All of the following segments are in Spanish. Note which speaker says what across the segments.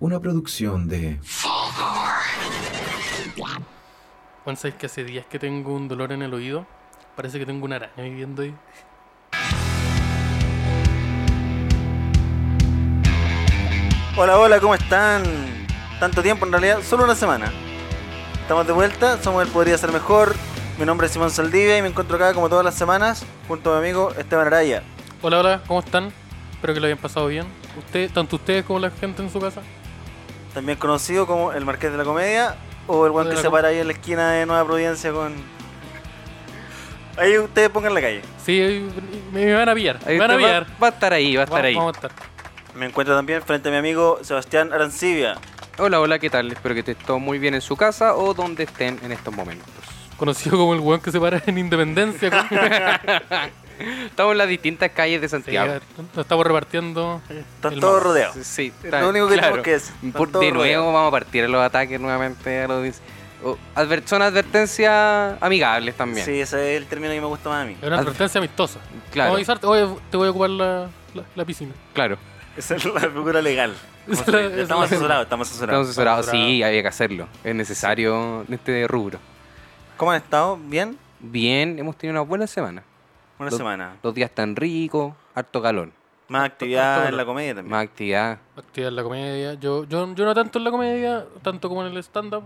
Speaker 1: Una producción de...
Speaker 2: Juan, ¿sabes que hace días que tengo un dolor en el oído? Parece que tengo una araña viviendo ahí.
Speaker 3: Hola, hola, ¿cómo están? Tanto tiempo, en realidad, solo una semana. Estamos de vuelta, somos el Podría Ser Mejor. Mi nombre es Simón Saldivia y me encuentro acá como todas las semanas junto a mi amigo Esteban Araya.
Speaker 2: Hola, hola, ¿cómo están? Espero que lo hayan pasado bien. Usted, tanto ustedes como la gente en su casa.
Speaker 3: También conocido como el Marqués de la Comedia o el
Speaker 2: De
Speaker 3: guante
Speaker 2: la
Speaker 3: que se
Speaker 2: com-
Speaker 3: para ahí en la esquina de Nueva Providencia con... Ahí ustedes pongan la calle.
Speaker 2: Sí, me, me van a pillar.
Speaker 4: Ahí
Speaker 2: Me van a
Speaker 4: usted
Speaker 2: pillar.
Speaker 4: va, va a estar ahí, va a estar
Speaker 2: Vamos-
Speaker 4: ahí.
Speaker 2: Vamos a estar.
Speaker 3: Me encuentro también frente a mi amigo Sebastián Arancibia.
Speaker 4: Hola, hola, ¿qué tal? Espero que esté todo muy bien en su casa o donde estén en estos momentos.
Speaker 2: Conocido como el weón que se para en Independencia. con-
Speaker 4: Estamos en las distintas calles de
Speaker 2: Sí,
Speaker 4: Santiago.
Speaker 2: lo estamos repartiendo.
Speaker 3: Están
Speaker 2: El
Speaker 3: todos
Speaker 2: mouse.
Speaker 3: rodeados.
Speaker 4: Sí, sí,
Speaker 3: Lo
Speaker 4: está bien,
Speaker 3: único que tenemos que es-
Speaker 4: Por-
Speaker 3: todo
Speaker 4: de nuevo
Speaker 3: rodeado.
Speaker 4: vamos a partir los ataques nuevamente a los... o- adver- son advertencias amigables también.
Speaker 3: Sí, ese es el término que me gusta más a mí.
Speaker 2: Es una advertencia amistosa.
Speaker 4: Claro.
Speaker 2: Vamos a avisarte, oye, te voy a ocupar la, la- la piscina.
Speaker 4: Claro.
Speaker 3: Esa es la figura legal.
Speaker 2: Esa es la- esa es la-
Speaker 3: Estamos asesorados, estamos asesorados.
Speaker 4: Estamos asesorados.
Speaker 2: censurado.
Speaker 4: Sí, había que hacerlo. Es necesario en este rubro.
Speaker 3: ¿Cómo han estado? ¿Bien?
Speaker 4: Bien, hemos tenido una buena semana.
Speaker 3: Una
Speaker 4: Lo-
Speaker 3: semana.
Speaker 4: Los días tan ricos, harto calor,
Speaker 3: Más
Speaker 2: Harto
Speaker 3: actividad
Speaker 2: calor.
Speaker 3: en la comedia también.
Speaker 4: más actividad.
Speaker 2: Actividad en la comedia. Yo, yo, yo no tanto en la comedia, tanto como en el stand-up.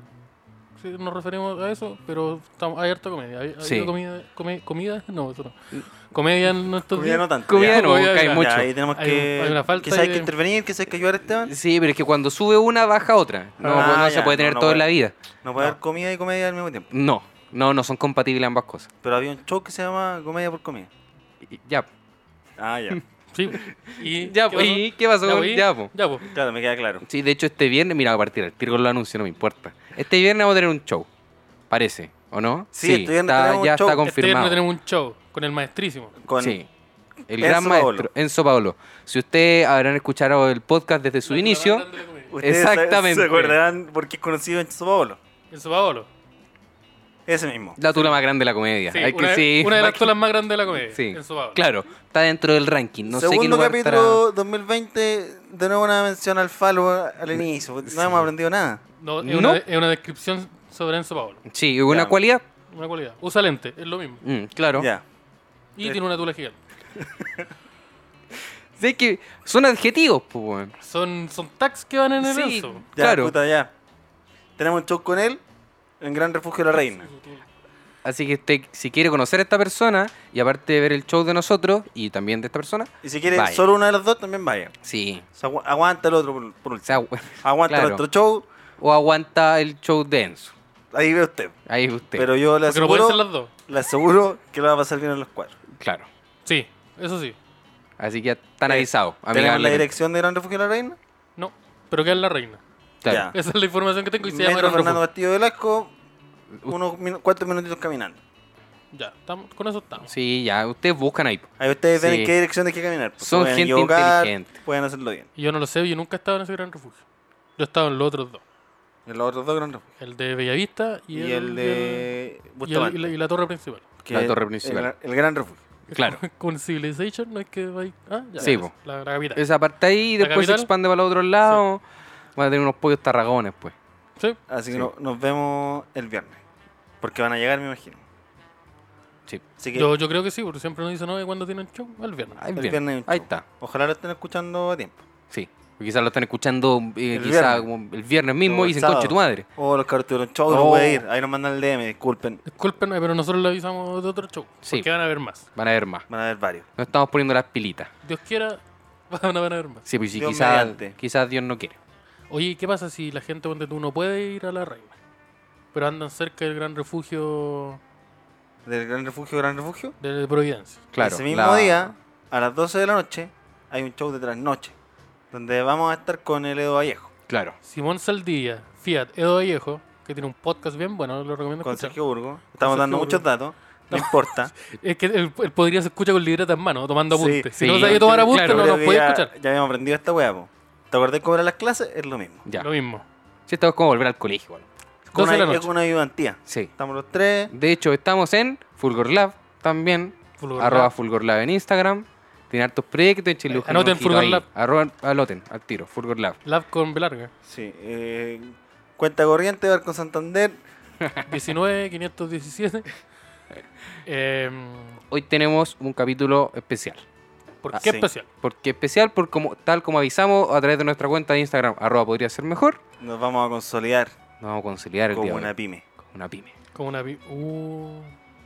Speaker 2: Si nos referimos a eso, pero estamos, hay harta comedia. ¿Hay, hay
Speaker 4: Sí.
Speaker 2: comida, come- comida? No, eso no. Comedia en estos
Speaker 3: Comida
Speaker 2: días.
Speaker 3: no tanto.
Speaker 4: Comida
Speaker 3: ya.
Speaker 4: no,
Speaker 2: Comida,
Speaker 4: nunca hay
Speaker 2: ya,
Speaker 3: Ya,
Speaker 4: mucho.
Speaker 3: ahí tenemos
Speaker 2: Hay
Speaker 3: que.
Speaker 2: un- hay una falta
Speaker 3: quizás hay
Speaker 2: de-
Speaker 3: que intervenir, quizás hay que ayudar a Esteban.
Speaker 4: Sí, pero es que cuando sube una, baja otra. No,
Speaker 3: Ah,
Speaker 4: no se
Speaker 3: ya,
Speaker 4: puede
Speaker 3: no,
Speaker 4: tener
Speaker 3: no
Speaker 4: todo
Speaker 3: puede.
Speaker 4: en la vida.
Speaker 3: No puede haber comida y comedia al mismo tiempo.
Speaker 4: No, no, no son compatibles ambas cosas.
Speaker 3: Pero había un show que se llama Comedia por Comida.
Speaker 4: Y- Ya,
Speaker 3: Ah, ya.
Speaker 2: Sí. Y,
Speaker 4: ya,
Speaker 2: ¿qué
Speaker 4: po, ¿y qué pasó?
Speaker 2: Ya, po, y-
Speaker 4: Ya, po.
Speaker 2: Ya, po. Este
Speaker 3: claro, me queda claro.
Speaker 4: Sí, de hecho este viernes, mira, a partir el tiro con los anuncios, no me importa. Este viernes vamos a tener un show, parece, ¿o no?
Speaker 3: Sí, este viernes
Speaker 4: está-
Speaker 3: tenemos
Speaker 4: ya
Speaker 3: un show.
Speaker 4: está
Speaker 2: Este viernes
Speaker 4: confirmado.
Speaker 2: tenemos un show con el maestrísimo.
Speaker 3: Con
Speaker 4: Sí. El
Speaker 3: Enzo
Speaker 4: gran
Speaker 3: Paolo.
Speaker 4: maestro, Enzo Paolo. Si ustedes habrán escuchado el podcast desde su
Speaker 2: La- la
Speaker 4: inicio,
Speaker 2: banda de la comedia.
Speaker 3: Ustedes se-
Speaker 4: Exactamente.
Speaker 3: Se acordarán porque es conocido en Paolo.
Speaker 2: Enzo Paolo.
Speaker 3: Ese mismo.
Speaker 4: la tula más grande de la comedia.
Speaker 2: Sí,
Speaker 4: Hay que-
Speaker 2: una,
Speaker 4: sí,
Speaker 2: una de las
Speaker 4: hay que-
Speaker 2: tulas más grandes de la comedia.
Speaker 4: Sí,
Speaker 2: Enzo Paolo.
Speaker 4: claro, está dentro del ranking. No sé qué
Speaker 3: Segundo
Speaker 4: lugar
Speaker 3: capítulo 2020, de nuevo una mención al falo al inicio. No hemos aprendido nada.
Speaker 2: No, es,
Speaker 4: No.
Speaker 2: Una, es una descripción sobre Enzo Paolo.
Speaker 4: estará. Sí, una
Speaker 3: Ya.
Speaker 4: cualidad.
Speaker 2: Una cualidad. Usa lente, es lo mismo.
Speaker 4: Mm, claro.
Speaker 3: Ya.
Speaker 2: Y tiene una tula gigante.
Speaker 4: Sí, es que son adjetivos, pues, weón.
Speaker 2: Son, son tags que van en el
Speaker 4: Sí.
Speaker 2: Enzo.
Speaker 3: Ya,
Speaker 4: Claro.
Speaker 3: puta, ya. Tenemos un show con él en Gran Refugio de la Reina.
Speaker 4: Así que este, si quiere conocer a esta persona y aparte de ver el show de nosotros y también de esta persona,
Speaker 3: Y si quiere
Speaker 4: Vaya.
Speaker 3: solo una de las dos, también vaya.
Speaker 4: sí.
Speaker 3: O sea, agu- aguanta el otro por, por
Speaker 4: O,
Speaker 3: último.
Speaker 4: sea, we-
Speaker 3: aguanta el
Speaker 4: claro.
Speaker 3: otro show,
Speaker 4: o aguanta el show de Enzo.
Speaker 3: ahí ve usted.
Speaker 4: Ahí usted.
Speaker 3: Pero yo le
Speaker 2: Porque no pueden
Speaker 3: aseguro,
Speaker 2: ser las dos.
Speaker 3: le aseguro que lo va a pasar bien en los cuatro.
Speaker 4: Claro.
Speaker 2: Sí, eso sí.
Speaker 4: Así que están
Speaker 3: Eh,
Speaker 4: avisados.
Speaker 3: ¿Tenemos la
Speaker 4: amigablemente.
Speaker 3: dirección de Gran Refugio de la Reina?
Speaker 2: No, pero queda en la reina.
Speaker 4: Claro.
Speaker 2: Esa es la información que tengo y se llama
Speaker 3: Metro
Speaker 2: Gran
Speaker 3: Ah. Fernando
Speaker 2: Refugio.
Speaker 3: Castillo Velasco, unos minu- cuatro minutitos caminando.
Speaker 2: Ya, estamos- con eso estamos.
Speaker 4: Sí, ya. Ustedes buscan ahí.
Speaker 3: Ahí ustedes ven
Speaker 4: Sí.
Speaker 3: en qué dirección hay que caminar. pues, se
Speaker 4: Son
Speaker 3: pueden
Speaker 4: gente
Speaker 3: equivocar,
Speaker 4: inteligente.
Speaker 3: Pueden hacerlo bien.
Speaker 2: Y yo no lo sé, yo nunca he estado en ese gran refugio. Yo he estado en los otros dos.
Speaker 3: En los otros dos Gran Refugios.
Speaker 2: El de Bellavista y,
Speaker 3: Y,
Speaker 2: el,
Speaker 3: el de
Speaker 2: y el- y el-
Speaker 3: Bustamante.
Speaker 2: y la, y la torre principal.
Speaker 3: que
Speaker 4: la
Speaker 3: es
Speaker 4: torre
Speaker 3: el-
Speaker 4: principal.
Speaker 3: El, Gran Refugio.
Speaker 4: Claro.
Speaker 2: Con Civilization no es que vaya. Ah, ya.
Speaker 4: Sí,
Speaker 2: es
Speaker 4: po.
Speaker 2: la, la capital.
Speaker 4: Esa parte ahí y
Speaker 2: ¿La
Speaker 4: después se
Speaker 2: capital?
Speaker 4: expande para los otros lados. Van a tener unos pollos tarragones, pues.
Speaker 2: Sí.
Speaker 3: Así que
Speaker 4: Sí.
Speaker 3: no- nos vemos el viernes. Porque van a llegar, me imagino.
Speaker 4: Sí.
Speaker 3: Así que Ah.
Speaker 2: Yo, yo creo que sí, porque siempre nos dicen, no, cuando tienen show? El viernes.
Speaker 4: Ahí,
Speaker 3: el
Speaker 4: bien.
Speaker 3: viernes hay un
Speaker 4: ahí
Speaker 3: show.
Speaker 4: está.
Speaker 3: ojalá lo estén escuchando a tiempo.
Speaker 4: Sí. Quizás lo están escuchando eh,
Speaker 3: El
Speaker 4: quizá
Speaker 3: viernes.
Speaker 4: como el viernes mismo
Speaker 3: O el
Speaker 4: y dicen,
Speaker 3: sábado.
Speaker 4: conche tu madre.
Speaker 3: Oh, los cabros tuvieron show, no
Speaker 4: Oh.
Speaker 3: puede ir. Ahí nos mandan el DM, disculpen.
Speaker 2: Disculpen, pero nosotros le avisamos de otro show.
Speaker 4: Sí.
Speaker 2: Porque van a haber más.
Speaker 4: Van a haber más.
Speaker 3: Van a haber varios.
Speaker 4: No estamos poniendo las pilitas.
Speaker 2: Dios quiera, van a van a haber más.
Speaker 4: Sí, pues sí,
Speaker 3: Dios
Speaker 4: quizás,
Speaker 3: mediante.
Speaker 4: quizás Dios no quiere.
Speaker 2: Oye, ¿qué pasa si la gente donde tú no puede ir a la reina? Pero andan cerca del gran refugio
Speaker 3: Del Gran Refugio, Gran Refugio.
Speaker 2: de, de Providencia.
Speaker 4: Claro.
Speaker 3: Ese mismo
Speaker 4: la-
Speaker 3: día, a las 12 de la noche, hay un show de trasnoche. Donde vamos a estar con el Edo Vallejo.
Speaker 4: Claro.
Speaker 2: Simón Saldivia, Fiat, Edo Vallejo, que tiene un podcast bien bueno, lo recomiendo
Speaker 3: Con
Speaker 2: escuchar.
Speaker 3: Sergio Burgo. Estamos
Speaker 2: Sergio
Speaker 3: dando
Speaker 2: Burgo.
Speaker 3: muchos datos. No importa.
Speaker 2: Es que él, él podría se escucha con libreta en mano, tomando
Speaker 3: Sí,
Speaker 2: apuntes. si
Speaker 4: sí.
Speaker 2: no sabía tomar apuntes,
Speaker 4: Claro.
Speaker 2: no
Speaker 3: Otro
Speaker 2: nos puede
Speaker 3: día
Speaker 2: escuchar.
Speaker 3: Ya habíamos aprendido esta weá, po. ¿Te acordás cómo eran las clases? Es lo mismo.
Speaker 4: Ya.
Speaker 2: Lo mismo.
Speaker 4: Sí, estamos como volver al colegio. igual.
Speaker 3: Es como
Speaker 2: 12 de
Speaker 3: una,
Speaker 2: la
Speaker 3: es
Speaker 2: noche.
Speaker 3: como una ayudantía.
Speaker 4: Sí.
Speaker 3: Estamos los tres.
Speaker 4: De hecho, estamos en Fulgor Lab también.
Speaker 2: Fulgor
Speaker 4: arroba
Speaker 2: Lab.
Speaker 4: Fulgor Lab en Instagram. Tiene hartos proyectos en Chile.
Speaker 2: Anoten Fulgor Lab.
Speaker 4: Aloten, al tiro, Fulgor Lab.
Speaker 2: Lab con B larga.
Speaker 3: Sí. eh, cuenta corriente, Barco Santander.
Speaker 2: 19, 517. Em,
Speaker 4: Hoy tenemos un capítulo especial.
Speaker 2: ¿Por
Speaker 3: Ah,
Speaker 2: qué
Speaker 3: sí.
Speaker 2: especial?
Speaker 4: ¿Por qué especial? Por como, tal como avisamos a través de nuestra cuenta de Instagram, arroba podría ser mejor.
Speaker 3: Nos vamos a consolidar
Speaker 4: Nos vamos a conciliar el
Speaker 3: como
Speaker 4: día de
Speaker 3: una
Speaker 4: hoy,
Speaker 3: pyme.
Speaker 4: como una pyme.
Speaker 2: Como una. vi- Uh.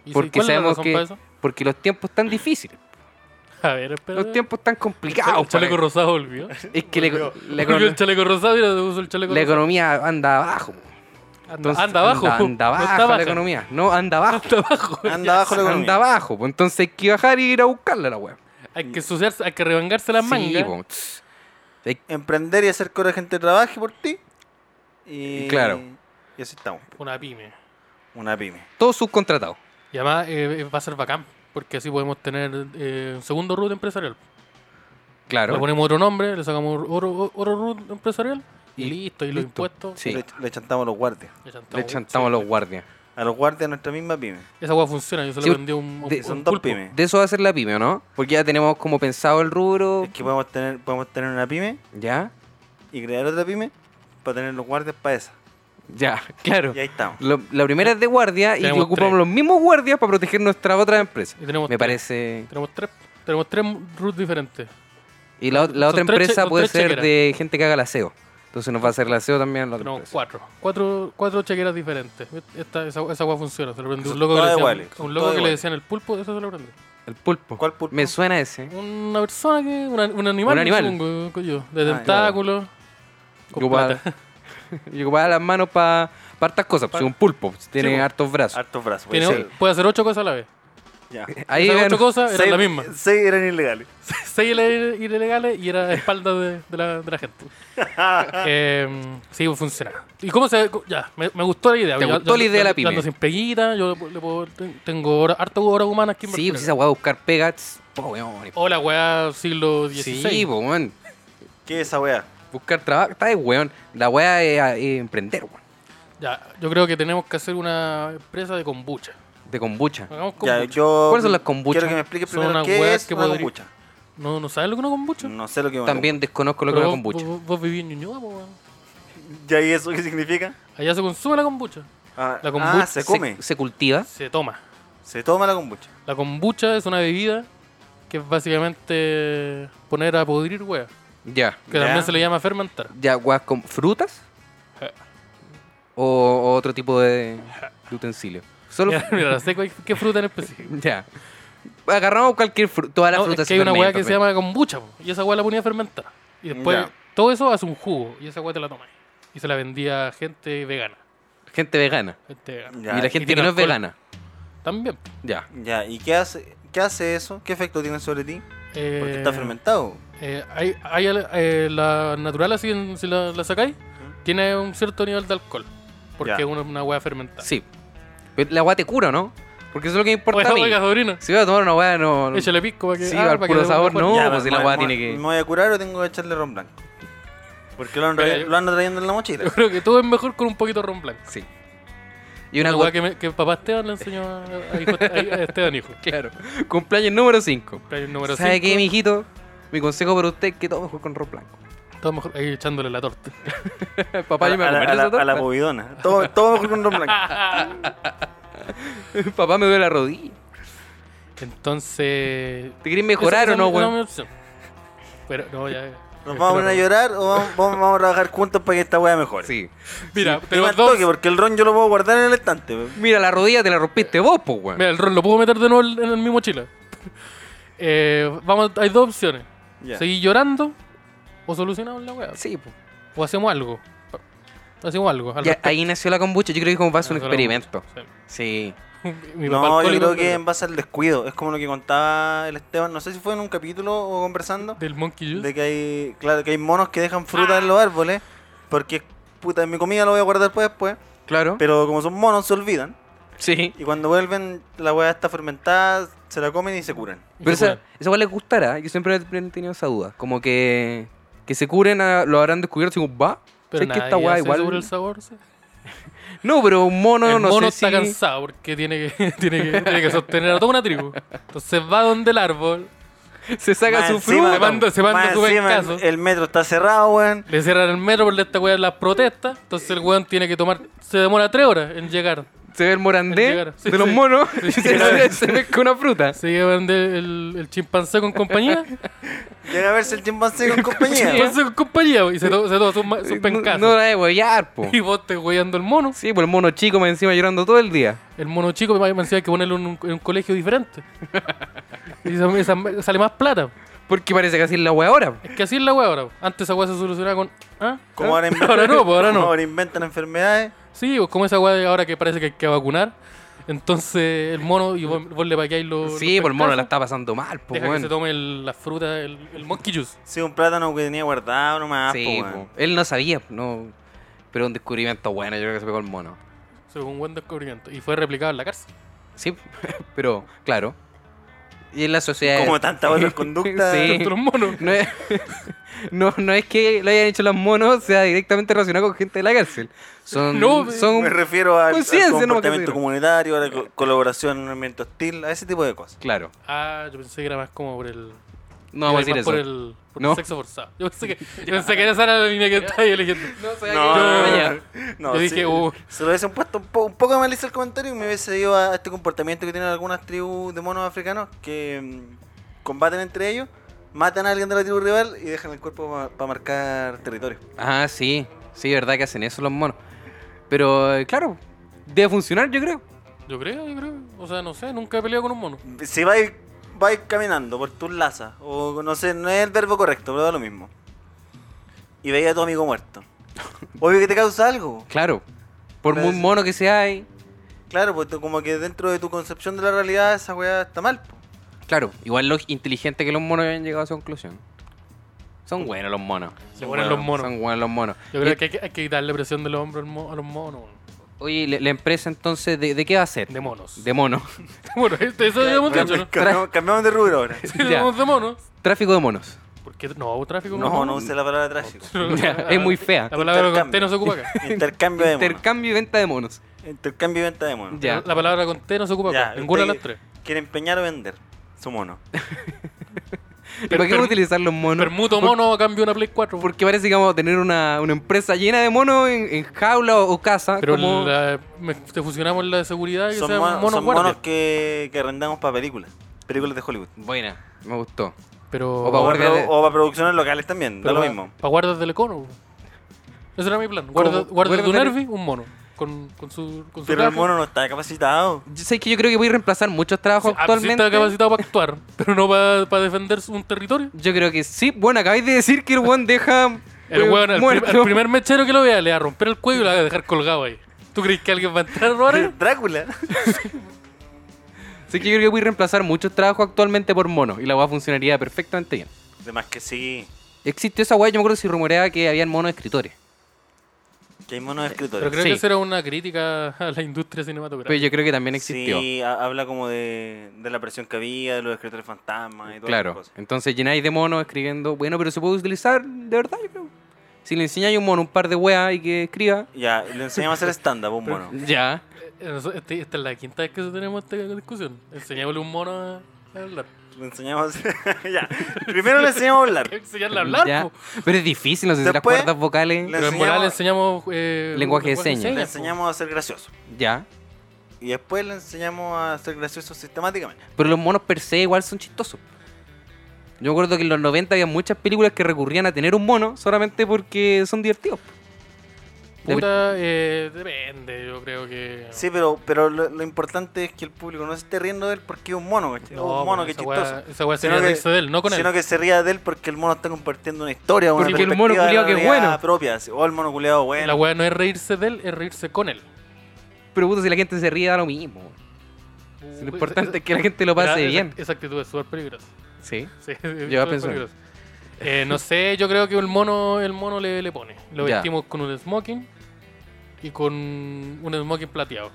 Speaker 2: ¿Y si-
Speaker 4: Porque
Speaker 2: cuál es la
Speaker 4: sabemos
Speaker 2: razón
Speaker 4: que-
Speaker 2: para eso?
Speaker 4: Porque los tiempos están difíciles.
Speaker 2: A ver, espera.
Speaker 4: Los tiempos están
Speaker 2: El
Speaker 4: complicados.
Speaker 2: chaleco
Speaker 4: para-
Speaker 2: rosado volvió.
Speaker 4: Es que la,
Speaker 2: Volvió.
Speaker 4: la-
Speaker 2: Volvió el chaleco rosado y ahora te uso el chaleco
Speaker 4: la
Speaker 2: rosado.
Speaker 4: economía anda abajo. pues.
Speaker 2: Anda,
Speaker 4: Entonces,
Speaker 2: anda abajo. pues.
Speaker 4: Anda,
Speaker 2: no
Speaker 4: abajo
Speaker 2: está
Speaker 4: la
Speaker 2: baja.
Speaker 4: economía. No, anda abajo.
Speaker 2: Anda abajo.
Speaker 3: Anda abajo la economía.
Speaker 4: Anda abajo. pues, Entonces hay que bajar y ir a buscarla la web.
Speaker 2: Hay que suciarse, hay que revangarse las mangas.
Speaker 4: pues.
Speaker 3: Emprender y hacer que otra gente trabaje por ti. Y,
Speaker 4: Claro.
Speaker 3: Y así estamos.
Speaker 2: Una pyme.
Speaker 3: Una pyme.
Speaker 4: todos subcontratados.
Speaker 2: Y además eh, va a ser bacán, porque así podemos tener eh, un segundo root empresarial. Le
Speaker 4: Claro.
Speaker 2: ponemos otro nombre, le sacamos otro, otro root empresarial y,
Speaker 4: Y
Speaker 2: listo, y los
Speaker 4: listo.
Speaker 2: impuestos.
Speaker 4: Sí.
Speaker 3: Le, le chantamos a los guardias.
Speaker 2: le chantamos.
Speaker 4: Le chantamos a los guardias.
Speaker 3: A los guardias de nuestra misma pyme.
Speaker 2: Esa agua funciona, yo se
Speaker 4: Sí,
Speaker 2: lo vendí a un, a un,
Speaker 4: de-
Speaker 2: a un
Speaker 3: Son dos
Speaker 2: pulpo.
Speaker 3: pymes.
Speaker 4: De eso va a ser la pyme, ¿o no? Porque ya tenemos como pensado el rubro.
Speaker 3: Es que podemos tener, podemos tener una pyme
Speaker 4: Ya,
Speaker 3: y crear otra pyme para tener los guardias para esa.
Speaker 4: ya, claro.
Speaker 3: Y ahí estamos.
Speaker 4: Lo- la primera es de guardia y
Speaker 2: Tenemos
Speaker 4: ocupamos
Speaker 2: tres.
Speaker 4: los mismos guardias para proteger nuestra otra empresa.
Speaker 2: Y tenemos
Speaker 4: Me
Speaker 2: tres.
Speaker 4: parece.
Speaker 2: Tenemos tres, tenemos tres roots diferentes.
Speaker 4: Y la, la
Speaker 2: Son
Speaker 4: otra
Speaker 2: tres
Speaker 4: empresa
Speaker 2: che-
Speaker 4: puede
Speaker 2: son tres
Speaker 4: ser de gente que haga el aseo. Entonces nos va a hacer el aseo también la otra
Speaker 2: Tenemos
Speaker 4: empresa.
Speaker 2: cuatro. Cuatro, cuatro chequeras diferentes. Esta, esa, esa agua funciona. Se lo prendí a
Speaker 3: Son
Speaker 2: un loco que, le
Speaker 3: todas
Speaker 2: decían,
Speaker 3: iguales,
Speaker 2: a un
Speaker 3: son
Speaker 2: loco
Speaker 3: todas
Speaker 2: que le
Speaker 3: iguales.
Speaker 2: decían el pulpo, eso se lo prendí.
Speaker 4: El pulpo.
Speaker 3: ¿Cuál pulpo?
Speaker 4: Me suena ese.
Speaker 2: Una persona que. una- un animal,
Speaker 4: Un animal.
Speaker 2: supongo, co- yo, de
Speaker 3: Ah,
Speaker 2: tentáculos. con
Speaker 4: Yo ocupaba,
Speaker 2: plata.
Speaker 4: yo ocupaba las manos para hartas cosas. pues,
Speaker 2: Pa-
Speaker 4: un pulpo. Tiene
Speaker 2: pues.
Speaker 4: hartos brazos.
Speaker 3: Hartos brazos.
Speaker 2: Tiene-
Speaker 3: puede ser.
Speaker 2: puede hacer ocho cosas a la vez.
Speaker 3: Ya.
Speaker 4: Ahí
Speaker 2: Esas
Speaker 4: ven-
Speaker 2: ocho cosas eran
Speaker 3: Seis-
Speaker 2: las mismas.
Speaker 3: Seis eran ilegales.
Speaker 2: Seis ile- ilegales y era a espaldas de, de la, de la gente. Eh, sí, funciona. ¿Y cómo se.? co- Ya, me, me gustó la idea.
Speaker 4: ¿Te
Speaker 2: Yo-
Speaker 4: gustó
Speaker 2: yo-
Speaker 4: la idea de la
Speaker 2: yo- yo
Speaker 4: pyme?
Speaker 2: ando sin peguita, yo le, le puedo- ten- tengo hora, harto horas humanas aquí en
Speaker 4: Sí, pues
Speaker 2: Mercurio.
Speaker 4: esa weá buscar pegats. Po, weón.
Speaker 2: O la weá siglo XVI.
Speaker 4: Sí, pues. po, weón.
Speaker 3: ¿Qué es esa weá?
Speaker 4: Buscar trabajo. Está de weón. La weá es, ah, es emprender, weón.
Speaker 2: Ya, yo creo que tenemos que hacer una empresa de kombucha.
Speaker 4: De kombucha.
Speaker 2: Hagamos
Speaker 3: Ya,
Speaker 2: kombucha.
Speaker 3: yo
Speaker 4: ¿Cuáles son las kombucha?
Speaker 3: Quiero que me expliques
Speaker 2: Son
Speaker 3: primero
Speaker 2: unas
Speaker 3: qué
Speaker 2: weas
Speaker 3: es
Speaker 2: que
Speaker 3: una
Speaker 2: podrí-
Speaker 3: kombucha.
Speaker 2: ¿No, ¿No sabes lo que es una kombucha?
Speaker 3: No sé Mm, lo que es una
Speaker 4: También desconozco lo que es
Speaker 2: Pero pues,
Speaker 4: una
Speaker 2: vos-
Speaker 4: kombucha.
Speaker 2: Vos, vos vivís en Ñuñoa, po, weón.
Speaker 3: kombucha. ¿Ya y eso qué significa?
Speaker 2: Allá se consume la kombucha.
Speaker 3: Ah,
Speaker 2: La kombucha
Speaker 3: ah, se come.
Speaker 4: Se, cultiva.
Speaker 2: Se toma.
Speaker 3: Se toma la kombucha.
Speaker 2: La kombucha es una bebida que es básicamente poner a podrir hueá,
Speaker 4: Ya.
Speaker 2: que
Speaker 3: Ya.
Speaker 2: también se le llama fermentar.
Speaker 4: Ya, weas con frutas.
Speaker 2: Ja.
Speaker 4: O, o otro tipo de, de utensilio. Solo.
Speaker 2: Mira, mira, no sé cuál- qué fruta en específico.
Speaker 4: Ya. Agarramos cualquier fruta. Todas las
Speaker 2: No,
Speaker 4: frutas
Speaker 2: es que
Speaker 4: se
Speaker 2: hay una hueá que
Speaker 4: fermentan,
Speaker 2: se llama kombucha po, y esa hueá la ponía a fermentar. Y después
Speaker 3: Ya.
Speaker 2: todo eso hace un jugo y esa hueá te la tomas. Y se la vendía a gente vegana.
Speaker 4: Gente vegana.
Speaker 2: Gente vegana.
Speaker 3: Ya.
Speaker 4: Y la
Speaker 3: Y
Speaker 2: tiene
Speaker 4: gente que no es
Speaker 2: alcohol.
Speaker 4: vegana.
Speaker 2: También.
Speaker 4: Ya.
Speaker 3: Ya, ¿y qué hace, qué hace eso? ¿Qué efecto tiene sobre ti?
Speaker 2: eh,
Speaker 3: Porque está fermentado.
Speaker 2: eh, hay, hay al- eh, la natural, así en- si la, la sacáis, tiene un cierto nivel de alcohol. Porque
Speaker 3: Ya.
Speaker 2: es una, una hueá fermentada.
Speaker 4: Sí. Pero La weá te cura, ¿no? Porque eso es lo que me importa
Speaker 2: Oiga,
Speaker 4: a mí.
Speaker 2: oiga, sobrino,
Speaker 4: Si voy a tomar una weá, no. no-
Speaker 2: échale pisco para que. ah,
Speaker 4: Sí, al
Speaker 2: para que
Speaker 4: puro
Speaker 2: te ponga
Speaker 4: sabor,
Speaker 2: fuerte.
Speaker 4: no.
Speaker 3: Ya,
Speaker 4: pues si la
Speaker 3: me-
Speaker 4: weá
Speaker 3: me-
Speaker 4: tiene que-
Speaker 3: ¿Me voy a curar o tengo que echarle ron blanco? Porque lo, han
Speaker 2: Mira,
Speaker 3: tra-
Speaker 2: yo-
Speaker 3: lo ando trayendo en la mochila.
Speaker 2: Yo creo que todo es mejor con un poquito de ron blanco.
Speaker 4: Sí. Y una
Speaker 2: Una
Speaker 4: weá
Speaker 2: hueá que, me- que papá Esteban le enseñó a, a hijo- a- a Esteban hijo.
Speaker 4: Claro. Cumpleaños número 5.
Speaker 2: Cumpleaños número
Speaker 4: ¿Sabe
Speaker 2: cinco,
Speaker 4: qué, mijito? Mi consejo para usted es que todo mejor con ron blanco.
Speaker 2: Todo mejor ahí echándole la torta.
Speaker 4: Papá,
Speaker 3: a,
Speaker 4: yo me
Speaker 3: a la,
Speaker 4: acompañé pues.
Speaker 3: a la-
Speaker 4: esa torta.
Speaker 3: a la bovidona. Todo, todo mejor con ron blanco.
Speaker 4: Papá, me duele la rodilla.
Speaker 2: Entonces.
Speaker 4: ¿Te querés mejorar
Speaker 2: esa-
Speaker 4: o no,
Speaker 2: esa es mi- esa es mi
Speaker 4: weón?
Speaker 2: opción. Pero no, ya.
Speaker 3: ¿Nos vamos a poner a llorar o vamos, vamos- vamos a trabajar juntos para que esta weá mejore?
Speaker 4: Sí.
Speaker 2: Mira,
Speaker 3: Pero
Speaker 2: tenemos
Speaker 3: al
Speaker 2: dos.
Speaker 3: toque, porque el ron yo lo puedo guardar en el estante. pues. weón.
Speaker 4: Mira, la rodilla te la rompiste vos, pues, weón.
Speaker 2: Mira, el ron lo puedo meter de nuevo en en mi mochila. Eh, vamos, hay dos opciones.
Speaker 3: Ya.
Speaker 2: Seguir llorando o solucionamos la weá.
Speaker 4: Sí, pues.
Speaker 2: O hacemos algo. Hacemos algo. al
Speaker 4: Ya,
Speaker 2: respecto.
Speaker 4: ahí nació la kombucha. Yo creo que como va a ser un
Speaker 2: Nació la
Speaker 4: experimento.
Speaker 2: Sí.
Speaker 4: Sí.
Speaker 2: Mi papá
Speaker 3: No, yo
Speaker 2: alcohólico
Speaker 3: creo que en base al descuido. Es como lo que contaba el Esteban. No sé si fue en un capítulo o conversando.
Speaker 2: Del Monkey Juice.
Speaker 3: De que hay, claro, que hay monos que dejan fruta en los árboles. Porque, puta, mi comida la voy a guardar para después.
Speaker 4: Claro.
Speaker 3: Pero como son monos, se olvidan.
Speaker 4: sí.
Speaker 3: Y cuando vuelven, la weá está fermentada, se la comen y se curan.
Speaker 4: Pero
Speaker 2: se
Speaker 4: esa,
Speaker 2: curan.
Speaker 4: esa weá les gustará. Yo siempre he tenido esa duda. Como que. Que se curen, a- lo habrán descubierto. Digo, va.
Speaker 2: Pero
Speaker 4: sé que
Speaker 2: nadie
Speaker 4: esta weá
Speaker 2: hace
Speaker 4: igual.
Speaker 2: sobre el sabor. sí.
Speaker 4: No, pero un mono,
Speaker 2: el
Speaker 4: no
Speaker 2: mono
Speaker 4: sé
Speaker 2: está
Speaker 4: si.
Speaker 2: cansado porque tiene que, tiene, que, tiene que sostener a toda una tribu. Entonces va donde el árbol
Speaker 4: Se saca
Speaker 3: Más
Speaker 4: su
Speaker 3: encima,
Speaker 4: fruta.
Speaker 2: Se manda- se manda
Speaker 3: más
Speaker 2: su
Speaker 3: encima,
Speaker 2: pencazo.
Speaker 3: el, el metro está cerrado, weón.
Speaker 2: Le cierran el metro por esta weá de las protestas. Entonces el weón tiene que tomar. Se demora tres horas en llegar.
Speaker 4: Se ve el morandé
Speaker 2: El llegar. Sí,
Speaker 4: de los
Speaker 2: sí.
Speaker 4: monos
Speaker 2: Sí,
Speaker 4: y
Speaker 2: sí,
Speaker 4: se,
Speaker 2: claro.
Speaker 4: se pesca una fruta.
Speaker 2: Se llevan de- el, el chimpancé con compañía.
Speaker 3: Llega a verse el chimpancé con
Speaker 2: El
Speaker 3: compañía.
Speaker 2: chimpancé con compañía. Pues, Y se to- se toma sus ma- sus
Speaker 4: No,
Speaker 2: pencazos.
Speaker 4: no la de huevear, po.
Speaker 2: Y vos te weyando el mono.
Speaker 4: Sí, pues el mono chico me encima llorando todo el día.
Speaker 2: El mono chico me me decía que ponerlo en un, en un colegio diferente. y esa- esa- sale más plata.
Speaker 4: Porque parece que así es la hueá ahora.
Speaker 2: Es que así es la weá ahora. Antes esa weá se solucionaba con. ¿Ah?
Speaker 3: Como ahora, inventan,
Speaker 2: Ahora no, pues, ahora no.
Speaker 3: como ahora inventan enfermedades.
Speaker 2: Sí, pues como esa weá de ahora que parece que hay que vacunar. Entonces el mono, y vos, vos le paqueáis los.
Speaker 4: Sí,
Speaker 2: los
Speaker 4: por el mono la
Speaker 2: pencazos,
Speaker 4: está pues, pasando mal, po.
Speaker 2: Deja que
Speaker 4: weón.
Speaker 2: se tome el- la fruta, el, el monkey juice.
Speaker 3: Sí, un plátano que tenía guardado nomás.
Speaker 4: Sí,
Speaker 3: Ah,
Speaker 4: pues.
Speaker 3: po, weón.
Speaker 4: po. Él no sabía, no. Pero un descubrimiento bueno, yo creo que se pegó el mono.
Speaker 2: Eso fue un buen descubrimiento. Y fue replicado en la cárcel.
Speaker 4: Sí, pero claro. Y en la sociedad.
Speaker 3: Como tantas otras conductas.
Speaker 4: Eh, Sí.
Speaker 2: Todos los monos.
Speaker 4: No es, no, no es que lo hayan hecho los monos, sea directamente relacionado con gente de la cárcel. Son,
Speaker 2: No,
Speaker 4: son
Speaker 3: Me refiero al, al
Speaker 4: Conciencia, no me
Speaker 3: comportamiento
Speaker 4: quiero.
Speaker 3: comunitario, a la co- colaboración en un ambiente hostil, a ese tipo de cosas.
Speaker 4: Claro.
Speaker 2: Ah, yo pensé que era más como por el.
Speaker 4: No vamos a
Speaker 2: era
Speaker 4: decir
Speaker 2: más
Speaker 4: eso.
Speaker 2: Por el, por el
Speaker 4: No.
Speaker 2: sexo forzado. Yo pensé que, yo pensé que esa era la línea que estaba ahí eligiendo.
Speaker 4: sabía
Speaker 3: No,
Speaker 4: que-
Speaker 2: no,
Speaker 4: ya.
Speaker 2: no.
Speaker 3: No,
Speaker 2: Yo
Speaker 3: sí,
Speaker 2: dije, uh.
Speaker 3: se lo hubiesen puesto un, po- un poco de malicia el comentario y me hubiese ido a este comportamiento que tienen algunas tribus de monos africanos que mm, combaten entre ellos, matan a alguien de la tribu rival y dejan el cuerpo para marcar territorio.
Speaker 4: Ah, sí. Sí, verdad que hacen eso los monos. Pero eh, claro, debe funcionar, yo creo.
Speaker 2: Yo creo, yo creo. O sea, no sé, nunca he peleado con un mono.
Speaker 3: Si vais, vais caminando por tus lazas, o no sé, no es el verbo correcto, pero da lo mismo, y veis a tu amigo muerto, obvio que te causa algo.
Speaker 4: Claro. Por
Speaker 3: Pero
Speaker 4: muy
Speaker 3: es-
Speaker 4: mono que sea, hay.
Speaker 3: Claro, pues tú como que dentro de tu concepción de la realidad esa weá está mal. po.
Speaker 4: Claro, igual lo inteligente que los monos hayan llegado a esa conclusión. Son buenos los monos.
Speaker 2: Se
Speaker 4: Son
Speaker 2: ponen los monos.
Speaker 4: Son buenos los monos.
Speaker 2: Yo creo
Speaker 4: Y-
Speaker 2: que hay que, hay que quitarle presión de los hombros al mo- a los monos. weón.
Speaker 4: Oye, le- la empresa entonces, ¿de, de qué va a ser?
Speaker 2: De monos.
Speaker 4: De monos.
Speaker 2: bueno, este, eso ya hemos dicho, ¿no?
Speaker 3: Cambiamos, cambiamos- cambiamos de rubro ahora.
Speaker 2: Sí,
Speaker 4: Ya.
Speaker 2: somos de monos.
Speaker 4: Tráfico de monos.
Speaker 2: ¿Por qué? No, hubo tráfico.
Speaker 3: No, no use la palabra trágico.
Speaker 4: Ya, es muy fea.
Speaker 2: La palabra
Speaker 3: Intercambio.
Speaker 2: conté no se ocupa acá.
Speaker 3: Intercambio de monos.
Speaker 4: Intercambio y venta de monos.
Speaker 3: Intercambio y venta de monos.
Speaker 4: Ya.
Speaker 2: La palabra conté no se ocupa acá.
Speaker 3: Ya,
Speaker 2: Ninguna de
Speaker 3: usted
Speaker 2: las tres.
Speaker 3: Quiere empeñar o vender su mono.
Speaker 4: ¿Pero qué
Speaker 2: per-
Speaker 4: vamos a utilizar los monos?
Speaker 2: Permuto
Speaker 4: Por-
Speaker 2: mono a cambio de una Play 4.
Speaker 4: Porque parece que vamos a tener una, una empresa llena de monos en, en jaula o, o casa.
Speaker 2: Pero
Speaker 4: como-
Speaker 2: la- me- te fusionamos la de seguridad y
Speaker 3: Son,
Speaker 2: sea
Speaker 3: monos-
Speaker 2: mono
Speaker 3: son
Speaker 2: guardia.
Speaker 3: monos que, que arrendamos para películas. Películas de Hollywood.
Speaker 4: Buena, me gustó.
Speaker 2: Pero.
Speaker 4: O pa'
Speaker 3: O
Speaker 4: guardia
Speaker 3: para, produ-
Speaker 4: de-
Speaker 3: o para producciones locales también, da lo mismo.
Speaker 2: Para guardas del econo. weón. Ese era mi plan. Guarda,
Speaker 4: ¿Cómo?
Speaker 2: guarda de un
Speaker 4: Guarda del-
Speaker 2: Nervi, un mono. Con, con su. Con su
Speaker 3: Pero el
Speaker 2: traje.
Speaker 3: mono no está capacitado.
Speaker 4: Yo sé que yo creo que voy a reemplazar muchos trabajos
Speaker 2: Ah, sí
Speaker 4: actualmente.
Speaker 2: está capacitado para actuar, pero no para, defender un territorio.
Speaker 4: Yo creo que sí. Bueno, acabáis de decir que el weón deja.
Speaker 2: El
Speaker 4: eh,
Speaker 2: weón, al prim-
Speaker 4: muerto.
Speaker 2: al primer mechero que lo vea, le va a romper el cuello y lo va a dejar colgado ahí. ¿Tú crees que alguien va a entrar a robar? ahí?
Speaker 3: Drácula.
Speaker 4: Sé que yo creo que voy a reemplazar muchos trabajos actualmente por monos. Y la weá funcionaría perfectamente bien.
Speaker 3: De más que sí.
Speaker 4: Existió esa weá, yo me acuerdo que se rumoreaba que habían monos escritores.
Speaker 3: Que hay monos
Speaker 2: Eh, Pero
Speaker 3: escritores.
Speaker 2: creo
Speaker 4: Sí.
Speaker 2: que eso era una crítica a la industria cinematográfica.
Speaker 4: Pero yo creo que también existió.
Speaker 3: Sí, ha- habla como de, de la presión que había, de los escritores fantasmas y todas esas
Speaker 4: Claro.
Speaker 3: cosas.
Speaker 4: Entonces llenáis de monos escribiendo. Bueno, pero se puede utilizar de verdad, yo creo. Si le enseñáis a un mono un par de weas y que escriba.
Speaker 3: Ya, le enseñamos a hacer stand-up, un mono.
Speaker 4: Ya.
Speaker 2: Eh, eso- este- esta es la quinta vez que tenemos esta discusión. Enseñémosle un mono a, a hablar.
Speaker 3: Le enseñamos a hacer- ya. Primero le enseñamos a hablar.
Speaker 2: Enseñarle a hablar.
Speaker 4: Ya.
Speaker 2: po.
Speaker 4: Pero es difícil, no sé si las
Speaker 3: Después,
Speaker 4: cuerdas vocales.
Speaker 3: la-
Speaker 2: Pero en moral le enseñamos. eh,
Speaker 4: Lenguaje de señas.
Speaker 3: Le
Speaker 2: po.
Speaker 3: enseñamos a ser gracioso.
Speaker 4: Ya.
Speaker 3: Y después le enseñamos a ser gracioso sistemáticamente.
Speaker 4: Pero los monos per se igual son chistosos. Yo me acuerdo que en los 90 había muchas películas que recurrían a tener un mono solamente porque son divertidos.
Speaker 2: Puta, eh, depende, yo creo que.
Speaker 3: Sí, pero, pero lo, lo importante es que el público no se esté riendo de él porque es un mono, ¿cachai?
Speaker 2: No,
Speaker 3: un mono
Speaker 2: bueno,
Speaker 3: que es
Speaker 2: esa weá-
Speaker 3: chistoso.
Speaker 2: esa weá
Speaker 3: Sino
Speaker 2: sería
Speaker 3: que-
Speaker 2: reírse de él, no con él.
Speaker 3: Sino que se ría de él porque el mono está compartiendo una historia, una
Speaker 4: Porque el
Speaker 3: perspectiva
Speaker 4: mono
Speaker 3: de la
Speaker 4: culiao que es
Speaker 3: realidad
Speaker 4: bueno.
Speaker 3: propia. así, O el mono culiado
Speaker 2: La
Speaker 3: bueno.
Speaker 2: weá no es reírse de él, es reírse con él.
Speaker 4: Pero puta, si la gente se ríe da lo mismo. Si lo importante es que la gente lo
Speaker 2: Mira,
Speaker 4: pase
Speaker 2: esa-
Speaker 4: bien.
Speaker 2: Esa actitud es súper peligrosa.
Speaker 4: Sí.
Speaker 2: Sí, es súper
Speaker 4: Ya pensé.
Speaker 2: peligrosa. Eh, no sé, yo creo que el mono, el mono le, le pone. Lo
Speaker 4: Ya.
Speaker 2: vestimos con un smoking y con un smoking plateado.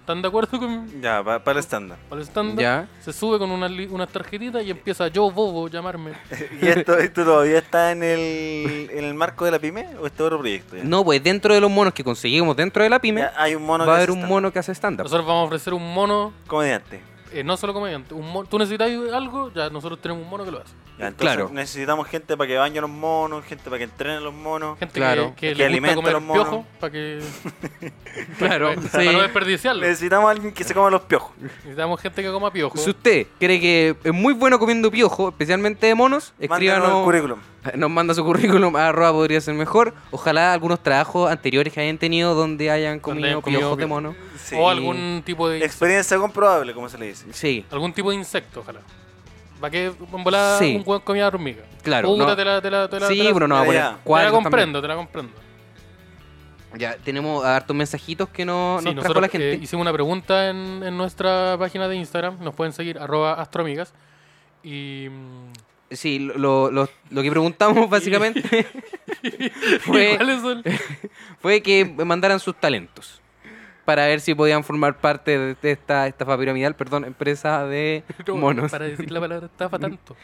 Speaker 2: ¿Están de acuerdo con
Speaker 3: Ya, para el estándar.
Speaker 2: con el estándar?
Speaker 4: Ya.
Speaker 2: Se sube con unas li- unas tarjetitas y empieza yo, bobo, a llamarme.
Speaker 3: ¿Y esto, esto todavía está en el, en el marco de la pyme o este otro proyecto? ya?
Speaker 4: No, pues dentro de los monos que conseguimos dentro de la pyme,
Speaker 3: Ya hay un mono
Speaker 4: va
Speaker 3: que
Speaker 4: a haber
Speaker 3: hace
Speaker 4: un
Speaker 3: stand-up.
Speaker 4: mono que hace stand-up.
Speaker 2: Nosotros vamos a ofrecer un mono
Speaker 3: comediante.
Speaker 2: eh, no solo comediante, un mono- tú necesitas algo, ya nosotros tenemos un mono que lo hace.
Speaker 3: Ya, entonces
Speaker 4: Claro.
Speaker 3: necesitamos gente para que bañe a los monos, gente para que entrene a los monos.
Speaker 2: Gente
Speaker 4: Claro.
Speaker 2: que, que le
Speaker 3: Que
Speaker 2: gusta
Speaker 3: alimenta a
Speaker 2: comer
Speaker 3: los monos.
Speaker 2: piojos para que
Speaker 4: Claro,
Speaker 2: para,
Speaker 4: sí.
Speaker 2: no desperdiciarlo.
Speaker 3: Necesitamos a alguien que se coma los piojos.
Speaker 2: Necesitamos gente que coma piojos.
Speaker 4: Si usted cree que es muy bueno comiendo piojo, especialmente de monos,
Speaker 3: Mándanos el
Speaker 4: escríbanos.
Speaker 3: currículum.
Speaker 4: Nos manda su currículum a arroba podría ser mejor. Ojalá algunos trabajos anteriores que hayan tenido donde hayan comido,
Speaker 2: hayan comido
Speaker 4: piojos de
Speaker 2: pi-
Speaker 4: mono.
Speaker 3: Sí.
Speaker 2: O algún tipo de
Speaker 3: Experiencia comprobable, como se le dice.
Speaker 4: Sí,
Speaker 2: algún tipo de insecto, ojalá. Para que en volada
Speaker 4: Sí.
Speaker 2: un hueón comía hormiga.
Speaker 4: Claro,
Speaker 2: Puta,
Speaker 4: no.
Speaker 2: te la, te la, te la,
Speaker 4: sí,
Speaker 2: te la-
Speaker 4: pero no, va a
Speaker 3: Ya,
Speaker 4: poner
Speaker 3: ya.
Speaker 2: te la
Speaker 4: cuadros también.
Speaker 2: comprendo, te la comprendo.
Speaker 4: Ya, tenemos hartos mensajitos que no,
Speaker 2: Sí,
Speaker 4: nos trajo
Speaker 2: nosotros
Speaker 4: la
Speaker 2: eh,
Speaker 4: gente.
Speaker 2: hicimos una pregunta en, en nuestra página de Instagram. Nos pueden seguir, arroba astroamigas. Y mm,
Speaker 4: Sí, lo, lo, lo- lo que preguntamos básicamente fue,
Speaker 2: ¿Cuáles son?
Speaker 4: fue que mandaran sus talentos para ver si podían formar parte de- de esta estafa piramidal, perdón, empresa de
Speaker 2: No,
Speaker 4: monos.
Speaker 2: Para decir la palabra estafa tanto.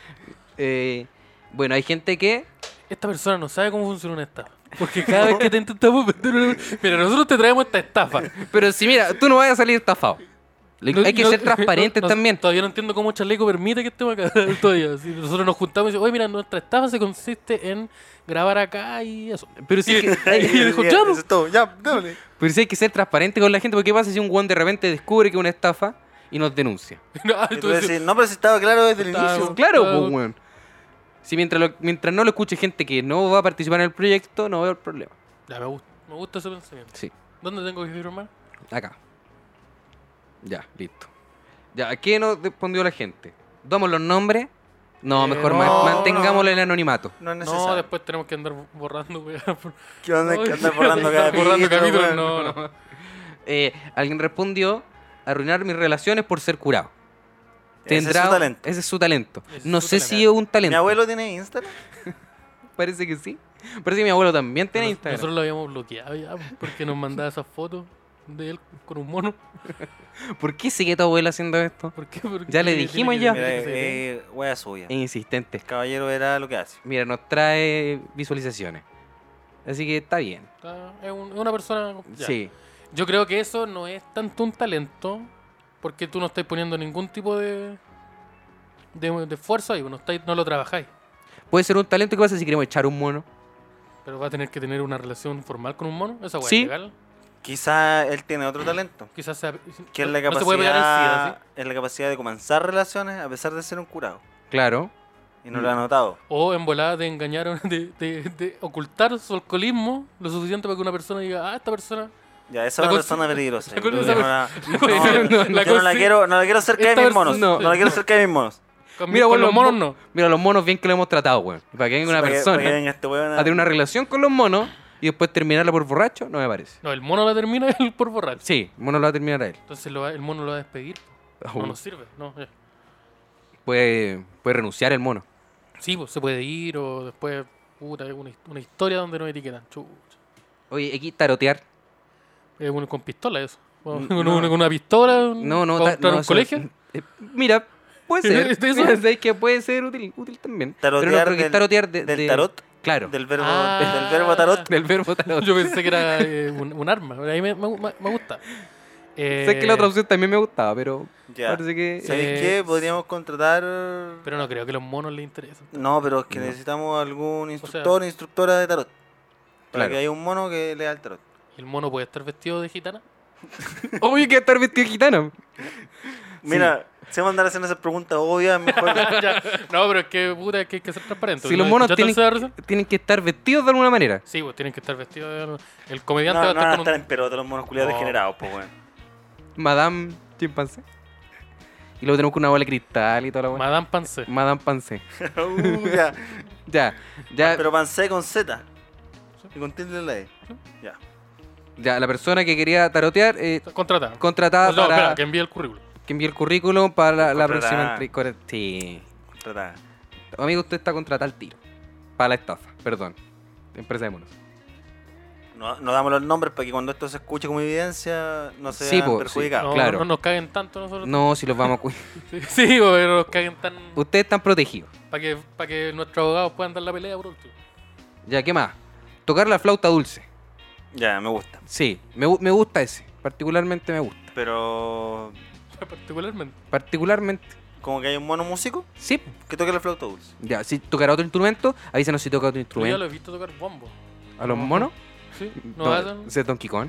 Speaker 4: Eh, bueno, hay gente que
Speaker 2: Esta persona no sabe cómo funciona una estafa. Porque cada vez que te intentamos vender una- Mira, nosotros te traemos esta estafa.
Speaker 4: Pero si mira, tú no vas a salir estafado. Lo-
Speaker 2: No-
Speaker 4: Hay que
Speaker 2: no-
Speaker 4: ser transparentes
Speaker 2: no- no-
Speaker 4: también.
Speaker 2: Todavía no entiendo cómo Chaleco permite que estemos acá todavía. Si nosotros nos juntamos y decimos, oye, mira, nuestra estafa se consiste en grabar acá y eso.
Speaker 4: Pero sí, hay que- hay-
Speaker 2: Y dijo, ya, pues.
Speaker 3: Eso es todo. Ya, dale.
Speaker 4: pero sí hay que ser transparente con la gente, porque ¿qué pasa si un guan de repente descubre que es una estafa y nos denuncia?
Speaker 2: No,
Speaker 3: Y
Speaker 2: tú
Speaker 3: tú
Speaker 2: decís,
Speaker 3: decís, no, pero si estaba claro desde el
Speaker 2: Estaba-
Speaker 3: inicio.
Speaker 4: Claro,
Speaker 2: claro.
Speaker 4: pues, weón. Si mientras, lo- mientras no lo escuche gente que no va a participar en el proyecto, no veo el problema.
Speaker 2: ya, me gusta, me gusta ese pensamiento.
Speaker 4: Sí,
Speaker 2: ¿Dónde tengo que firmar?
Speaker 4: acá. Ya, listo. Ya, ¿a qué nos respondió la gente? ¿Damos los nombres? No,
Speaker 2: Eh,
Speaker 4: mejor
Speaker 2: no,
Speaker 4: man-
Speaker 3: no.
Speaker 4: mantengámoslo en anonimato.
Speaker 3: No es necesario.
Speaker 2: No, después tenemos que andar borrando, weá. por-
Speaker 3: ¿Qué onda?
Speaker 2: Ay,
Speaker 3: ¿Qué andas borrando cada
Speaker 2: borrando capítulo,
Speaker 3: weón?
Speaker 2: no, no.
Speaker 4: Eh, alguien respondió arruinar mis relaciones por ser curado.
Speaker 3: Ese es
Speaker 4: Tendrá
Speaker 3: su
Speaker 4: un-
Speaker 3: talento.
Speaker 4: Ese es su talento.
Speaker 2: Ese es
Speaker 4: no
Speaker 2: su
Speaker 4: sé
Speaker 2: talento.
Speaker 4: si es un talento.
Speaker 3: Mi abuelo tiene Instagram.
Speaker 4: Parece que sí. Parece que mi abuelo también tiene
Speaker 2: Nos-
Speaker 4: Instagram.
Speaker 2: Nosotros lo habíamos bloqueado ya, pues, porque nos mandaba esas fotos de él con un mono.
Speaker 4: ¿Por qué sigue tu abuelo haciendo esto?
Speaker 2: ¿Por qué? Porque
Speaker 4: Ya le
Speaker 2: tiene
Speaker 4: dijimos
Speaker 2: que-
Speaker 4: ya.
Speaker 2: tiene
Speaker 3: Mira,
Speaker 2: que ser-
Speaker 3: eh, wea suya.
Speaker 4: Es insistente.
Speaker 3: El caballero era lo que hace.
Speaker 4: Mira, nos trae visualizaciones. Así que está bien.
Speaker 2: Está- Ah, es, un- es una persona. ya.
Speaker 4: Sí.
Speaker 2: Yo creo que eso no es tanto un talento, porque tú no estás poniendo ningún tipo de de, de esfuerzo ahí, no, estáis, no lo trabajáis.
Speaker 4: Puede ser un talento. ¿Qué pasa si queremos echar un mono?
Speaker 2: Pero va a tener que tener una relación formal con un mono, esa weá es
Speaker 4: Sí.
Speaker 2: legal.
Speaker 3: Quizá él tiene otro talento.
Speaker 2: Quizás sea.
Speaker 3: Que es la
Speaker 2: no se puede pegar el SIDA,
Speaker 3: capacidad, es la capacidad de comenzar relaciones a pesar de ser un curado.
Speaker 4: Claro.
Speaker 3: Y no lo ha
Speaker 2: Mm.
Speaker 3: notado.
Speaker 2: ¿sí? O en volada de engañar, a- de, de- de ocultar su alcoholismo lo suficiente para que una persona diga, ah, esta persona.
Speaker 3: Ya, esa
Speaker 2: La
Speaker 3: es una
Speaker 2: cons-
Speaker 3: persona peligrosa.
Speaker 2: la
Speaker 3: Yo
Speaker 2: cons-
Speaker 3: no la-
Speaker 2: la-
Speaker 3: no,
Speaker 2: la
Speaker 3: yo no la
Speaker 2: cons-
Speaker 3: quiero, no la quiero cerca de
Speaker 2: Esta
Speaker 3: mis
Speaker 2: vers-
Speaker 3: monos.
Speaker 4: no.
Speaker 3: No la quiero cerca de mis monos.
Speaker 2: Con,
Speaker 4: Mira,
Speaker 2: con
Speaker 4: bueno,
Speaker 2: los monos no.
Speaker 4: Mira, los monos bien que lo hemos tratado, weón. Y Para que venga una
Speaker 3: Para que- para
Speaker 4: persona
Speaker 3: que venga este weón
Speaker 4: a
Speaker 3: a-
Speaker 4: tener una relación con los monos y después terminarla por borracho, no me parece.
Speaker 2: No, el mono la termina él por borrar.
Speaker 4: Sí, el mono lo va a terminar a él.
Speaker 2: Entonces lo va- el mono lo va a despedir.
Speaker 4: Oh.
Speaker 2: No nos sirve. No, ya.
Speaker 4: Puede, puede renunciar el mono.
Speaker 2: Sí, pues, se puede ir o después, puta, es una, una historia donde no etiquetan. Chucha.
Speaker 4: Oye, aquí tarotear.
Speaker 2: Es uno con pistola eso. O
Speaker 3: Mm,
Speaker 2: Uno,
Speaker 3: no.
Speaker 2: uno con una pistola. un-
Speaker 4: No, no, ta-
Speaker 2: Contra
Speaker 4: no,
Speaker 2: un
Speaker 4: eso-
Speaker 2: colegio.
Speaker 4: eh, Mira, puede ser.
Speaker 2: ¿Es eso?
Speaker 4: Mira, sabes que puede ser útil, útil también. Pero no
Speaker 3: Tarotear
Speaker 4: creo que
Speaker 3: del-
Speaker 4: tarotear de-
Speaker 3: del
Speaker 4: de-
Speaker 3: tarot.
Speaker 4: Claro. Del,
Speaker 3: Del verbo,
Speaker 2: Ah.
Speaker 3: del verbo tarot.
Speaker 4: verbo tarot.
Speaker 2: Yo pensé que era eh, un, un arma. A mí me, me- me- me gusta. Eh,
Speaker 4: Sé que la otra opción también me gustaba, pero
Speaker 3: Ya.
Speaker 4: parece que.
Speaker 2: Sí.
Speaker 3: ¿Sabéis
Speaker 2: Eh,
Speaker 3: qué? Podríamos contratar.
Speaker 2: Pero no creo que los monos les interesen.
Speaker 3: No, pero es que
Speaker 4: No.
Speaker 3: necesitamos algún instructor, instructora de tarot. Para
Speaker 4: Claro.
Speaker 3: que haya un mono que lea el tarot.
Speaker 2: ¿Y el mono puede estar vestido de gitana?
Speaker 4: Obvio que va a estar vestido de gitano.
Speaker 3: Mira, se van a andar haciendo esas preguntas obvias, mejor.
Speaker 2: Ya. No, pero es que, puta, es que hay que ser transparente.
Speaker 4: Si
Speaker 2: ¿No
Speaker 4: los monos
Speaker 2: escuchaste
Speaker 4: tienen,
Speaker 2: al Sebastián?
Speaker 4: tienen que estar vestidos de alguna manera.
Speaker 2: Sí, pues tienen que estar vestidos de... algo. El
Speaker 3: no,
Speaker 2: comediante
Speaker 3: no
Speaker 2: va a
Speaker 3: van a
Speaker 2: estar con
Speaker 3: estar
Speaker 2: un...
Speaker 3: en pelota los monos culiados
Speaker 2: No.
Speaker 3: degenerados, pues, weón.
Speaker 4: Madame Chimpancé. Y luego tenemos con una bola de cristal y toda la buena.
Speaker 2: Madame Pansé.
Speaker 4: Madame Pancé.
Speaker 3: Uh, ya.
Speaker 4: Ya, ya,
Speaker 3: Ah, Pero pancé con Z. Y con tilde en la E. Ya.
Speaker 4: ya. La persona que quería tarotear, eh,
Speaker 2: Contratada.
Speaker 4: contratada
Speaker 2: No, no,
Speaker 4: Ah, para
Speaker 2: espera, que envíe el currículum.
Speaker 4: que envíe el currículum para la, la próxima
Speaker 3: Contratada.
Speaker 4: entrevista. Sí.
Speaker 3: Contratada.
Speaker 4: Amigo, usted está contratado al tiro. Para la estafa, perdón. Empresémonos.
Speaker 3: No, no damos los nombres para que cuando esto se escuche como evidencia no se sí,
Speaker 4: Sí, po, sí.
Speaker 2: No,
Speaker 3: perjudicados.
Speaker 4: claro.
Speaker 2: no nos caguen tanto nosotros.
Speaker 4: No, si los vamos a cuidar.
Speaker 2: Sí, sí, pero nos caguen tan...
Speaker 4: Ustedes están protegidos.
Speaker 2: Para que, pa' que nuestros abogados puedan dar la pelea por último.
Speaker 4: Ya, ¿qué más? Tocar la flauta dulce.
Speaker 3: Ya, me gusta.
Speaker 4: Sí, me, gu- me gusta ese. Particularmente me gusta.
Speaker 3: Pero
Speaker 2: particularmente.
Speaker 4: particularmente.
Speaker 3: Como que hay un mono músico
Speaker 4: Sí,
Speaker 3: que toca la flauta dulce.
Speaker 4: ya, si tocará otro instrumento, avísanos si toca otro
Speaker 2: Yo ya
Speaker 4: instrumento.
Speaker 2: lo he visto tocar bombo.
Speaker 4: ¿A los monos?
Speaker 2: Sí, no,
Speaker 4: No,
Speaker 2: hacen-
Speaker 4: ese es Donkey Kong.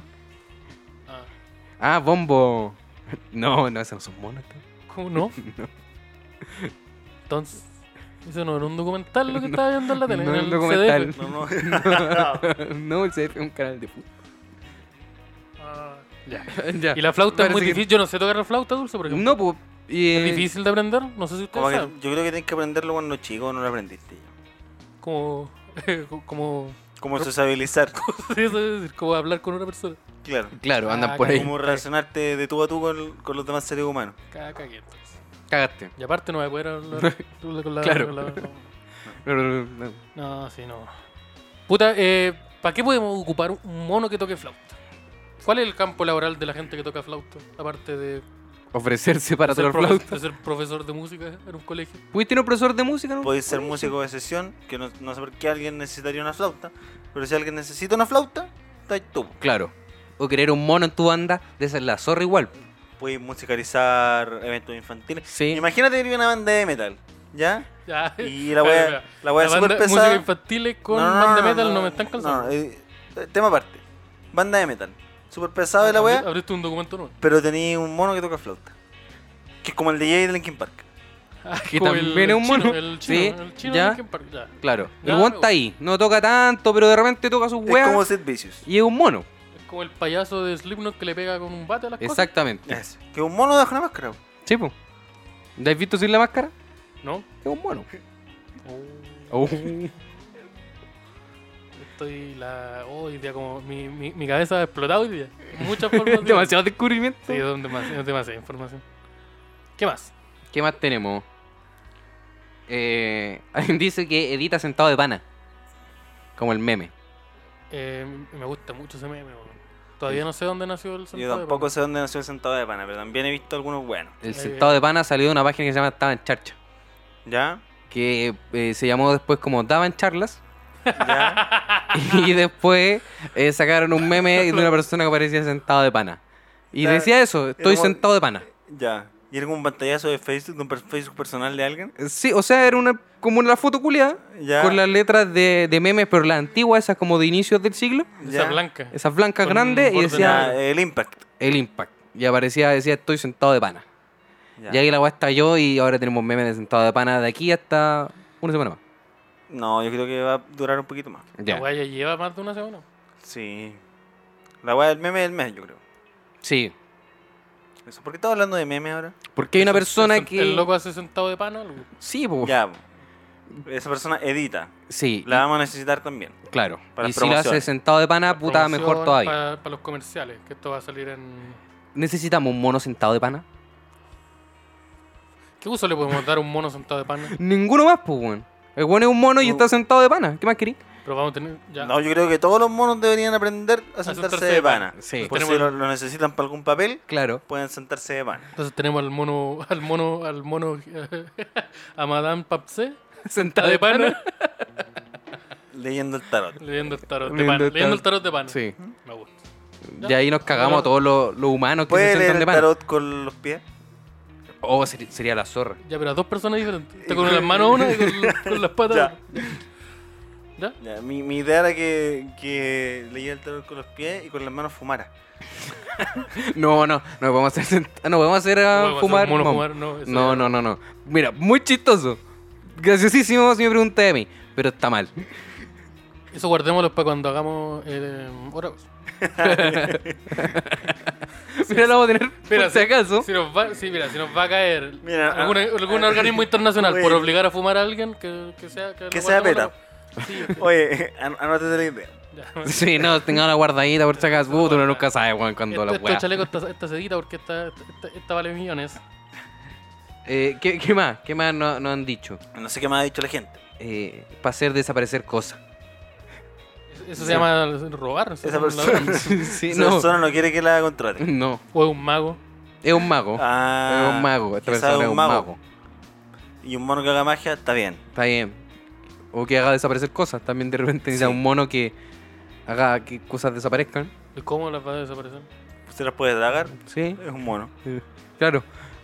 Speaker 2: Ah,
Speaker 4: Ah, bombo. No, no, esos no son monos.
Speaker 2: ¿Cómo no? Entonces, eso no era un documental lo que estaba viendo en la tele.
Speaker 4: No
Speaker 2: en
Speaker 4: era un
Speaker 2: el
Speaker 4: documental.
Speaker 2: CDF.
Speaker 3: No, no.
Speaker 4: no, el CDF es un canal de fútbol.
Speaker 2: Ah,
Speaker 4: Ya.
Speaker 2: Y la flauta es
Speaker 4: Parece
Speaker 2: muy
Speaker 4: que-
Speaker 2: difícil. Yo no sé tocar la flauta dulce, porque
Speaker 4: No, pues. y,
Speaker 2: es
Speaker 4: eh,
Speaker 2: difícil de aprender. No sé si ustedes
Speaker 3: Como que
Speaker 2: saben.
Speaker 3: yo creo que tenés que aprenderlo cuando chico, no lo aprendiste.
Speaker 2: Como, como,
Speaker 3: Como sociabilizar.
Speaker 2: eso es decir, como hablar con una persona.
Speaker 3: claro.
Speaker 4: Claro, andan
Speaker 2: Ah,
Speaker 4: por ahí.
Speaker 3: Como relacionarte de tú a tú con, con los demás seres humanos.
Speaker 2: Cada cague, entonces.
Speaker 4: Cagaste.
Speaker 2: Y aparte no voy a poder hablar con la...
Speaker 4: Claro.
Speaker 2: con la-
Speaker 4: No,
Speaker 2: no, sí, no. Puta, eh, ¿para qué podemos ocupar un mono que toque flauta? ¿Cuál es el campo laboral de la gente que toca flauta? Aparte de
Speaker 4: Ofrecerse para
Speaker 2: ser,
Speaker 4: tocar
Speaker 2: profe-
Speaker 4: flauta.
Speaker 2: de ser profesor de música en un colegio.
Speaker 4: ¿Pudiste ir a un profesor de música, no?
Speaker 3: Podéis ser músico de sesión, que no, no sé por qué alguien necesitaría una flauta, pero si alguien necesita una flauta, estás tú.
Speaker 4: Claro. O querer un mono en tu banda, de esa es la zorra igual.
Speaker 3: Puedes musicalizar eventos infantiles.
Speaker 4: Sí.
Speaker 3: Imagínate que una banda de metal, ¿ya?
Speaker 2: Ya.
Speaker 3: Y la
Speaker 2: Espera,
Speaker 3: wea,
Speaker 2: espera.
Speaker 3: la wea es
Speaker 2: banda-
Speaker 3: súper pesada.
Speaker 2: Música infantil con banda metal no, me están cansando.
Speaker 3: no, eh, tema aparte. Banda de metal. Súper pesado de la
Speaker 2: Abri-
Speaker 3: wea,
Speaker 2: Abriste un documento nuevo.
Speaker 3: pero tenía un mono que toca flauta. Que es como el DJ de Linkin Park.
Speaker 4: Que
Speaker 2: Ah, Como
Speaker 4: también es un
Speaker 2: chino,
Speaker 4: mono.
Speaker 2: El
Speaker 4: Sí,
Speaker 2: chino, el chino
Speaker 4: ya.
Speaker 2: de Linkin Park, ya.
Speaker 4: Claro.
Speaker 2: Ya,
Speaker 4: El guan
Speaker 2: me
Speaker 4: está ahí. No toca tanto, pero de repente toca sus
Speaker 3: Es como
Speaker 4: weas.
Speaker 3: Sid Vicious.
Speaker 4: Y es un mono.
Speaker 2: Es como el payaso de Slipknot que le pega con un bate a las cosas.
Speaker 4: Exactamente.
Speaker 3: Eso. Que un mono deja una máscara.
Speaker 4: Sí, po. ¿La has visto sin la máscara?
Speaker 2: ¿No?
Speaker 4: Es un mono.
Speaker 2: Oh,
Speaker 4: Oh.
Speaker 2: estoy la... oh, hoy día como... Mi, mi, mi cabeza ha explotado hoy día. Muchas formas de...
Speaker 4: Demasiado descubrimiento.
Speaker 2: Sí, es demasiada, demasiada información. ¿Qué más?
Speaker 4: ¿Qué más tenemos? Eh, alguien dice que edita sentado de pana. Como el meme.
Speaker 2: Eh, me gusta mucho ese meme. weón. Todavía no sé dónde nació el
Speaker 3: Yo
Speaker 2: sentado de
Speaker 3: tampoco
Speaker 2: pana.
Speaker 3: sé dónde nació el sentado de pana, pero también he visto algunos buenos.
Speaker 4: El
Speaker 2: Eh.
Speaker 4: sentado de pana salió de una página que se llama Estaba en Charcha.
Speaker 3: ¿Ya?
Speaker 4: Que eh, se llamó después como Daban Charlas.
Speaker 3: ¿Ya?
Speaker 4: y después eh, sacaron un meme de una persona que parecía sentado de pana. Y
Speaker 3: Claro.
Speaker 4: decía eso, estoy
Speaker 3: como-
Speaker 4: sentado de pana.
Speaker 3: ¿Ya? ¿Y era como un pantallazo de Facebook, de un per- Facebook personal de alguien?
Speaker 4: Sí, o sea, era una como una foto culiada
Speaker 3: Ya.
Speaker 4: con las letras de, de memes, pero las antiguas, esas como de inicios del siglo,
Speaker 2: Esa
Speaker 3: ¿Ya?
Speaker 2: blanca.
Speaker 4: esas blancas
Speaker 2: Con
Speaker 4: grandes, y
Speaker 2: borde
Speaker 4: decía
Speaker 2: negro.
Speaker 3: Ya, el Impact.
Speaker 4: el impact. Y aparecía, decía estoy sentado de pana.
Speaker 3: Ya.
Speaker 4: Y ahí la weá estalló y ahora tenemos memes de sentado de pana de aquí hasta una semana más.
Speaker 3: No, yo creo que va a durar un poquito más.
Speaker 2: La weá ya lleva más de una semana.
Speaker 3: Sí. La weá del meme del mes, yo creo.
Speaker 4: Sí.
Speaker 3: Eso. ¿Por qué estás hablando de meme ahora?
Speaker 4: Porque hay una persona
Speaker 2: El-
Speaker 4: que.
Speaker 2: El loco hace sentado de pana. lo-
Speaker 4: Sí, po.
Speaker 3: Ya. Esa persona edita.
Speaker 4: Sí,
Speaker 3: La vamos a necesitar también.
Speaker 4: claro.
Speaker 3: para
Speaker 4: Y
Speaker 3: las
Speaker 4: si lo hace
Speaker 3: promociones.
Speaker 4: sentado de pana, Ah, puta,
Speaker 2: promoción
Speaker 4: mejor todavía.
Speaker 2: Para, para los comerciales, que esto va a salir en...
Speaker 4: ¿Necesitamos un mono sentado de pana?
Speaker 2: ¿Qué uso le podemos dar a un mono sentado de pana?
Speaker 4: Ninguno más, pues, weón. El weón es un mono y
Speaker 3: No.
Speaker 4: está sentado de pana. ¿Qué más querís?
Speaker 2: Pero vamos a tener... Ya.
Speaker 3: No, yo creo que todos los monos deberían aprender a sentarse de pana.
Speaker 4: Sí.
Speaker 3: Por si lo,
Speaker 2: Tenemos-
Speaker 3: lo necesitan para algún papel,
Speaker 4: Claro.
Speaker 3: pueden sentarse de pana.
Speaker 2: Entonces tenemos al mono, al mono, al mono, a Madame Papsé,
Speaker 4: Sentado
Speaker 2: la de pana,
Speaker 3: Leyendo el tarot.
Speaker 2: leyendo el tarot de
Speaker 4: Leyendo
Speaker 2: pana.
Speaker 4: el
Speaker 2: Leyendo el
Speaker 4: tarot.
Speaker 2: tarot de pana.
Speaker 4: Sí.
Speaker 2: Me gusta.
Speaker 4: De ahí nos cagamos a todos los, los humanos que se
Speaker 3: ¿Puede leer
Speaker 4: sientan
Speaker 3: el
Speaker 4: de pana.
Speaker 3: tarot con los pies?
Speaker 4: Oh, ser- sería la zorra.
Speaker 2: Ya, pero a dos personas diferentes. Está con las manos una y con, con las patas
Speaker 3: Ya.
Speaker 2: otra. ¿Ya?
Speaker 3: Ya, mi, mi idea era que, que leyera el tarot con los pies y con las manos fumara.
Speaker 4: No, no, no podemos hacer sent- no podemos hacer ah,
Speaker 2: No,
Speaker 4: fumar.
Speaker 2: un mono
Speaker 4: no.
Speaker 2: fumar, no, eso
Speaker 4: no,
Speaker 2: ya-
Speaker 4: no, no, no. Mira, muy chistoso. Graciosísimo si me pregunta de mí, pero está mal.
Speaker 2: Eso guardémoslo para cuando hagamos eh, otra cosa.
Speaker 4: Mira, lo vamos a tener
Speaker 2: Mira,
Speaker 4: por si acaso.
Speaker 2: Si nos va, sí, mira, si nos va a caer
Speaker 3: Mira, ah,
Speaker 2: algún, algún organismo internacional
Speaker 3: oye.
Speaker 2: por obligar a fumar a alguien que, que sea... Que,
Speaker 3: Que
Speaker 2: lo
Speaker 3: sea
Speaker 2: guardemos
Speaker 3: peta.
Speaker 2: para- Sí,
Speaker 3: Oye, an- anótate la idea.
Speaker 2: ya.
Speaker 4: Sí, no, tenga una guardadita por si acaso. Puta, uno nunca sabe, weón, cuando
Speaker 2: Este,
Speaker 4: la
Speaker 2: este
Speaker 4: weá.
Speaker 2: chaleco está, está sedita porque esta, esta, esta vale millones.
Speaker 4: Eh, ¿qué, ¿Qué más? ¿Qué más no- nos han dicho?
Speaker 3: No sé qué más ha dicho la gente.
Speaker 4: eh, para hacer desaparecer cosas.
Speaker 2: Eso se llama robar. ¿no?
Speaker 3: Esa
Speaker 2: Un
Speaker 3: persona,
Speaker 2: ladrón.
Speaker 4: Sí,
Speaker 3: esa
Speaker 4: no,
Speaker 3: persona no quiere que la contraten.
Speaker 4: no,
Speaker 2: O es un mago.
Speaker 4: es un mago.
Speaker 3: Ah,
Speaker 4: es un mago, esta
Speaker 3: quizás
Speaker 4: persona es un mago.
Speaker 3: Y un mono que haga magia está bien.
Speaker 4: Está bien. O que haga desaparecer cosas. También de repente necesita
Speaker 3: Sí.
Speaker 4: un mono que haga que cosas desaparezcan.
Speaker 2: ¿Y cómo las va a desaparecer?
Speaker 3: se las puede tragar,
Speaker 4: Sí,
Speaker 3: es un mono.
Speaker 4: claro.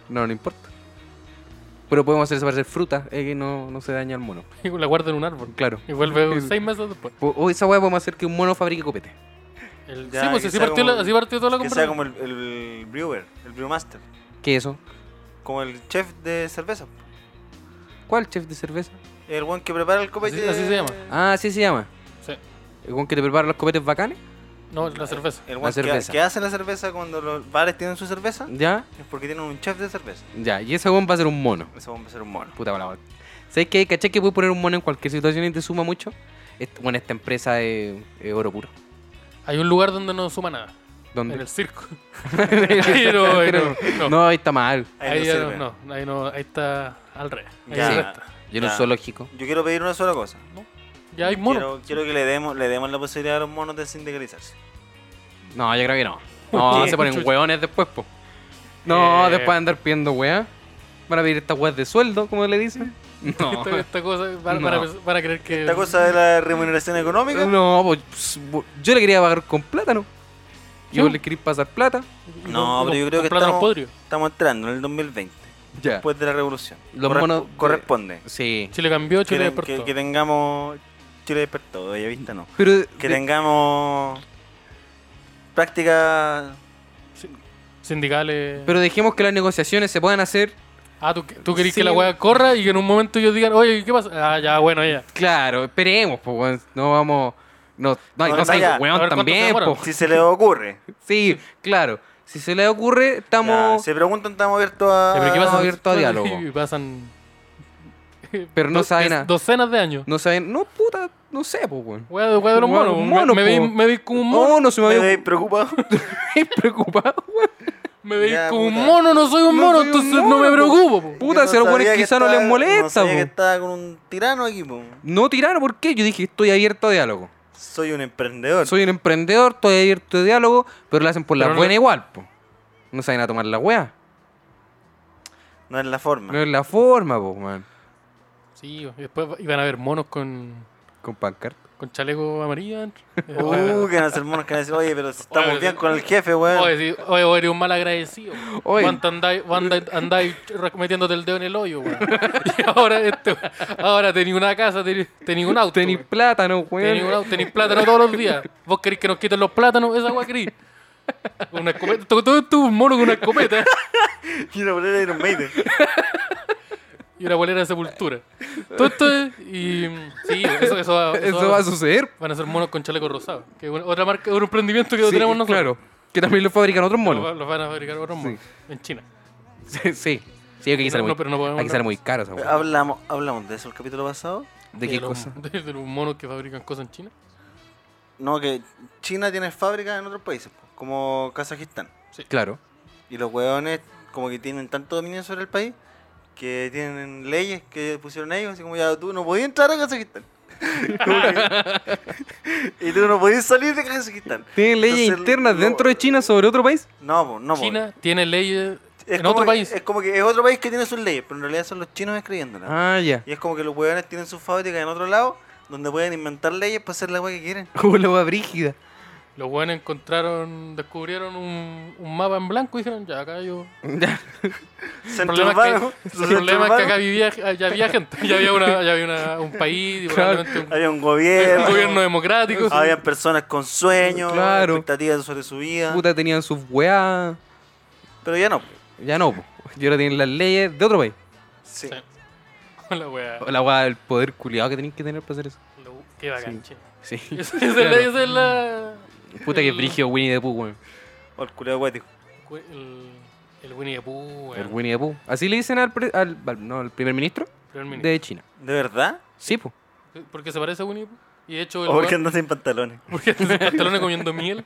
Speaker 4: No, no importa. Pero podemos hacer desaparecer fruta, es que no, no se daña al mono.
Speaker 2: Y la guarda en un árbol.
Speaker 4: Claro.
Speaker 2: Y vuelve seis meses después.
Speaker 4: O, o esa weá podemos hacer que un mono fabrique copete.
Speaker 2: El-
Speaker 3: Ya,
Speaker 2: sí, pues
Speaker 3: que
Speaker 2: así
Speaker 3: sea
Speaker 2: partió,
Speaker 3: como-
Speaker 2: la- así partió toda la
Speaker 3: Que sea
Speaker 2: compra.
Speaker 3: como el, el brewer, el brewmaster,
Speaker 4: ¿Qué es eso?
Speaker 3: como el chef de cerveza.
Speaker 4: ¿Cuál chef de cerveza?
Speaker 3: El one que prepara el copete.
Speaker 2: Así- así se llama.
Speaker 4: Ah, sí se llama.
Speaker 2: Sí.
Speaker 4: ¿El weón que te prepara los copetes bacanes?
Speaker 2: No, la cerveza.
Speaker 3: El
Speaker 4: La
Speaker 3: one que,
Speaker 4: cerveza.
Speaker 3: que hace la cerveza cuando los bares tienen su cerveza
Speaker 4: Ya,
Speaker 3: es porque tienen un chef de cerveza.
Speaker 4: ya. Y ese weón va a ser un mono.
Speaker 3: Ese va a ser un mono.
Speaker 4: Puta palabra. ¿Sabes qué? ¿Cachai que puedes poner un mono en cualquier situación y te suma mucho? Est- bueno, esta empresa es, es oro puro.
Speaker 2: Hay un lugar donde no suma nada.
Speaker 4: ¿Dónde?
Speaker 2: En el circo. Pero, bueno, no.
Speaker 4: No, ahí está mal.
Speaker 3: Ahí
Speaker 2: Ahí
Speaker 3: no
Speaker 2: ya
Speaker 3: sirve.
Speaker 2: no, no, ahí no, ahí está al revés. Ahí
Speaker 3: Ya.
Speaker 2: no está.
Speaker 4: Yo no
Speaker 3: Ya.
Speaker 4: soy zoológico.
Speaker 3: Yo quiero pedir una sola cosa.
Speaker 2: Ya hay mono.
Speaker 3: Quiero, quiero que le demos, le demos la posibilidad a los monos de sindicalizarse.
Speaker 4: No, yo creo que no. No,
Speaker 2: qué?
Speaker 4: se ponen hueones después, po. No,
Speaker 2: Eh.
Speaker 4: después de andar pidiendo weá. Van a pedir estas weas de sueldo, como le dicen. No.
Speaker 2: Esta, esta cosa para,
Speaker 4: No.
Speaker 2: para, para creer que.
Speaker 3: Esta cosa de la remuneración económica.
Speaker 4: No, pues, yo le quería pagar con plátano.
Speaker 2: Sí.
Speaker 4: Y vos le querís pasar plata.
Speaker 2: y
Speaker 3: No,
Speaker 2: con-
Speaker 3: pero yo
Speaker 2: con
Speaker 3: creo que
Speaker 2: plátanos
Speaker 3: estamos-
Speaker 2: podridos.
Speaker 3: Estamos entrando en el 2020,
Speaker 4: Ya.
Speaker 3: después de la revolución.
Speaker 4: Los
Speaker 3: Corre-
Speaker 4: monos-
Speaker 3: Corresponde.
Speaker 4: Pues, Sí.
Speaker 2: Chile cambió, Chile
Speaker 3: Quieren
Speaker 2: despertó.
Speaker 3: que, que tengamos. Chile despertó, Bellavista no.
Speaker 4: Pero.
Speaker 3: Que
Speaker 4: de-
Speaker 3: tengamos. Práctica.
Speaker 2: Sindicales.
Speaker 4: Pero dejemos que las negociaciones se puedan hacer.
Speaker 2: ah, ¿tú, tú querés
Speaker 4: Sí.
Speaker 2: que la weá corra y que en un momento ellos digan, oye, ¿qué pasa? Ah, ya, bueno, ya.
Speaker 4: Claro, esperemos, po, weón. No vamos. No, no,
Speaker 3: No,
Speaker 4: no
Speaker 3: está ya.
Speaker 4: salga
Speaker 2: A
Speaker 4: weón
Speaker 2: ver cuánto se
Speaker 4: también,
Speaker 2: demora.
Speaker 4: po.
Speaker 3: Si se les ocurre.
Speaker 4: Sí, claro. Si se le ocurre,
Speaker 3: Ya,
Speaker 4: estamos.
Speaker 3: se preguntan, estamos abiertos a.
Speaker 2: Ya, Eh, pero ¿qué
Speaker 4: Ah,
Speaker 2: pasa?
Speaker 4: abierto a diálogo.
Speaker 2: Y pasan.
Speaker 4: Pero no
Speaker 2: do-
Speaker 4: saben
Speaker 2: des-
Speaker 4: nada.
Speaker 2: Docenas de años.
Speaker 4: No saben. No, puta, no sé, po, weón.
Speaker 2: Weá de weá de los
Speaker 4: Weá,
Speaker 2: monos.
Speaker 4: un
Speaker 2: Me-
Speaker 4: mono,
Speaker 2: me,
Speaker 4: po.
Speaker 2: veis- me veis como un mono.
Speaker 4: No, no se me
Speaker 3: Me
Speaker 4: había
Speaker 3: veis preocupado.
Speaker 4: preocupado, weón.
Speaker 2: Me veis
Speaker 3: Ya,
Speaker 2: como
Speaker 3: puta.
Speaker 2: un mono, no soy un
Speaker 4: No
Speaker 2: mono,
Speaker 4: soy un
Speaker 2: entonces
Speaker 4: mono,
Speaker 2: no me
Speaker 4: po.
Speaker 2: preocupo. po.
Speaker 4: Puta, si a los
Speaker 3: sabía
Speaker 4: weones
Speaker 3: que
Speaker 4: quizá no
Speaker 3: estaba-
Speaker 4: les
Speaker 3: No
Speaker 4: molesta,
Speaker 3: sabía que
Speaker 4: po.
Speaker 3: estaba con un tirano aquí, po.
Speaker 4: No tiraron, ¿por qué? Yo dije, estoy abierto a diálogo.
Speaker 3: Soy un emprendedor.
Speaker 4: Soy un emprendedor, estoy abierto a diálogo, pero lo hacen por la
Speaker 2: Pero no-
Speaker 4: buena igual, po. No saben a tomar la weá.
Speaker 3: No es la forma.
Speaker 4: No es la forma, po, man.
Speaker 2: Sí, y después iban a haber monos con,
Speaker 4: Con pancarta.
Speaker 2: con chaleco amarillo. adentro. Eh,
Speaker 3: Uh, que van a ser monos que van a decir, oye, pero si estamos
Speaker 2: Oye,
Speaker 3: bien
Speaker 2: sí.
Speaker 3: con el jefe, weón.
Speaker 2: Oye, sí, oye, vos eres un mal agradecido.
Speaker 4: Oh. Oye.
Speaker 2: ¿Cuánto andáis, vos andáis- andáis rec- metiéndote el dedo en el hoyo, weón? Y ahora, este, ahora tenéis una casa, tenéis tenéis un auto.
Speaker 4: Tenéis
Speaker 2: weón.
Speaker 4: plátano, weón.
Speaker 2: Tenéis un auto, tenéis plátano todos los días. ¿Vos querés que nos quiten los plátanos? Esa weá querís. Una escopeta. Tú, tú, tú, un mono con una escopeta
Speaker 3: Quiero volver a Iron Maiden.
Speaker 2: y una bolera de sepultura. Todo esto es- Y mm, sí, eso, eso, va, eso
Speaker 4: Eso
Speaker 2: va-
Speaker 4: va a suceder.
Speaker 2: Van a ser monos con chaleco rosado. Que es una- otra marca, otro emprendimiento que
Speaker 4: Sí,
Speaker 2: tenemos nosotros.
Speaker 4: Claro. Que también lo fabrican otros
Speaker 2: Los,
Speaker 4: monos.
Speaker 2: va- los van a fabricar otros monos en China.
Speaker 4: Sí. Sí, sí aquí
Speaker 2: No,
Speaker 4: sale muy,
Speaker 2: no, pero no podemos
Speaker 4: aquí sale
Speaker 2: hablar.
Speaker 4: muy caro esa weá.
Speaker 3: hablamos, hablamos de eso el capítulo pasado.
Speaker 4: ¿De qué
Speaker 2: los-
Speaker 4: cosa?
Speaker 2: De, de los monos que fabrican cosas en China.
Speaker 3: No, que China tiene fábricas en otros países, po, como Kazajistán.
Speaker 4: Claro.
Speaker 3: Y los hueones como que tienen tanto dominio sobre el país que tienen leyes que pusieron ellos, así como ya tú no podías entrar a Kazajistán. Como que- y tú no podías salir de Kazajistán.
Speaker 4: ¿Tienen leyes
Speaker 3: Entonces,
Speaker 4: internas
Speaker 3: lo-
Speaker 4: dentro de China sobre otro país?
Speaker 3: No, po, no, po.
Speaker 2: China tiene leyes
Speaker 3: Es
Speaker 2: en
Speaker 3: como
Speaker 2: otro
Speaker 3: que-
Speaker 2: país.
Speaker 3: Es como que es otro país que tiene sus leyes, pero en realidad son los chinos escribiéndolas.
Speaker 4: Ah, ya.
Speaker 3: Y es como que los hueones tienen sus fábricas en otro lado donde pueden inventar leyes para hacer la hueá que quieren.
Speaker 4: Como la weá brígida.
Speaker 2: Los buenos encontraron, descubrieron un, un mapa en blanco y dijeron, ya acá yo...
Speaker 4: Ya.
Speaker 2: El
Speaker 3: Centro
Speaker 2: problema, es
Speaker 3: urbano.
Speaker 2: que, el
Speaker 3: centro
Speaker 2: problema es que
Speaker 3: urbano.
Speaker 2: acá vivía, ah, ya había gente, ya había, una, ya había una- un país, y
Speaker 4: Claro.
Speaker 2: probablemente un-
Speaker 3: Había un
Speaker 2: un,
Speaker 3: gobierno.
Speaker 2: gobierno democrático.
Speaker 3: Había personas con sueños,
Speaker 4: Claro.
Speaker 3: expectativas sobre su
Speaker 2: Ah.
Speaker 3: vida.
Speaker 4: Puta, tenían sus weá.
Speaker 3: Pero ya no.
Speaker 4: Ya no, po. Y ahora tienen las leyes de otro país.
Speaker 3: Sí.
Speaker 2: Sí. La wea.
Speaker 4: La weá del poder culiado que tienen que tener para hacer eso.
Speaker 2: Lo- Qué bacán, China.
Speaker 4: Sí.
Speaker 2: Esa es la-
Speaker 4: Claro.
Speaker 2: esa es la...
Speaker 4: Puta que
Speaker 2: el-
Speaker 4: brígido Winnie the Pooh, weón.
Speaker 3: O Oh, el culiao acuático.
Speaker 2: cu- El, el Winnie the Pooh, weón.
Speaker 4: El Winnie the Pooh. Así le dicen al, pre- al, al- no, al primer ministro
Speaker 2: Primer ministro.
Speaker 4: de China.
Speaker 3: ¿De verdad?
Speaker 4: Sí, po.
Speaker 2: Porque se parece a Winnie the Pooh. Y de hecho, el
Speaker 4: Oh,
Speaker 3: ¿O porque
Speaker 2: weón-
Speaker 3: andas sin pantalones?
Speaker 2: porque tiene pantalones comiendo miel.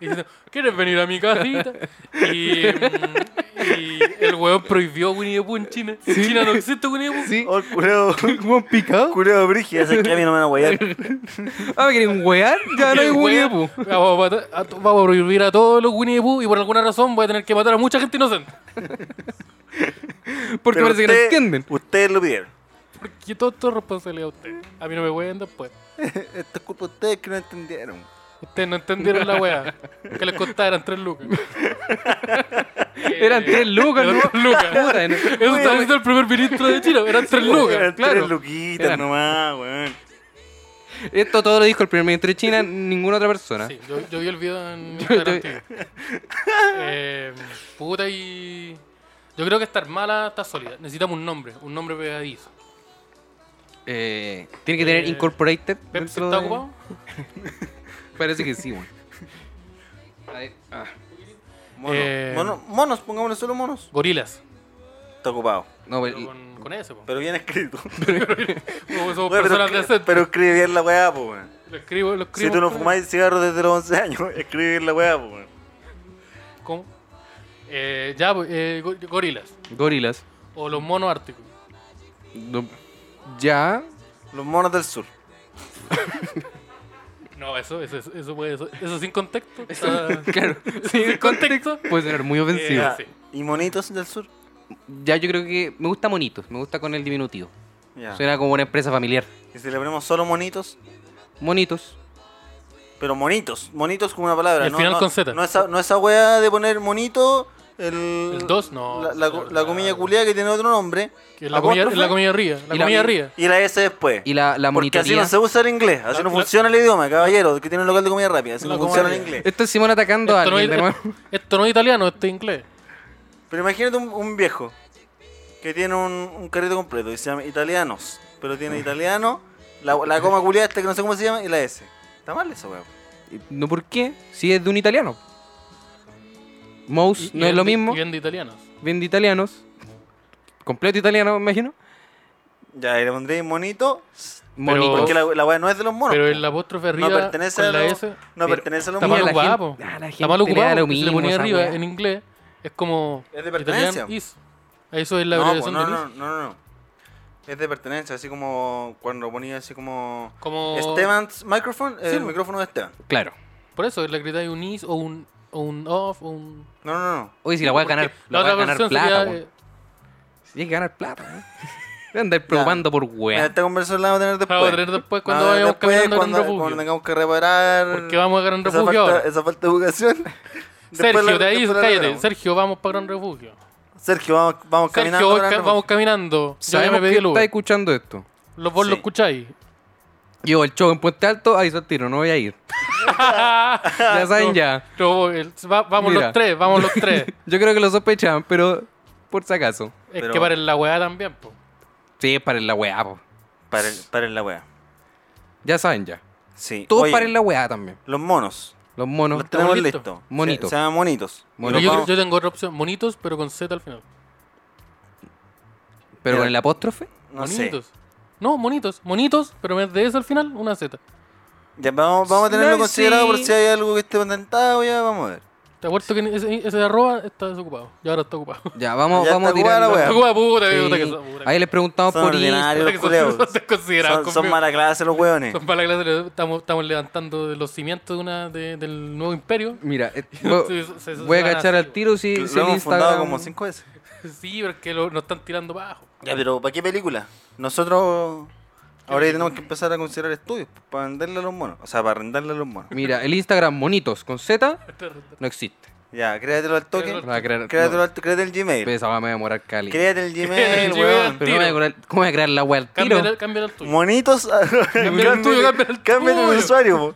Speaker 2: Y dice, ¿quieres venir a mi casita? Y, mm, y el weón prohibió Winnie the Pooh en China. En China no existe Winnie the Pooh.
Speaker 4: Sí.
Speaker 3: O Oh, el culiao...
Speaker 4: ¿Cómo picado?
Speaker 3: culiao brígida. Sé que a mí no me van a guayar.
Speaker 4: Ah, ¿me quieren wear? Ya no hay
Speaker 2: El
Speaker 4: Winnie the
Speaker 2: weón-
Speaker 4: Pooh.
Speaker 2: Vamos a, matar a to- vamos a prohibir a todos los Winnie the Pooh y por alguna razón voy a tener que matar a mucha gente inocente.
Speaker 4: Porque
Speaker 3: Pero
Speaker 4: parece que no
Speaker 3: usted-
Speaker 4: entienden.
Speaker 3: Ustedes lo pidieron.
Speaker 2: Porque todo esto es responsabilidad de ustedes. A mí no me pueden después.
Speaker 3: Esto es culpa de ustedes que no entendieron.
Speaker 2: Ustedes no entendieron la weá. Lo que les costaba eran tres lucas.
Speaker 4: Eran tres lucas,
Speaker 2: Eran
Speaker 4: ¿no?
Speaker 2: tres lucas.
Speaker 4: Puta, no-
Speaker 2: Eso está diciendo el primer ministro de China. Eran tres lucas,
Speaker 3: Eran
Speaker 2: claro.
Speaker 3: Tres luquitas
Speaker 4: Eran.
Speaker 3: nomás, weón.
Speaker 4: Esto todo lo dijo el primer ministro de China, ninguna otra persona.
Speaker 2: Sí, yo, yo vi el video en
Speaker 4: Yo-
Speaker 2: Instagram.
Speaker 4: yo-
Speaker 2: tío. Eh, puta y. Yo creo que esta armada está sólida. Necesitamos un nombre, un nombre pegadizo.
Speaker 4: Eh, tiene que tener
Speaker 2: Eh,
Speaker 4: incorporated.
Speaker 2: ¿Pepsi
Speaker 4: dentro
Speaker 2: está
Speaker 4: de-
Speaker 2: ocupado?
Speaker 4: Parece que sí, weón. A ver, ah,
Speaker 3: Mono.
Speaker 2: Eh.
Speaker 3: Mono- monos, pongámosle solo monos.
Speaker 2: Gorilas.
Speaker 3: Eh, Está ocupado.
Speaker 4: no, pero-
Speaker 2: Pero con, con ese, po.
Speaker 3: Pero bien escrito.
Speaker 2: Como somos
Speaker 3: Weón, pero,
Speaker 2: personas
Speaker 3: escribe,
Speaker 2: decentes.
Speaker 3: pero escribe bien la weá, po, weón.
Speaker 2: Lo escribo, lo
Speaker 3: Si
Speaker 2: escribo.
Speaker 3: tú no fumáis cigarros desde los 11 años, escribe bien la weá, po, weón.
Speaker 2: ¿Cómo? Eh, ya, pues, eh, go- gorilas.
Speaker 4: gorilas.
Speaker 2: O los monos árticos.
Speaker 4: No- ya.
Speaker 3: Los monos del sur.
Speaker 2: No, eso, eso, eso, eso puede, eso, eso sin contexto. está-
Speaker 4: Claro.
Speaker 2: sin contexto.
Speaker 4: Puede ser muy ofensivo.
Speaker 2: Eh, sí.
Speaker 3: ¿Y monitos del sur?
Speaker 4: Ya yo creo que me gusta monitos, me gusta con el diminutivo.
Speaker 3: Ya.
Speaker 4: Suena como una empresa familiar.
Speaker 3: Y si le ponemos solo monitos,
Speaker 4: Monitos.
Speaker 3: pero monitos, monitos como una palabra.
Speaker 2: Y al
Speaker 3: no,
Speaker 2: final
Speaker 3: no,
Speaker 2: con Z.
Speaker 3: No esa, no esa weá de poner monito, el.
Speaker 2: El dos, no,
Speaker 3: La, la,
Speaker 2: claro,
Speaker 3: la comida
Speaker 2: claro.
Speaker 3: culiada que tiene otro nombre.
Speaker 2: Que la comida,
Speaker 3: apóstrofe,
Speaker 2: la comida ría. La
Speaker 4: Y la-
Speaker 2: comida ría.
Speaker 3: Y la S después.
Speaker 4: Y la, la
Speaker 3: Porque así
Speaker 4: monitoría.
Speaker 3: no se usa el inglés, así
Speaker 2: La-
Speaker 3: no
Speaker 2: la-
Speaker 3: funciona el idioma, caballero, que tiene un local de comida rápida, así
Speaker 2: Ah, La
Speaker 3: no funciona el
Speaker 2: comida.
Speaker 3: inglés.
Speaker 4: Esto es Simón atacando a
Speaker 2: Esto no,
Speaker 4: alguien
Speaker 2: es,
Speaker 4: de nuevo.
Speaker 2: esto no es italiano, esto es inglés.
Speaker 3: Pero imagínate un, un viejo que tiene un, un carrito completo y se llama italianos, pero tiene italiano, la, la coma culiada esta que no sé cómo se llama y la S. Está mal esa weá.
Speaker 4: No, ¿por qué? Si es de un italiano. Mouse
Speaker 2: Y-
Speaker 4: no
Speaker 2: y
Speaker 4: es lo
Speaker 2: vende-
Speaker 4: mismo.
Speaker 2: Y vende italianos.
Speaker 4: Vende italianos. Completo italiano, me imagino.
Speaker 3: Ya, y le pondré monito,
Speaker 4: Monitos.
Speaker 3: porque la, la weá no es de los monos.
Speaker 2: Pero
Speaker 3: po.
Speaker 2: el apóstrofe arriba
Speaker 3: no pertenece
Speaker 2: con
Speaker 3: a
Speaker 2: la
Speaker 3: los-
Speaker 2: S.
Speaker 3: No
Speaker 4: Pero-
Speaker 3: pertenece a los
Speaker 2: Está
Speaker 4: Mira,
Speaker 2: mal
Speaker 3: monos.
Speaker 4: la
Speaker 2: ocupado,
Speaker 4: gente-
Speaker 2: po.
Speaker 4: ah,
Speaker 2: Está
Speaker 4: la
Speaker 2: mal
Speaker 4: gente le da
Speaker 2: ocupado.
Speaker 4: lo
Speaker 2: porque Si le
Speaker 4: mismo
Speaker 2: ponía
Speaker 4: esa
Speaker 2: arriba
Speaker 4: weá.
Speaker 2: en inglés, es como.
Speaker 3: Es de pertenencia.
Speaker 2: italian is. Eso es la
Speaker 3: no, po,
Speaker 2: abreviación
Speaker 3: no,
Speaker 2: del
Speaker 3: no,
Speaker 2: is.
Speaker 3: no, no. Es de pertenencia, así como cuando ponía así como...
Speaker 2: Como.
Speaker 3: Esteban's microphone,
Speaker 2: Sí,
Speaker 3: el
Speaker 2: po.
Speaker 3: micrófono de Esteban.
Speaker 4: Claro.
Speaker 2: Por eso, le gritáis un is o un, o un off o un.
Speaker 3: No, no, no.
Speaker 4: Oye, si la voy a
Speaker 2: Porque
Speaker 4: ganar,
Speaker 2: la
Speaker 4: la voy a
Speaker 2: otra
Speaker 4: ganar
Speaker 2: versión
Speaker 4: plata.
Speaker 2: sería,
Speaker 4: weón. Si hay que ganar plata, weón. Voy a andar preocupando por
Speaker 3: Mira,
Speaker 4: weá.
Speaker 3: Esta conversación la vamos a tener después.
Speaker 2: vamos a tener después cuando
Speaker 3: No,
Speaker 2: vayamos
Speaker 3: después,
Speaker 2: caminando en un
Speaker 3: cuando,
Speaker 2: refugio.
Speaker 3: cuando tengamos que reparar
Speaker 2: Porque vamos a Gran
Speaker 3: esa
Speaker 2: Refugio
Speaker 3: falta-
Speaker 2: ahora.
Speaker 3: Esa falta de educación. Después
Speaker 2: Sergio,
Speaker 3: la-
Speaker 2: de ahí,
Speaker 3: después la
Speaker 2: cállate.
Speaker 3: logramos.
Speaker 2: Sergio, vamos para Gran Refugio.
Speaker 3: Sergio, vamos, vamos
Speaker 2: Sergio,
Speaker 3: caminando.
Speaker 2: voy
Speaker 3: ahora,
Speaker 2: ca-
Speaker 3: ¿no?
Speaker 2: vamos caminando. Yo ya
Speaker 4: Sabemos
Speaker 2: me pedí
Speaker 4: que
Speaker 2: el
Speaker 4: está
Speaker 2: Uber.
Speaker 4: escuchando esto.
Speaker 2: Los- Vos lo
Speaker 3: Sí.
Speaker 2: escucháis.
Speaker 4: Yo, el show en Puente Alto, ahí al tiro, no voy a ir. ya saben
Speaker 2: No,
Speaker 4: ya.
Speaker 2: no, el- va- vamos
Speaker 4: Mira.
Speaker 2: los tres, vamos los tres.
Speaker 4: Yo creo que lo sospechaban, pero por si acaso.
Speaker 2: es
Speaker 3: Pero-
Speaker 2: que para la weá también, po.
Speaker 4: Sí, paren la weá, po.
Speaker 3: Paren, paren la wea.
Speaker 4: Ya saben ya.
Speaker 3: Sí.
Speaker 4: Todos
Speaker 3: Oye,
Speaker 4: paren la weá también.
Speaker 3: Los monos.
Speaker 4: Los monos.
Speaker 3: los tenemos
Speaker 2: listos.
Speaker 3: listos.
Speaker 4: Monitos.
Speaker 3: Se, se llaman monitos. Y
Speaker 4: Monitos.
Speaker 2: Pero
Speaker 3: los
Speaker 2: yo,
Speaker 3: vamos-
Speaker 2: yo tengo otra opción, monitos, pero con Z al final.
Speaker 4: Pero
Speaker 3: Mira.
Speaker 4: con el apóstrofe.
Speaker 3: no sé.
Speaker 2: monitos. No, monitos, monitos, pero en vez de eso al final, una Z.
Speaker 3: Ya, vamos, vamos a tenerlo
Speaker 4: No,
Speaker 3: considerado
Speaker 4: sí.
Speaker 3: por si hay algo que esté patentado. Ya vamos a ver.
Speaker 2: Te apuesto que ese, ese arroba está desocupado. Y ahora está ocupado.
Speaker 4: Ya, vamos,
Speaker 3: Ya
Speaker 4: vamos a
Speaker 3: está ocupada
Speaker 4: tirar.
Speaker 3: la
Speaker 2: Está
Speaker 3: weá.
Speaker 2: ocupado, puta,
Speaker 4: Sí.
Speaker 2: puta que son- puta
Speaker 4: Ahí les preguntamos
Speaker 3: Son
Speaker 4: por
Speaker 3: ordinarios.
Speaker 2: que-
Speaker 4: Instagram.
Speaker 3: los
Speaker 2: son-
Speaker 3: culeos.
Speaker 2: son desconsiderados
Speaker 3: Son, son
Speaker 2: conmigo.
Speaker 3: mala clase los hueones.
Speaker 2: Son mala clase, estamos, estamos levantando de los cimientos de una, de- del nuevo imperio.
Speaker 4: Mira, eh,
Speaker 2: Sí,
Speaker 4: voy,
Speaker 2: eso- eso- eso
Speaker 4: voy a
Speaker 2: se van
Speaker 4: cachar
Speaker 2: así,
Speaker 4: al tiro si, si
Speaker 3: lo
Speaker 4: el
Speaker 3: hemos fundado
Speaker 4: Instagram.
Speaker 3: como cinco veces.
Speaker 2: Sí, porque lo, nos están tirando bajo.
Speaker 3: Ya, pero ¿para qué película? Nosotros ahora ya tenemos que empezar a considerar estudios pues, para venderle a los monos. O sea, para rentarle a los monos.
Speaker 4: Mira, el Instagram monitos con Z no existe.
Speaker 3: Ya, créatelo al toque.
Speaker 2: Créatelo
Speaker 4: No, crear-
Speaker 3: Créatelo
Speaker 4: no,
Speaker 3: al créate el Gmail.
Speaker 4: esa weá me va a demorar cali.
Speaker 3: Créate el
Speaker 2: Créate Pues, el
Speaker 3: Gmail,
Speaker 2: Gmail.
Speaker 3: weón.
Speaker 4: Pero no voy a
Speaker 2: tiro.
Speaker 4: crear- ¿Cómo voy a crear la weá al tiro?
Speaker 2: Cámbiala, cámbiala al tuyo.
Speaker 3: Monitos.
Speaker 2: Cámbiale el tuyo, cámbiale el
Speaker 3: Cámbiale el
Speaker 2: tuyo.
Speaker 3: usuario, po.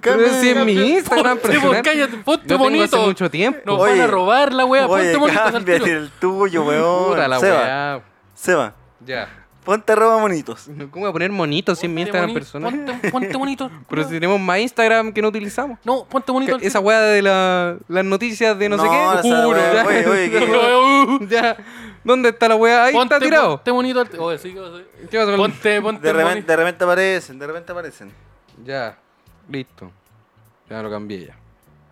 Speaker 4: Pero si es mi
Speaker 2: Cámbiala-
Speaker 4: Instagram
Speaker 2: Ponte,
Speaker 4: personal.
Speaker 2: cállate, ponte
Speaker 4: Yo tengo hace
Speaker 2: bonito.
Speaker 4: mucho tiempo.
Speaker 2: Nos
Speaker 3: Oye.
Speaker 2: van a robar la wea. Ponte
Speaker 3: Oye,
Speaker 2: bonito al
Speaker 3: cámbiate
Speaker 2: tiro.
Speaker 3: el tuyo, weón.
Speaker 4: Puta la
Speaker 3: Seba,
Speaker 4: weá.
Speaker 3: Seba,
Speaker 4: Ya.
Speaker 3: ponte arroba monitos.
Speaker 4: ¿Cómo voy a poner monitos si es mi
Speaker 2: Ponte
Speaker 4: Instagram
Speaker 2: boni-
Speaker 4: personal?
Speaker 2: Ponte, ponte bonito.
Speaker 4: Pero si tenemos más Instagram que no utilizamos.
Speaker 2: No, ponte bonito. al
Speaker 4: Esa
Speaker 2: tiro.
Speaker 4: weá de la- las noticias de no, sé
Speaker 3: No,
Speaker 4: qué.
Speaker 3: esa
Speaker 4: Juro,
Speaker 3: weá,
Speaker 4: ya.
Speaker 3: oye, oye, que-
Speaker 4: Ya. ¿Dónde está la weá? Ahí está
Speaker 2: Ponte-
Speaker 4: tirado.
Speaker 2: Ponte bonito. al- Oye, sí, ¿qué vas a hacer?
Speaker 4: ¿Qué pasa con-
Speaker 2: Ponte, ponte
Speaker 3: De repente,
Speaker 2: bonito.
Speaker 3: de repente aparecen, de repente aparecen.
Speaker 4: Ya. Listo. Ya lo cambié ya.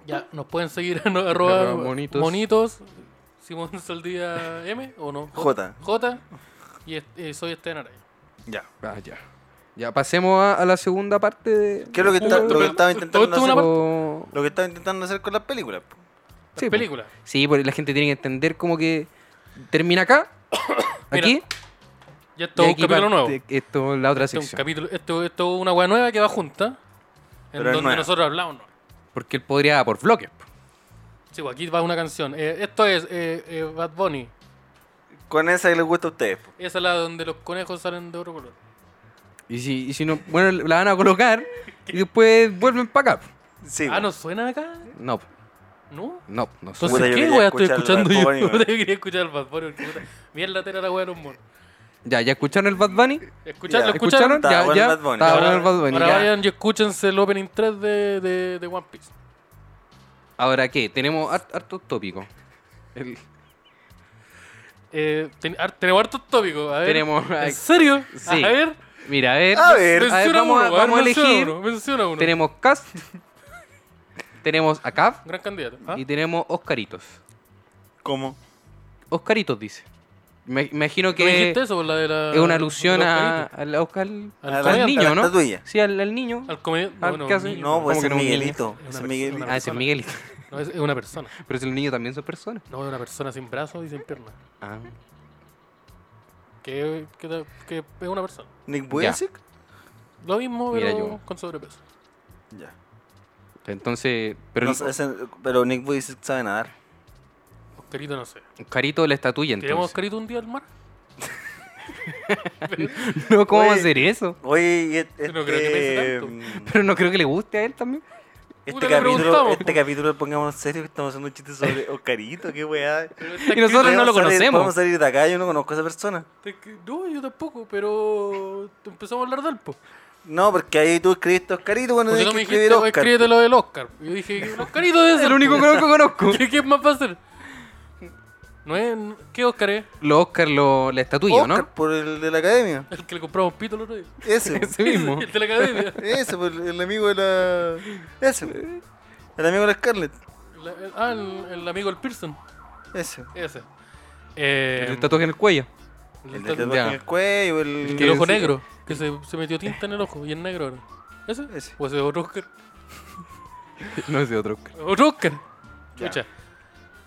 Speaker 2: Ya, nos pueden seguir en arroba
Speaker 4: Arroba bonitos.
Speaker 2: bonitos. Simón Saldía M o no?
Speaker 3: J.
Speaker 2: J. Y es- eh, soy Esteban Araya.
Speaker 3: Ya.
Speaker 4: Ah, ya. Ya pasemos a, a la segunda parte de.
Speaker 3: ¿Qué es lo que, está- lo que estaba intentando
Speaker 2: Todo esto es una
Speaker 3: hacer?
Speaker 4: O-
Speaker 3: Lo que estaba intentando hacer con las películas. po.
Speaker 2: Las
Speaker 4: Sí, po.
Speaker 2: películas.
Speaker 4: Sí, porque la gente tiene que entender como que termina acá,
Speaker 2: Mira,
Speaker 4: aquí,
Speaker 2: Ya esto es
Speaker 4: y
Speaker 2: un
Speaker 4: aquí
Speaker 2: capítulo
Speaker 4: parte-
Speaker 2: nuevo.
Speaker 4: Esto es la otra
Speaker 2: Este es un
Speaker 4: sección.
Speaker 2: capítulo, esto, esto es una hueá nueva que va junta. En
Speaker 3: Pero es
Speaker 2: donde
Speaker 3: nueva.
Speaker 2: nosotros hablamos. no.
Speaker 4: Porque él podría por bloques. po.
Speaker 2: Sí, pues, aquí va una canción. Eh, esto es eh, eh, Bad Bunny.
Speaker 3: Con esa que les gusta a ustedes. po.
Speaker 2: Esa es la donde los conejos salen de otro color.
Speaker 4: Y si, y si no, bueno, la van a colocar y después vuelven para acá. po.
Speaker 3: Sí, pues.
Speaker 2: ah,
Speaker 3: po.
Speaker 2: ¿no suena acá?
Speaker 4: No, po,
Speaker 2: ¿No?
Speaker 4: no, no.
Speaker 2: Entonces,
Speaker 3: Puta, yo
Speaker 2: ¿qué
Speaker 3: quería
Speaker 2: weá estoy
Speaker 3: escuchar al
Speaker 2: escuchando
Speaker 3: Bad Bunny,
Speaker 2: yo?
Speaker 3: weón.
Speaker 2: Puta, yo quería escuchar el Bad Bunny, porque puta, bien latera la weá de los monos.
Speaker 4: Ya, ya escucharon el Bad Bunny.
Speaker 2: Escuchar,
Speaker 3: Ya.
Speaker 2: ¿Lo escucharon?
Speaker 4: ¿Escucharon?
Speaker 3: Está
Speaker 4: Ya,
Speaker 3: bueno
Speaker 4: ya.
Speaker 3: el Bad Bunny.
Speaker 4: Está bueno
Speaker 2: Ahora,
Speaker 4: el Bad Bunny,
Speaker 2: ahora
Speaker 4: ya.
Speaker 2: vayan y escúchense el opening 3 de, de, de One Piece.
Speaker 4: Ahora, ¿qué? Tenemos har- hartos tópicos. El-
Speaker 2: Eh, ten- ar- tenemos hartos tópicos. A ver.
Speaker 4: Tenemos-
Speaker 2: ¿En serio?
Speaker 4: Sí.
Speaker 2: A ver.
Speaker 4: Mira, a ver.
Speaker 3: A ver.
Speaker 4: a ver,
Speaker 2: menciona
Speaker 4: vamos, a-
Speaker 2: uno, ver,
Speaker 4: vamos a
Speaker 2: menciona
Speaker 4: elegir.
Speaker 2: Uno, menciona uno.
Speaker 4: Tenemos Cast. tenemos a Cap.
Speaker 2: Gran candidato. ¿ah?
Speaker 4: Y tenemos Oscaritos.
Speaker 3: ¿Cómo?
Speaker 4: Oscaritos dice. Me imagino
Speaker 2: ¿No me
Speaker 4: que
Speaker 2: dijiste eso por la de la.
Speaker 4: es una alusión
Speaker 2: de los
Speaker 4: a,
Speaker 2: palitos?
Speaker 4: al, Oscar- al,
Speaker 2: Al
Speaker 3: comediante.
Speaker 4: niño,
Speaker 3: A la
Speaker 4: ¿no?
Speaker 3: estatuilla.
Speaker 4: Sí, al, al niño.
Speaker 2: Al comediante.
Speaker 4: Al
Speaker 2: bueno,
Speaker 4: que hace-
Speaker 2: niño.
Speaker 3: No, pues
Speaker 4: ¿Cómo
Speaker 3: ese
Speaker 4: que
Speaker 3: es
Speaker 4: no es un
Speaker 3: Miguelito.
Speaker 2: niño?
Speaker 3: Ese
Speaker 2: Es
Speaker 3: es
Speaker 2: una
Speaker 3: Miguelito.
Speaker 2: persona.
Speaker 4: Ah, ese es Miguelito.
Speaker 2: No, es es una persona.
Speaker 4: Pero si el niño también son personas.
Speaker 2: No, es una persona sin brazos y sin piernas.
Speaker 4: Ah.
Speaker 2: Que, que, que es una persona.
Speaker 3: Nick Buiesic.
Speaker 2: Lo mismo,
Speaker 4: Mira,
Speaker 2: pero
Speaker 4: yo-
Speaker 2: con sobrepeso.
Speaker 3: Ya.
Speaker 4: Entonces, pero
Speaker 3: No sé, ese- Pero Nick Buiesic sabe nadar.
Speaker 2: Oscarito, no sé.
Speaker 4: Oscarito la estatuilla
Speaker 2: ¿Tiramos
Speaker 4: entonces.
Speaker 2: Oscarito un día al mar?
Speaker 4: No, ¿cómo va a
Speaker 3: Oye.
Speaker 4: hacer eso?
Speaker 3: Oye, y et- este,
Speaker 2: No creo que piense tanto.
Speaker 3: mm,
Speaker 4: Pero no creo que le guste a él también.
Speaker 3: este
Speaker 2: Puta, le
Speaker 3: capítulo,
Speaker 2: preguntamos,
Speaker 3: este
Speaker 2: po.
Speaker 3: capítulo, pongamos en serio que estamos haciendo un chiste sobre Oscarito, qué weá.
Speaker 4: Y nosotros no lo
Speaker 3: Podemos salir-
Speaker 4: conocemos.
Speaker 3: Podemos salir de acá, yo no conozco a esa persona.
Speaker 2: Es que- No, yo tampoco, pero empezamos a hablar del po.
Speaker 3: No, porque ahí tú escribiste Oscarito cuando
Speaker 2: Porque tú
Speaker 3: tenías que
Speaker 2: me
Speaker 3: escribir
Speaker 2: dijiste,
Speaker 3: Oscar.
Speaker 2: escríbete lo del Oscar. Y Yo dije, ¿qué Oscarito es
Speaker 4: Es el único que conozco.
Speaker 2: ¿Qué, ¿Qué más va a ser? No es, ¿Qué Oscar es?
Speaker 4: Los Oscar, lo, la estatuilla,
Speaker 3: pues. Oscar, por el de la academia.
Speaker 2: El que le compramos pito el otro día.
Speaker 3: Ese.
Speaker 4: ¿no? Ese mismo.
Speaker 2: El de la academia.
Speaker 3: ese, por el, el amigo de la. Ese. pues. El amigo de la Scarlett.
Speaker 2: La- el- ah, el, el amigo el Pearson.
Speaker 3: Ese.
Speaker 2: Ese. Eh,
Speaker 4: El tatuaje en el cuello.
Speaker 2: el
Speaker 3: El
Speaker 2: tatu-
Speaker 3: de tatuaje
Speaker 4: Ya.
Speaker 3: en el cuello, el.
Speaker 2: el ojo
Speaker 4: sí.
Speaker 2: negro. Que se, se metió tinta en el ojo y es negro ahora. ¿Ese?
Speaker 3: Ese.
Speaker 2: ¿O ese es otro Oscar?
Speaker 4: No es de otro Oscar.
Speaker 2: ¿Otro Oscar?
Speaker 3: Ya.
Speaker 2: Chucha.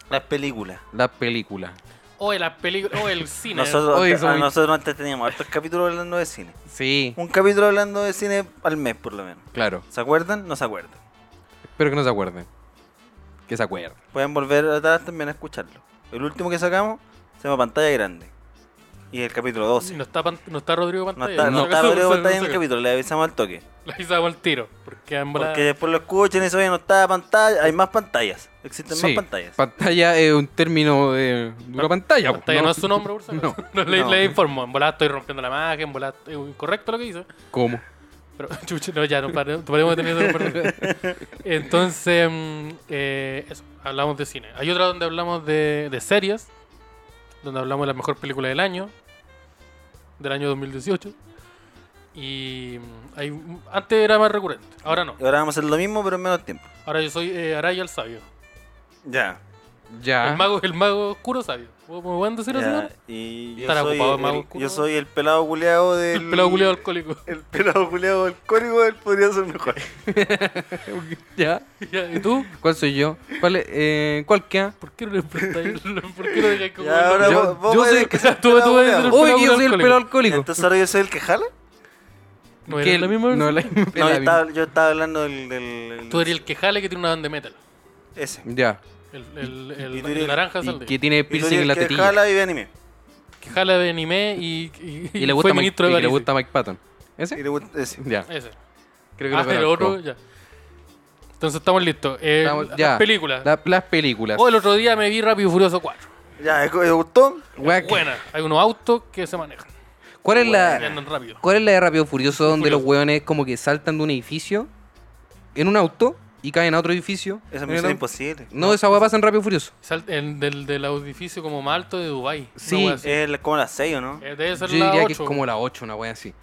Speaker 3: Las películas.
Speaker 4: La película.
Speaker 2: O de las películas, o el cine.
Speaker 3: Nosotros,
Speaker 4: Oye,
Speaker 3: antes,
Speaker 4: soy-
Speaker 3: ah, nosotros antes teníamos hartos capítulos hablando de cine.
Speaker 4: Sí,
Speaker 3: Un capítulo hablando de cine al mes, por lo menos.
Speaker 4: claro.
Speaker 3: ¿Se acuerdan? No se acuerdan.
Speaker 4: Espero que no se acuerden. Que se acuerden.
Speaker 3: Pueden volver atrás también a escucharlo. El último que sacamos se llama Pantalla Grande. Y el capítulo 12.
Speaker 2: No está, pan- no está Rodrigo
Speaker 3: No
Speaker 2: Pantalla.
Speaker 3: está, no está
Speaker 2: Lo
Speaker 3: Rodrigo
Speaker 2: sacamos-
Speaker 3: Pantalla en
Speaker 2: lo
Speaker 3: el
Speaker 2: sacamos.
Speaker 3: capítulo, le avisamos al toque.
Speaker 2: Lo hicimos al tiro. Porque, en verdad-
Speaker 3: Porque después lo escuchan y dicen, oye, no está pantalla. Hay más pantallas. Existen
Speaker 4: Sí,
Speaker 3: más pantallas.
Speaker 4: Pantalla es un término de de una pantalla. po,
Speaker 2: Pantalla no, es su nombre, por si acaso. No, le,
Speaker 3: No.
Speaker 2: le informo. En volada estoy rompiendo la magia, en volada es incorrecto lo que hizo.
Speaker 4: ¿Cómo?
Speaker 2: Pero, chucha, no, ya, no pare- paremos de tener esa conversación. Entonces, mm, eh, eso, hablamos de cine. Hay otra donde hablamos de, de series, donde hablamos de la mejor película del año, del año 2018. Y mm, hay, antes era más recurrente, ahora no.
Speaker 3: Y ahora vamos a hacer lo mismo, pero en menos tiempo.
Speaker 2: Ahora yo soy eh, Araya el sabio.
Speaker 3: Ya.
Speaker 4: Ya.
Speaker 2: El mago, el mago oscuro sabio. ¿Me pueden decir
Speaker 3: ya.
Speaker 2: eso? ahora?
Speaker 3: Y yo
Speaker 2: Estará
Speaker 3: soy,
Speaker 2: ocupado el mago
Speaker 3: el,
Speaker 2: oscuro.
Speaker 3: yo soy el pelado culeado del.
Speaker 2: El pelado culiado alcohólico.
Speaker 3: El pelado culeado del código él podría ser mejor.
Speaker 4: Ya.
Speaker 2: Ya, ¿Y tú?
Speaker 4: ¿Cuál soy yo? ¿Cuál, es? eh, ¿cuál queda?
Speaker 2: ¿Por qué no le preguntáis? ¿Por qué no dejáis como-
Speaker 3: Y ahora
Speaker 4: Yo-
Speaker 3: vos, vos
Speaker 4: yo
Speaker 3: vais a
Speaker 4: soy-
Speaker 3: decir que soy el
Speaker 2: tú- tú
Speaker 3: pelado
Speaker 2: vas a decir-
Speaker 3: culeado.
Speaker 4: Uy, que yo soy el pelo alcohólico.
Speaker 3: Entonces ahora yo soy el que jala.
Speaker 2: ¿No
Speaker 4: Que
Speaker 2: eres la misma
Speaker 4: No,
Speaker 2: persona?
Speaker 4: la misma-
Speaker 3: No, yo
Speaker 4: la misma.
Speaker 3: estaba, yo estaba hablando del. del-
Speaker 2: Tú eres el que jale que tiene una banda de metal.
Speaker 3: Ese.
Speaker 4: Ya.
Speaker 2: El, el, el,
Speaker 3: y tú
Speaker 2: el
Speaker 3: eres-
Speaker 2: naranja
Speaker 4: Y
Speaker 2: es el de-
Speaker 4: que tiene
Speaker 3: Y tú eres
Speaker 4: piercing en la
Speaker 3: el que
Speaker 4: tetilla.
Speaker 3: jala y ve anime.
Speaker 2: que jala de anime y, y-
Speaker 4: Y le
Speaker 2: y
Speaker 4: gusta,
Speaker 2: fue
Speaker 4: Mike,
Speaker 2: ministro de
Speaker 4: y que le
Speaker 2: París.
Speaker 4: gusta Mike Patton.
Speaker 3: Y
Speaker 4: ¿Ese?
Speaker 3: le gusta- ese.
Speaker 4: Ya.
Speaker 2: Ese.
Speaker 4: Creo que
Speaker 2: Ah,
Speaker 4: lo
Speaker 2: el
Speaker 4: conozco.
Speaker 2: otro, ya. Entonces estamos listos. Eh,
Speaker 4: Estamos-
Speaker 2: las
Speaker 4: ya.
Speaker 2: películas.
Speaker 4: La- las películas.
Speaker 2: O el otro día me vi Rápido y Furioso 4.
Speaker 3: Ya, ¿eh, ¿te gustó?
Speaker 4: Wea, ¿qué-
Speaker 2: Buena. Hay unos autos que se manejan.
Speaker 4: ¿Cuál es
Speaker 2: Que
Speaker 4: la
Speaker 2: andan rápido.
Speaker 4: ¿Cuál es la de Rápido Furioso donde
Speaker 2: Furioso.
Speaker 4: los hueones como que saltan de un edificio en un auto y caen a otro edificio?
Speaker 3: Esa misión
Speaker 4: En el
Speaker 3: es
Speaker 4: auto.
Speaker 3: imposible.
Speaker 4: No, esa hueá pasa en Rápido Furioso.
Speaker 2: Sal- el del, del edificio como más alto de Dubai.
Speaker 4: Sí. eh,
Speaker 3: Es la- como las 6, ¿o no?
Speaker 2: Eh, Debe
Speaker 4: Yo
Speaker 2: ser la
Speaker 4: diría que es
Speaker 2: 8.
Speaker 4: como la 8, una hueá así.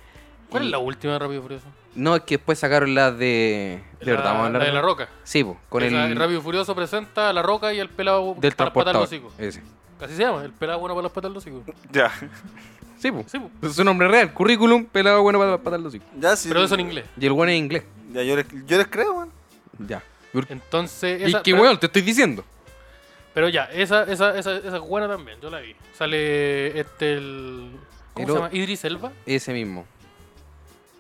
Speaker 2: ¿Cuál
Speaker 4: Y-
Speaker 2: es la última de Rápido y Furioso?
Speaker 4: No, es que después sacaron la de... ¿De verdad vamos a
Speaker 2: la
Speaker 4: hablar?
Speaker 2: de La Roca.
Speaker 4: Sí, po, con
Speaker 2: Esa,
Speaker 4: el...
Speaker 2: Rápido y Furioso presenta a La Roca y el pelado
Speaker 4: Del
Speaker 2: para las patas
Speaker 4: transportador.
Speaker 2: los hocicos.
Speaker 4: Ese.
Speaker 2: Así se llama, el pelado bueno para las patas los hocicos.
Speaker 3: Ya.
Speaker 4: Sí, po.
Speaker 2: Sí, po.
Speaker 4: Pues Es su nombre real. Currículum, pelado bueno para las patas los hocicos.
Speaker 3: Ya, sí.
Speaker 2: Pero eso en inglés.
Speaker 4: Y el hueón es inglés.
Speaker 3: Ya, yo les, yo les creo, man.
Speaker 4: Ya. Por-
Speaker 2: Entonces,
Speaker 4: Y
Speaker 2: esa,
Speaker 4: qué
Speaker 2: pero,
Speaker 4: hueón, te estoy diciendo.
Speaker 2: pero ya, esa, esa, esa, esa es buena también, yo la vi. Sale este el. ¿Cómo
Speaker 4: El
Speaker 2: se
Speaker 4: o-
Speaker 2: llama? Idris Elba.
Speaker 4: Ese mismo.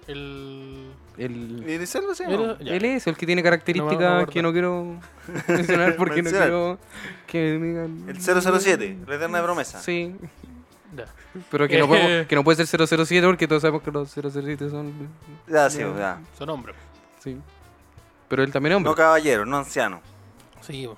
Speaker 2: El.
Speaker 4: El,
Speaker 3: ¿Y dice algo así? o no?
Speaker 2: Mira, ya.
Speaker 4: él es el que tiene
Speaker 2: No me- no me
Speaker 4: características
Speaker 2: acuerdo.
Speaker 4: que no quiero mencionar porque no
Speaker 3: Mencionar.
Speaker 4: quiero que me digan.
Speaker 3: El 007, la eterna promesa.
Speaker 4: Sí,
Speaker 2: ya.
Speaker 4: pero que no,
Speaker 2: Eh.
Speaker 4: podemos- que no puede ser 007 porque todos sabemos que los 007 son.
Speaker 3: Ya, sí, ya.
Speaker 2: Son hombres.
Speaker 4: Sí. Pero él también es hombre.
Speaker 3: No caballero, no anciano.
Speaker 2: Sí, po.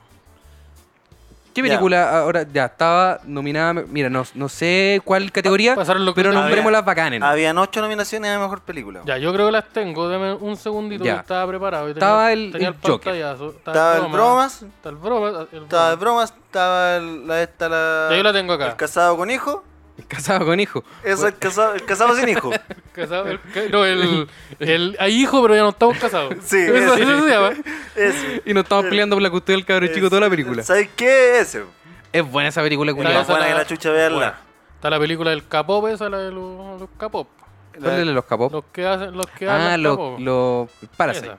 Speaker 4: ¿Qué
Speaker 3: Ya.
Speaker 4: película ahora ya estaba nominada? Mira, no, no sé cuál categoría,
Speaker 2: Pasaron los
Speaker 4: pero
Speaker 2: que- Ah.
Speaker 4: nombremos las bacanes. ¿no?
Speaker 3: Habían ocho nominaciones a mejor película.
Speaker 2: Ya, yo creo que las tengo. Dame un segundito
Speaker 4: Ya.
Speaker 2: que estaba preparado. Yo
Speaker 4: Estaba el-
Speaker 2: tenía
Speaker 4: el Joker.
Speaker 2: pantallazo,
Speaker 3: Estaba el bromas,
Speaker 2: Estaba el bromas. el
Speaker 3: estaba el
Speaker 2: bromas.
Speaker 3: bromas, estaba el- la esta la.
Speaker 2: Ya yo la tengo acá.
Speaker 3: El casado con hijo.
Speaker 4: El Casado con hijo.
Speaker 3: Es el casado, el casado sin hijo.
Speaker 2: Casado, el- que- no, el, el- Hay hijo, pero ya no estamos casados.
Speaker 3: Sí,
Speaker 2: eso,
Speaker 3: ese.
Speaker 2: eso se llama.
Speaker 3: Ese.
Speaker 4: Y nos estamos peleando por la custodia del cabrón chico toda la película.
Speaker 3: ¿Sabes qué? Ese.
Speaker 4: Es buena esa película,
Speaker 3: Es
Speaker 2: Claro,
Speaker 4: culiao.
Speaker 3: más
Speaker 2: esa
Speaker 3: buena
Speaker 2: la-
Speaker 3: que la chucha, veanla.
Speaker 2: Está la película del K-pop, esa la de los, los K-pop.
Speaker 4: ¿Cuál es de los capos?
Speaker 2: Los que hacen. Los que
Speaker 4: Ah,
Speaker 2: hablan
Speaker 4: los
Speaker 2: K-pop.
Speaker 4: los Parasite.
Speaker 2: Esa.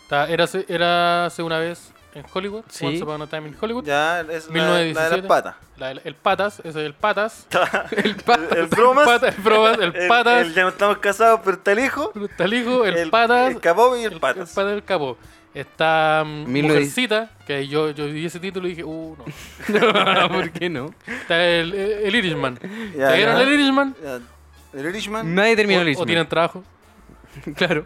Speaker 2: Está- era, era hace una vez en Hollywood.
Speaker 4: Sí.
Speaker 2: Once Upon a Time in Hollywood.
Speaker 3: Ya, es la, la de
Speaker 2: 1917.
Speaker 3: las patas.
Speaker 2: La del- el Patas, ese es el Patas.
Speaker 4: El
Speaker 3: El,
Speaker 4: Patas.
Speaker 3: el bromas.
Speaker 2: Pata- el Bromas, el
Speaker 3: el-
Speaker 2: Patas.
Speaker 3: el ya no estamos casados, pero está el hijo.
Speaker 2: Está el hijo, el,
Speaker 3: el-
Speaker 2: patas.
Speaker 3: el capo y el patas.
Speaker 2: El patas del capo. Está mm,
Speaker 4: 1900.
Speaker 2: Mujercita, que yo, yo vi ese título y dije, uh, no.
Speaker 4: No, ¿Por qué no?
Speaker 2: Está el, el Irishman.
Speaker 3: Ya,
Speaker 2: ¿Te vieron
Speaker 3: ya.
Speaker 2: el Irishman?
Speaker 3: Ya, El Irishman.
Speaker 4: Nadie terminó el
Speaker 2: ¿O, o tienen
Speaker 4: Irishman.
Speaker 2: trabajo?
Speaker 4: Claro.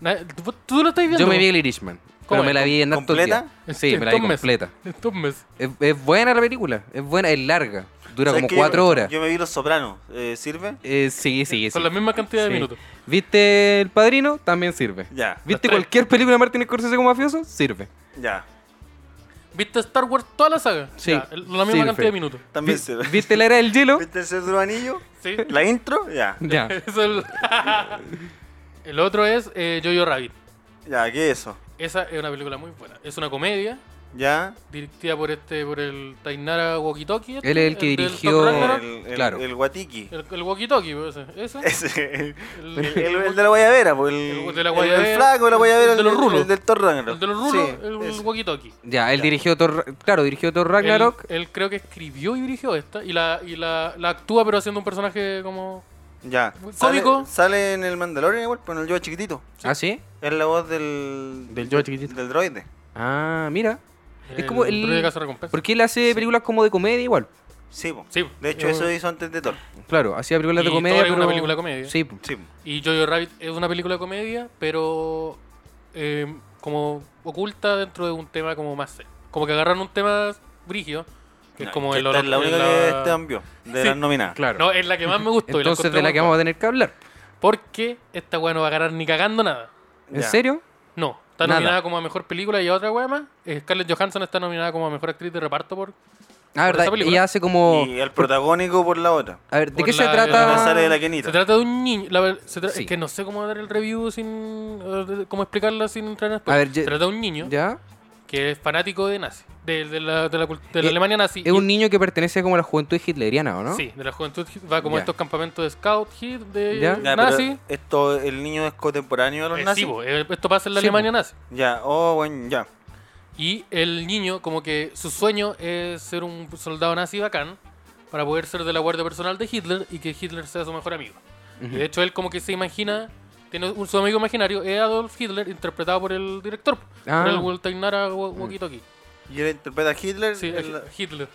Speaker 2: Nadie- ¿Tú, tú lo estás viendo?
Speaker 4: Yo me vi el Irishman.
Speaker 2: ¿Cómo
Speaker 4: Pero me
Speaker 2: es?
Speaker 4: la vi en hartos días.
Speaker 3: ¿Completa?
Speaker 4: Sí, me la
Speaker 2: Entonces-
Speaker 4: vi completa.
Speaker 2: Estos meses.
Speaker 4: Es, es buena la película. Es buena, es larga. Dura
Speaker 3: ¿Sabes
Speaker 4: como
Speaker 3: que
Speaker 4: cuatro
Speaker 3: yo,
Speaker 4: horas.
Speaker 3: Yo me vi Los Sopranos. Eh, ¿Sirve?
Speaker 4: Eh, sí, sí, sí.
Speaker 2: Son la misma cantidad de
Speaker 4: Sí.
Speaker 2: minutos.
Speaker 4: ¿Viste El Padrino? También sirve.
Speaker 3: Ya,
Speaker 4: ¿Viste
Speaker 2: Las tres.
Speaker 4: cualquier película de Martin Scorsese como mafioso? Sirve.
Speaker 3: ya.
Speaker 2: ¿Viste Star Wars toda la saga?
Speaker 4: Sí.
Speaker 2: Ya, el- la misma
Speaker 4: Sirve.
Speaker 2: cantidad de minutos.
Speaker 3: También
Speaker 4: Vi-
Speaker 3: sirve.
Speaker 4: ¿Viste La Era del Hielo?
Speaker 3: ¿Viste el segundo anillo?
Speaker 2: Sí.
Speaker 3: ¿La intro? Ya.
Speaker 4: Ya.
Speaker 2: Eso es el... el otro es eh, Jojo Rabbit.
Speaker 3: Ya, ¿qué es eso?
Speaker 2: Esa es una película muy buena. Es una comedia.
Speaker 3: Ya.
Speaker 2: dirigida por este por el Tainara Walkie-Talkie. este,
Speaker 4: Él es el que
Speaker 2: del
Speaker 4: dirigió-
Speaker 2: Thor Ragnarok.
Speaker 3: El, el,
Speaker 4: claro.
Speaker 3: el guatiki.
Speaker 2: el, el Walkie-Talkie, pues, ese. ese.
Speaker 3: Ese,
Speaker 2: El,
Speaker 3: el, el- el de la guayabera, pues, el,
Speaker 2: El de la
Speaker 3: el-
Speaker 2: guayabera,
Speaker 3: el flaco de la guayabera,
Speaker 2: el de
Speaker 3: el,
Speaker 2: los
Speaker 3: el-
Speaker 2: rulos.
Speaker 3: el del Thor Ragnarok.
Speaker 2: el de los rulos,
Speaker 3: Sí,
Speaker 2: el,
Speaker 3: ese.
Speaker 2: Walkie-Talkie.
Speaker 4: Ya, él dirigió Thor... Claro, dirigió Thor Ragnarok.
Speaker 2: Él, él creo que escribió y dirigió esta y la, y la, la actúa pero haciendo un personaje como...
Speaker 3: Ya.
Speaker 2: Cómico.
Speaker 3: Sale, sale en el Mandalorian igual, pero en el Yoda chiquitito.
Speaker 4: ¿Ah, sí?
Speaker 3: Es la voz del...
Speaker 4: Del Yoda chiquitito.
Speaker 3: Del droide.
Speaker 4: Ah, mira. Es como el-
Speaker 2: droide cazarrecompensas.
Speaker 4: Porque él hace películas como de comedia igual.
Speaker 3: Sí, po.
Speaker 2: Sí, po.
Speaker 3: De hecho,
Speaker 2: Eh,
Speaker 3: eso hizo antes de Thor.
Speaker 4: Claro, hacía películas de
Speaker 2: Y
Speaker 4: comedia.
Speaker 2: Thor es una
Speaker 4: pero-
Speaker 2: película de comedia.
Speaker 4: Sí, po.
Speaker 3: Sí. po.
Speaker 2: Y Jojo Rabbit es una película de comedia pero eh, como oculta dentro de un tema como más... serio. Como que agarran un tema brígido que es
Speaker 3: No,
Speaker 2: como
Speaker 3: que
Speaker 2: el
Speaker 3: esta
Speaker 2: oro-
Speaker 3: es la única que este
Speaker 2: la-
Speaker 3: Esteban vio, de
Speaker 2: Sí.
Speaker 3: las nominadas.
Speaker 4: claro.
Speaker 2: No, es la que más me gustó. y la
Speaker 4: Entonces
Speaker 2: encontré
Speaker 4: de la
Speaker 2: muy
Speaker 4: que vamos a tener que hablar.
Speaker 2: Porque esta weá no va a ganar ni cagando nada.
Speaker 4: ¿En
Speaker 3: Ya.
Speaker 4: serio?
Speaker 2: No, está
Speaker 4: Nada.
Speaker 2: nominada como a mejor película y a otra weá más. Eh, Scarlett Johansson está nominada como a mejor actriz de reparto por. Por
Speaker 4: Ah, verdad.
Speaker 2: esa película.
Speaker 4: Ella hace como...
Speaker 3: Y el protagónico por la otra.
Speaker 4: A ver, ¿de
Speaker 2: por
Speaker 4: qué se
Speaker 2: la-
Speaker 4: trata?
Speaker 3: La sale de la
Speaker 2: Se
Speaker 3: Kenita.
Speaker 2: trata de un niño. la ver- se tra-
Speaker 4: Sí.
Speaker 2: Es que no sé cómo dar el review sin. eh, cómo explicarla sin entrar en
Speaker 4: A
Speaker 2: spoiler.
Speaker 4: ver, ya-
Speaker 2: Se trata de un niño
Speaker 4: ¿Ya?
Speaker 2: que es fanático de nazi. De, de la, de la cult- de la
Speaker 4: Eh,
Speaker 2: Alemania nazi.
Speaker 4: Es un niño que pertenece como a la juventud hitleriana, ¿o no?
Speaker 2: Sí, de la juventud. hit- Va como a
Speaker 4: Ya.
Speaker 2: estos campamentos de scout hit de
Speaker 4: Ya.
Speaker 3: Ya, pero
Speaker 2: nazi.
Speaker 3: esto, el niño es contemporáneo a los
Speaker 2: Ah, Eh, sí,
Speaker 3: nazis.
Speaker 2: po, eh, esto pasa en la
Speaker 4: Sí, po.
Speaker 2: Alemania nazi.
Speaker 3: Ya, oh, bueno, ya.
Speaker 2: Y el niño, como que su sueño es ser un soldado nazi bacán para poder ser de la guardia personal de Hitler y que Hitler sea su mejor amigo. Y de hecho, él como que se imagina, tiene un su amigo imaginario, es Adolf Hitler, interpretado por el director,
Speaker 4: Ah.
Speaker 2: por el Woltainara Wokitoki.
Speaker 3: Y él interpreta a Hitler.
Speaker 2: Sí,
Speaker 3: en la-
Speaker 2: a Hi- Hitler.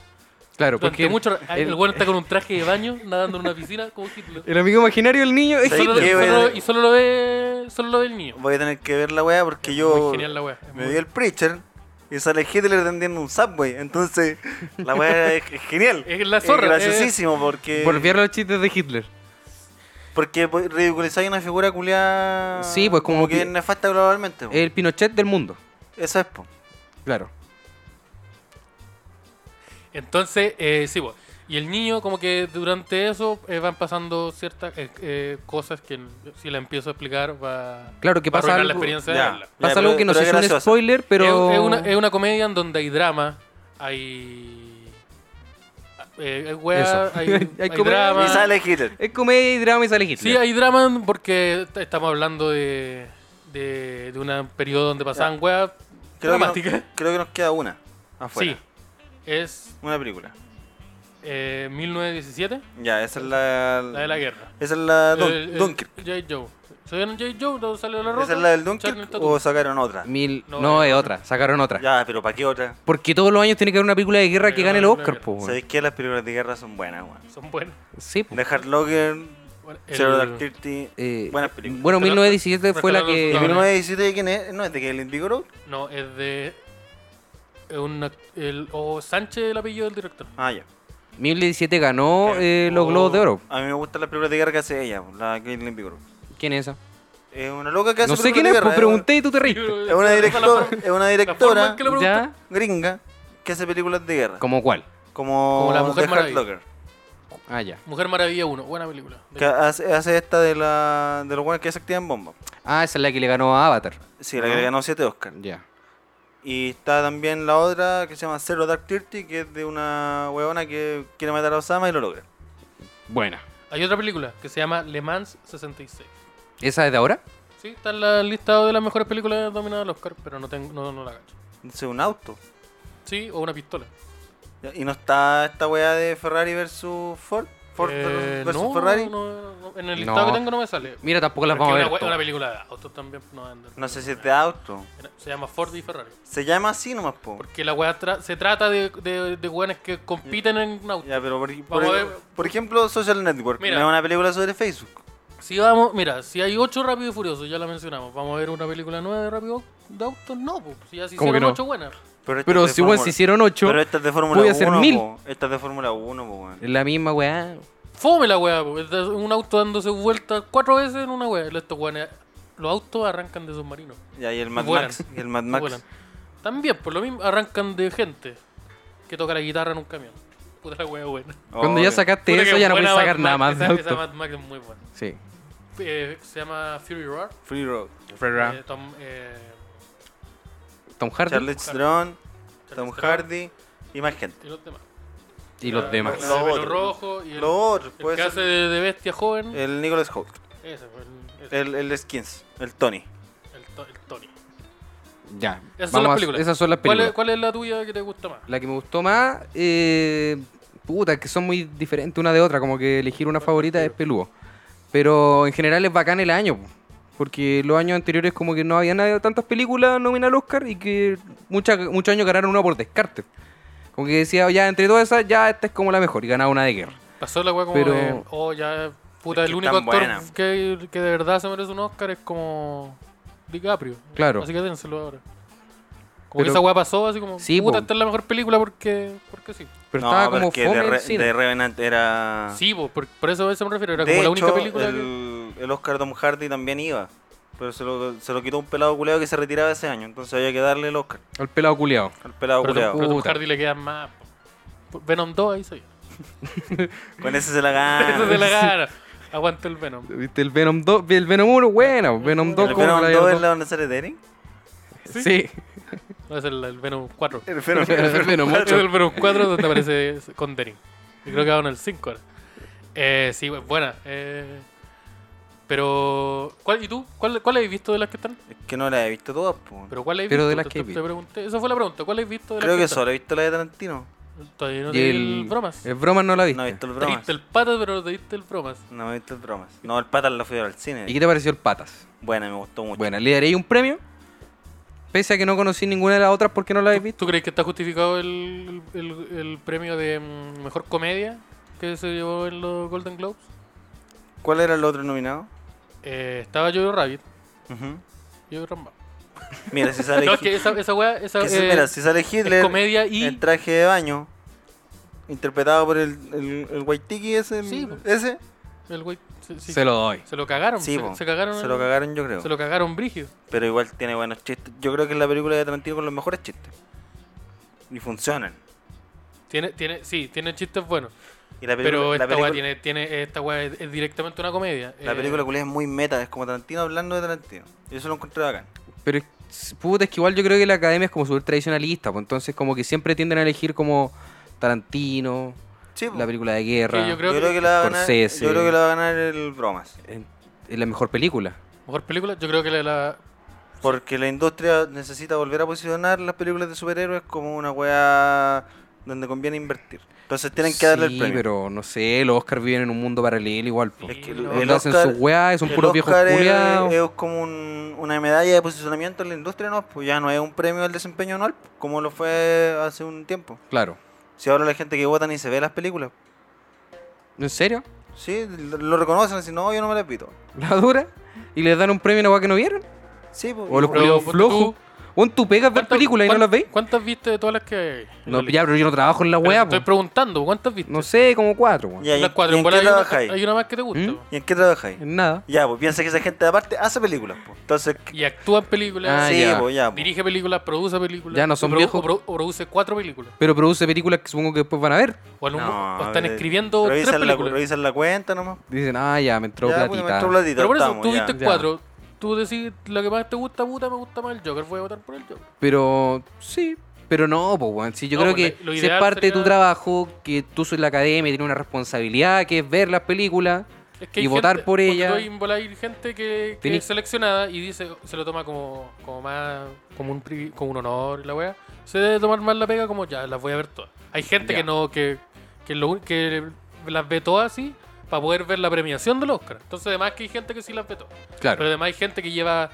Speaker 4: Claro,
Speaker 2: Durante
Speaker 4: porque
Speaker 2: mucho,
Speaker 4: el-
Speaker 2: el bueno está con un traje de baño nadando en una piscina como Hitler.
Speaker 4: el amigo imaginario del niño es
Speaker 3: Sí,
Speaker 2: Solo-
Speaker 4: Hitler.
Speaker 3: qué
Speaker 2: solo-
Speaker 3: bueno.
Speaker 2: y solo lo ve solo lo ve el niño.
Speaker 3: Voy a tener que ver la weá porque yo
Speaker 2: Muy genial la wea. es
Speaker 3: me
Speaker 2: muy-
Speaker 3: vi el Preacher y sale Hitler tendiendo un subway. Entonces, la weá es, es genial.
Speaker 2: Es la zorra,
Speaker 3: Eh,
Speaker 2: eh.
Speaker 3: graciosísimo porque,
Speaker 4: Volvieron los chistes de Hitler.
Speaker 3: porque po- ridiculizáis una figura culiada.
Speaker 4: Sí, pues, como
Speaker 3: que
Speaker 4: que-
Speaker 3: es nefasta globalmente. po.
Speaker 2: Eh,
Speaker 4: El Pinochet del mundo.
Speaker 3: Eso es, po.
Speaker 4: Claro.
Speaker 2: Entonces, eh, sí, pues. Y el niño, como que durante eso eh, van pasando ciertas eh, eh, cosas que si la empiezo a explicar va,
Speaker 4: Claro, que
Speaker 2: va a
Speaker 4: pasa
Speaker 2: arruinar
Speaker 4: algo-
Speaker 2: la experiencia
Speaker 3: Ya.
Speaker 2: de verla.
Speaker 4: Pasa
Speaker 3: Ya,
Speaker 4: algo
Speaker 3: pero-
Speaker 4: que no
Speaker 3: pero
Speaker 4: sé si
Speaker 3: es
Speaker 4: es un
Speaker 3: graciosa.
Speaker 4: spoiler, pero.
Speaker 2: Es, es una, es una comedia en donde hay drama, hay. eh, hay weá,
Speaker 4: Eso.
Speaker 2: hay,
Speaker 4: Hay
Speaker 2: hay
Speaker 4: comedia
Speaker 2: drama.
Speaker 3: Y sale Hitler.
Speaker 4: Es comedia y drama y sale Hitler.
Speaker 2: Sí, hay drama porque t- estamos hablando de, de, de un periodo donde pasaban weas
Speaker 3: Creo que, nos,
Speaker 2: dramáticas.
Speaker 3: creo que nos queda una afuera.
Speaker 2: Sí. Es
Speaker 3: Una película.
Speaker 2: Eh, 1917,
Speaker 3: Ya, esa es la.
Speaker 2: la de la guerra.
Speaker 3: Esa es la Ah, Dun-
Speaker 2: El- el
Speaker 3: Dunkirk.
Speaker 2: J. Joe. ¿Se vieron J. Joe? ¿Dónde salió la roca?
Speaker 3: ¿Esa es la del
Speaker 2: Charlie
Speaker 3: Dunkirk
Speaker 2: Tatum.
Speaker 3: o sacaron otra?
Speaker 4: Mil...
Speaker 2: No,
Speaker 4: No,
Speaker 2: no,
Speaker 4: es
Speaker 2: no.
Speaker 4: otra, sacaron otra.
Speaker 3: Ya, pero ¿para qué otra?
Speaker 4: Porque todos los años tiene que haber una película de guerra
Speaker 2: Pero
Speaker 4: que gane
Speaker 2: una
Speaker 4: los
Speaker 2: película
Speaker 4: Oscar,
Speaker 2: de
Speaker 4: po, weón.
Speaker 3: ¿Sabéis que las películas de guerra son buenas, weón?
Speaker 2: Son buenos.
Speaker 4: Sí, po.
Speaker 3: The Hard Locker,
Speaker 2: Bueno, el-
Speaker 3: Zero Dark Thirty,
Speaker 4: Eh,
Speaker 3: buenas películas.
Speaker 4: Bueno,
Speaker 2: Pero-
Speaker 4: 1917 fue la
Speaker 2: pero-
Speaker 3: ¿Y
Speaker 2: pero-
Speaker 4: que.
Speaker 3: 1917 de quién es? ¿No es de Kevin Bigelow?
Speaker 2: No, es de. es un act- el, o Sánchez, el apellido del director.
Speaker 3: Ah, ya.
Speaker 4: 1917 ganó eh, los Globos de Oro.
Speaker 3: oh, A mí me gustan las películas de guerra que hace ella, la Caitlin Bigelow.
Speaker 4: ¿Quién es esa?
Speaker 3: Es una loca que hace
Speaker 4: No sé quién
Speaker 3: películas de
Speaker 4: es,
Speaker 3: guerra, eh,
Speaker 4: pues pregunté y tú te reíste.
Speaker 3: Es una, directora, es una
Speaker 2: forma en
Speaker 3: directora
Speaker 2: que lo pregunté.
Speaker 4: ¿Ya?
Speaker 3: gringa que hace películas de guerra.
Speaker 4: ¿Cómo cuál?
Speaker 3: Como,
Speaker 2: Como La Mujer
Speaker 3: The Hurt
Speaker 2: Maravilla.
Speaker 3: Locker.
Speaker 4: Ah, ya.
Speaker 2: Mujer Maravilla 1, buena película.
Speaker 3: Que hace, hace esta de, la, de los buenos que se activan bombas.
Speaker 4: Ah, esa es la que le ganó a Avatar.
Speaker 3: Sí, la que le ganó 7 Oscar.
Speaker 4: Ya.
Speaker 3: Y está también la otra que se llama Zero Dark Thirty, que es de una huevona que quiere matar a Osama y lo logra.
Speaker 4: Buena.
Speaker 2: Hay otra película que se llama Le Mans 66.
Speaker 4: ¿Esa es de ahora?
Speaker 2: Sí, está en la listado de las mejores películas nominadas al Oscar, pero no, tengo, no, no la cacho.
Speaker 3: Entonces, un auto.
Speaker 2: Sí, o una pistola.
Speaker 3: Y no está esta weá de Ferrari versus Ford. Ford
Speaker 2: Eh,
Speaker 3: versus
Speaker 2: no,
Speaker 3: Ferrari. No.
Speaker 2: no, no, en el
Speaker 4: No.
Speaker 2: listado que tengo no me sale.
Speaker 4: Mira, tampoco las
Speaker 2: Pero es
Speaker 4: vamos
Speaker 2: que
Speaker 4: a
Speaker 2: una,
Speaker 4: ver.
Speaker 2: we- una película
Speaker 4: todas.
Speaker 2: de autos también no andan.
Speaker 3: sé si es de auto.
Speaker 2: Se llama Ford y Ferrari.
Speaker 3: Se llama así nomás, po.
Speaker 2: Porque la weá tra- se trata de, de, de weones que compiten en un auto.
Speaker 3: Ya, pero por,
Speaker 2: Vamos
Speaker 3: por-
Speaker 2: a ver.
Speaker 3: por ejemplo, Social Network.
Speaker 2: Mira.
Speaker 3: No es una película sobre Facebook.
Speaker 2: Si vamos, mira, si hay 8 Rápido y Furioso, ya la mencionamos. ¿Vamos a ver una película nueva de Rápido de autos? No, pues. Si ya se
Speaker 4: ¿Cómo que
Speaker 2: hicieron
Speaker 4: no?
Speaker 2: 8 buenas.
Speaker 3: Pero, esta
Speaker 4: Pero
Speaker 3: es de
Speaker 4: si weón,
Speaker 3: Fórmula-
Speaker 4: se hicieron 8,
Speaker 3: Pero esta es de Fórmula 1.
Speaker 4: voy a hacer mil.
Speaker 3: po. Esta es de Fórmula 1, po, weón.
Speaker 4: es la misma weá.
Speaker 2: Fome la weá, po. Es de- un auto dándose vueltas cuatro veces en una weá. Estos weones, los autos arrancan de submarinos.
Speaker 3: Ya, y el Mad
Speaker 2: Vuelan.
Speaker 3: Max. Y el Mad
Speaker 2: no
Speaker 3: Max.
Speaker 2: vuelan. También, por lo mismo, arrancan de gente que toca la guitarra en un camión. Puta la weá buena.
Speaker 4: Cuando ya
Speaker 3: Obvio.
Speaker 4: sacaste
Speaker 2: Puta
Speaker 4: eso,
Speaker 2: que
Speaker 4: ya no puedes
Speaker 2: buena
Speaker 4: sacar
Speaker 2: Mad
Speaker 4: nada
Speaker 2: Max.
Speaker 4: más de
Speaker 2: Esa, esa
Speaker 4: auto.
Speaker 2: Mad Max es muy buena.
Speaker 4: Sí.
Speaker 2: Eh, se llama Fury Road.
Speaker 3: Free Road.
Speaker 2: Eh, Tom, eh,
Speaker 4: Tom Hardy
Speaker 3: Charles Theron. Tom
Speaker 2: Charlize Theron
Speaker 3: Hardy. Y más gente.
Speaker 2: Y los demás.
Speaker 4: y los demás.
Speaker 2: El
Speaker 3: Lo
Speaker 2: de pelo
Speaker 3: otro.
Speaker 2: rojo y el,
Speaker 3: Lo otro.
Speaker 2: el que
Speaker 3: Puede
Speaker 2: hace
Speaker 3: ser Eh,
Speaker 2: de, de bestia joven.
Speaker 3: el Nicholas Hoult.
Speaker 2: ese fue el, ese,
Speaker 3: El, el Skins. El Tony.
Speaker 2: el to- el Tony.
Speaker 4: Ya.
Speaker 2: Esas son
Speaker 4: vamos
Speaker 2: las
Speaker 4: a-
Speaker 2: películas.
Speaker 4: Esas son las
Speaker 2: ¿Cuál
Speaker 4: películas.
Speaker 2: es, cuál es la tuya que te gusta más?
Speaker 4: La que me gustó más, eh, puta, que son muy diferentes una de otra, como que elegir una favorita es peludo. Pero en general es bacán el año, po, porque los años anteriores como que no había nada, tantas películas nominadas al Oscar y que muchas- muchos años ganaron una por descarte. Como que decía, ya entre todas esas, ya esta es como la mejor y ganaba una de guerra.
Speaker 2: Pasó la weá como
Speaker 4: Pero-
Speaker 2: de, oh, ya, puta,
Speaker 3: Es que
Speaker 2: el único
Speaker 3: tan
Speaker 2: actor
Speaker 3: buena.
Speaker 2: que, que de verdad se merece un Oscar es como DiCaprio.
Speaker 4: Claro.
Speaker 2: Así que dénselo ahora. Como que
Speaker 4: Pero-
Speaker 2: esa weá pasó así como,
Speaker 4: Sí,
Speaker 2: puta,
Speaker 4: po.
Speaker 2: esta es la mejor película porque, porque sí.
Speaker 4: Pero
Speaker 3: no,
Speaker 4: estaba como
Speaker 3: porque
Speaker 4: fome
Speaker 3: de,
Speaker 4: el
Speaker 3: Re-
Speaker 4: cine.
Speaker 3: de Revenant
Speaker 4: Ah.
Speaker 3: era.
Speaker 2: Sí, po, por, por eso a eso me refiero, era
Speaker 3: de
Speaker 2: como la
Speaker 3: hecho,
Speaker 2: única película que...
Speaker 3: el, el Oscar Tom Hardy también iba. Pero se lo, se lo quitó un pelado culeado que se retiraba ese año. Entonces había que darle el Oscar
Speaker 4: Al pelado culiado.
Speaker 3: al pelado
Speaker 2: Pero,
Speaker 3: culeado.
Speaker 2: pero a Tom
Speaker 4: Puta.
Speaker 2: Hardy le quedan más. po. Venom 2 ahí soy.
Speaker 3: Con ese se la gana.
Speaker 2: Eso se la gana. Aguanta el Venom.
Speaker 4: ¿Viste el Venom 2? El Venom 1, bueno, Venom 2
Speaker 3: ¿El
Speaker 4: como
Speaker 3: Venom
Speaker 4: la
Speaker 3: 2 es
Speaker 4: dos.
Speaker 3: la donde sale Derek?
Speaker 4: Sí,
Speaker 2: No es el, el Venom 4.
Speaker 3: El
Speaker 4: el Venom
Speaker 2: Es
Speaker 4: 8.
Speaker 2: el Venom 4 donde aparece con Denning. Y creo que ahora en el 5 ahora. Eh, sí, bu- buena. Eh, pero. ¿cuál, ¿Y tú? ¿Cuál, ¿Cuál has visto de las que están?
Speaker 3: Es que no la he visto todas, po.
Speaker 2: ¿Pero cuál has
Speaker 4: Pero
Speaker 2: visto?
Speaker 4: de las
Speaker 2: Te-
Speaker 4: que he
Speaker 2: te-
Speaker 4: visto.
Speaker 2: te pregunté. Esa fue la pregunta. ¿Cuál has visto de las
Speaker 3: Creo que
Speaker 2: están?
Speaker 3: solo he visto la de Tarantino.
Speaker 2: Todavía no
Speaker 4: Y
Speaker 2: te
Speaker 4: el,
Speaker 2: di el bromas.
Speaker 4: El bromas no la viste.
Speaker 3: No he visto el
Speaker 2: Te
Speaker 3: bromas.
Speaker 2: diste el pata, pero no te diste el bromas.
Speaker 3: No he visto el bromas. No, el pata lo fui a ver al cine.
Speaker 4: ¿Y qué te pareció el Patas?
Speaker 3: Buena, me gustó mucho.
Speaker 4: Bueno, le daré un premio. Pese a que no conocí ninguna de las otras porque no la habéis visto.
Speaker 2: ¿Tú crees que está justificado el, el- el premio de mm, mejor comedia que se llevó en los Golden Globes?
Speaker 3: ¿Cuál era el otro nominado?
Speaker 2: Eh, estaba Jojo Rabbit.
Speaker 3: Ujú.
Speaker 2: Jojo Rabbit.
Speaker 3: Mira, si sale,
Speaker 2: No, es
Speaker 3: Hi-
Speaker 2: que esa, esa weá. Esa,
Speaker 3: que si-
Speaker 2: eh,
Speaker 3: mira, si sale Hitler
Speaker 2: es comedia y-
Speaker 3: en traje de baño, interpretado por el, el, el Waitiki ese, el-
Speaker 2: Sí, po.
Speaker 3: ese.
Speaker 2: el güey- sí, sí.
Speaker 4: Se lo doy.
Speaker 2: Se lo cagaron.
Speaker 3: Sí,
Speaker 2: se,
Speaker 3: po.
Speaker 2: se cagaron.
Speaker 3: Se
Speaker 2: el-
Speaker 3: lo cagaron yo creo.
Speaker 2: Se lo cagaron brígido.
Speaker 3: Pero igual tiene buenos chistes. Yo creo que es la película de Tarantino con los mejores chistes. Y funcionan.
Speaker 2: Tiene, tiene, sí, tiene chistes buenos.
Speaker 3: Y la película,
Speaker 2: Pero
Speaker 3: la
Speaker 2: esta
Speaker 3: película,
Speaker 2: weá tiene, tiene, esta weá es, es directamente una comedia.
Speaker 3: la
Speaker 2: Eh,
Speaker 3: película culia es muy meta, es como Tarantino hablando de Tarantino. Y eso lo encontré bacán.
Speaker 4: Pero es- puta, es que igual yo creo que la academia es como súper tradicionalista. Pues, entonces, como que siempre tienden a elegir como Tarantino,
Speaker 3: Sí, po.
Speaker 4: la película de guerra.
Speaker 2: Que yo
Speaker 3: yo
Speaker 2: creo
Speaker 3: creo que la va a ganar,
Speaker 4: Scorsese.
Speaker 3: yo creo que la va a ganar el bromas.
Speaker 4: en- Es la mejor película.
Speaker 2: Mejor película, yo creo que la. la-
Speaker 3: Porque la industria necesita volver a posicionar las películas de superhéroes como una weá donde conviene invertir. Entonces tienen que darle
Speaker 4: Sí,
Speaker 3: el premio.
Speaker 4: pero no sé, los Oscar viven en un mundo paralelo igual. po.
Speaker 2: Es que
Speaker 3: el-
Speaker 2: Donde
Speaker 3: el
Speaker 4: hacen
Speaker 3: Oscar-
Speaker 4: sus weas, son
Speaker 3: el
Speaker 4: puros viejos
Speaker 3: Oscar es-
Speaker 4: culiaos.
Speaker 3: Es, como un- una medalla de posicionamiento en la industria, ¿no? Pues ya no es un premio al desempeño anual, como lo fue hace un tiempo.
Speaker 4: Claro.
Speaker 3: Si ahora la gente que vota ni se ve las películas.
Speaker 4: ¿En serio?
Speaker 3: Sí, lo lo reconocen, si no, yo no me las pito.
Speaker 4: ¿La dura? ¿Y les dan un premio a una wea que no vieron?
Speaker 3: Sí, pues.
Speaker 4: O los
Speaker 3: y-
Speaker 2: Pero,
Speaker 4: culiados
Speaker 2: ponte
Speaker 4: flojos.
Speaker 2: tú,
Speaker 4: Weón, tú pegas ver
Speaker 2: ¿cuántas-
Speaker 4: películas y no
Speaker 2: cuán-
Speaker 4: las veis.
Speaker 2: ¿Cuántas viste de todas las que hay?
Speaker 4: No,
Speaker 2: Loli?
Speaker 4: ya, pero yo no trabajo en la
Speaker 2: Pero
Speaker 4: wea,
Speaker 2: te Estoy
Speaker 4: po.
Speaker 2: preguntando, ¿cuántas viste?
Speaker 4: No sé, como cuatro, weón.
Speaker 3: ya, ¿y-
Speaker 2: Las
Speaker 3: ¿y
Speaker 2: cuatro,
Speaker 3: en
Speaker 2: igual
Speaker 3: qué
Speaker 2: hay, una,
Speaker 3: trabajáis?
Speaker 2: hay una más que te gusta.
Speaker 4: ¿Mm?
Speaker 2: po.
Speaker 3: ¿Y en qué trabajáis?
Speaker 4: En nada.
Speaker 3: Ya, pues piensa que esa gente aparte hace películas, pues. Entonces,
Speaker 2: Y actúa en películas,
Speaker 4: Ah,
Speaker 3: sí,
Speaker 4: ya.
Speaker 3: pues ya. pues.
Speaker 2: dirige películas, produce películas.
Speaker 4: Ya no son
Speaker 2: o produ-
Speaker 4: viejos.
Speaker 2: O, pro- o produce cuatro películas.
Speaker 4: Pero produce películas que supongo que después van a ver.
Speaker 2: O, algún-
Speaker 3: No,
Speaker 2: o están
Speaker 3: eh,
Speaker 2: escribiendo tres
Speaker 3: revisan la,
Speaker 2: películas.
Speaker 3: revisan la cuenta nomás.
Speaker 4: Dicen, ah, ya, me entró
Speaker 3: Ya, puta, me
Speaker 4: platita.
Speaker 3: entró platita,
Speaker 2: Pero por eso,
Speaker 3: estamos,
Speaker 2: tú
Speaker 3: ya.
Speaker 2: viste
Speaker 4: Ya.
Speaker 2: cuatro. Tú decís lo que más te gusta, puta, me gusta más el Joker. Voy a votar por el Joker.
Speaker 4: Pero sí, pero no, pues, weón. Sí, yo
Speaker 2: No,
Speaker 4: creo
Speaker 2: pues,
Speaker 4: que
Speaker 2: lo- lo
Speaker 4: si es
Speaker 2: ideal
Speaker 4: parte de tu
Speaker 2: sería-
Speaker 4: trabajo, que tú soy la academia y tienes una responsabilidad, que es ver las películas.
Speaker 2: Es que
Speaker 4: Y
Speaker 2: hay
Speaker 4: votar
Speaker 2: gente-
Speaker 4: por
Speaker 2: porque
Speaker 4: ella.
Speaker 2: tú Hay, en bola hay gente que, que
Speaker 4: Tení-
Speaker 2: es seleccionada y dice, se lo toma como, como más como un, privi- como un honor y la wea. Se debe tomar más la pega como ya, las voy a ver todas. Hay gente
Speaker 4: Ya.
Speaker 2: que no, que, que, lo un- que las ve todas así para poder ver la premiación del Oscar. Entonces además que hay gente que sí las ve todas. Pero
Speaker 4: Claro.
Speaker 2: además hay gente que lleva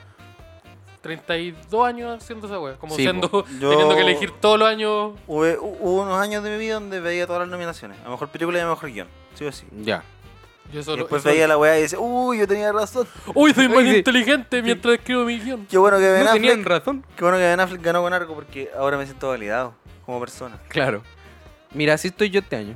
Speaker 2: 32 años haciendo esa wea. Como
Speaker 4: Sí,
Speaker 2: siendo,
Speaker 4: po.
Speaker 2: teniendo que
Speaker 3: Yo-
Speaker 2: elegir todos los años.
Speaker 3: Hube- hu- Hubo unos años de mi vida donde veía todas las nominaciones. A mejor película y a mejor guión. Sí o sí.
Speaker 4: Ya.
Speaker 2: Yo
Speaker 3: Y
Speaker 2: solo,
Speaker 3: después
Speaker 2: eso-
Speaker 3: veía la weá y dice, uy, yo tenía razón.
Speaker 2: Uy, soy más
Speaker 4: Oye, sí.
Speaker 2: inteligente mientras escribo mi guión.
Speaker 3: Qué bueno que Ben
Speaker 4: No tenían
Speaker 3: Affleck,
Speaker 4: razón.
Speaker 3: qué bueno que Ben Affleck ganó con algo porque ahora me siento validado como persona.
Speaker 4: Claro. Mira, así estoy yo este año.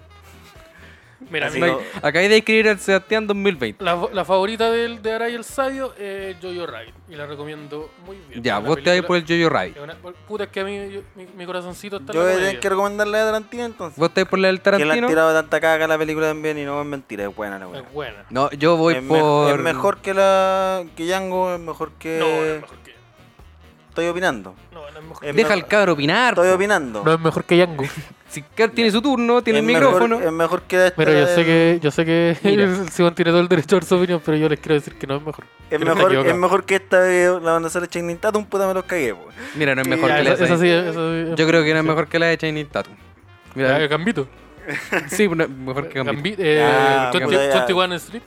Speaker 2: Mira,
Speaker 3: Así
Speaker 2: mira.
Speaker 3: no-
Speaker 4: Acabé de escribir al Sebastián 2020.
Speaker 2: La, la favorita del, de Aray el Sabio es Jojo Rabbit y la recomiendo muy bien.
Speaker 4: Ya,
Speaker 2: Una
Speaker 4: vos te vas a ir
Speaker 2: película-
Speaker 4: por el Jojo Rabbit.
Speaker 2: es una- puta, es que a mí yo- mi, mi corazoncito está en
Speaker 3: Yo
Speaker 2: la
Speaker 3: voy a
Speaker 2: comedia.
Speaker 3: tener que recomendarle a Tarantino entonces.
Speaker 4: Vos te vas a ir por la del
Speaker 3: Que le han
Speaker 4: Tarantino.
Speaker 3: tirado tanta caga a la película también y no es mentira, es buena la weá.
Speaker 2: Es buena.
Speaker 4: No, yo voy
Speaker 3: Es, me-
Speaker 4: por.
Speaker 3: es mejor que la que Django, es mejor que...
Speaker 2: No, no es mejor que.
Speaker 3: Estoy opinando.
Speaker 2: No, no es mejor
Speaker 3: Es
Speaker 2: que.
Speaker 4: Deja
Speaker 3: me-
Speaker 4: al cabro opinar.
Speaker 3: Estoy
Speaker 4: po.
Speaker 3: opinando.
Speaker 2: es mejor que Django.
Speaker 4: Si Car tiene su turno, tiene
Speaker 3: es
Speaker 4: el micrófono.
Speaker 3: Mejor, em, es mejor que esta
Speaker 2: Pero yo sé
Speaker 3: del-
Speaker 2: que, yo sé que
Speaker 4: Mira.
Speaker 2: el Simón tiene todo el derecho a dar su opinión, pero yo les quiero decir que no es mejor. Que
Speaker 3: Es
Speaker 2: no está
Speaker 3: mejor, es
Speaker 2: equivocado.
Speaker 3: mejor que esta de la van a hacer Chaining Tatum, puta me los cagué, po.
Speaker 4: Mira, no es
Speaker 3: Ya,
Speaker 4: mejor
Speaker 2: Ya,
Speaker 4: que
Speaker 2: esa,
Speaker 4: la
Speaker 2: esa
Speaker 4: de.
Speaker 2: sí, esa sí.
Speaker 4: Ah, Yo creo que no es mejor que la de Chinese Tattoo.
Speaker 2: Ya,
Speaker 4: Mira,
Speaker 2: Ah, Gambito.
Speaker 4: sí, no, mejor que Gambit.
Speaker 2: Gambito. Eh,
Speaker 3: Ah,
Speaker 2: 20
Speaker 3: puta, ya.
Speaker 2: 21 Street.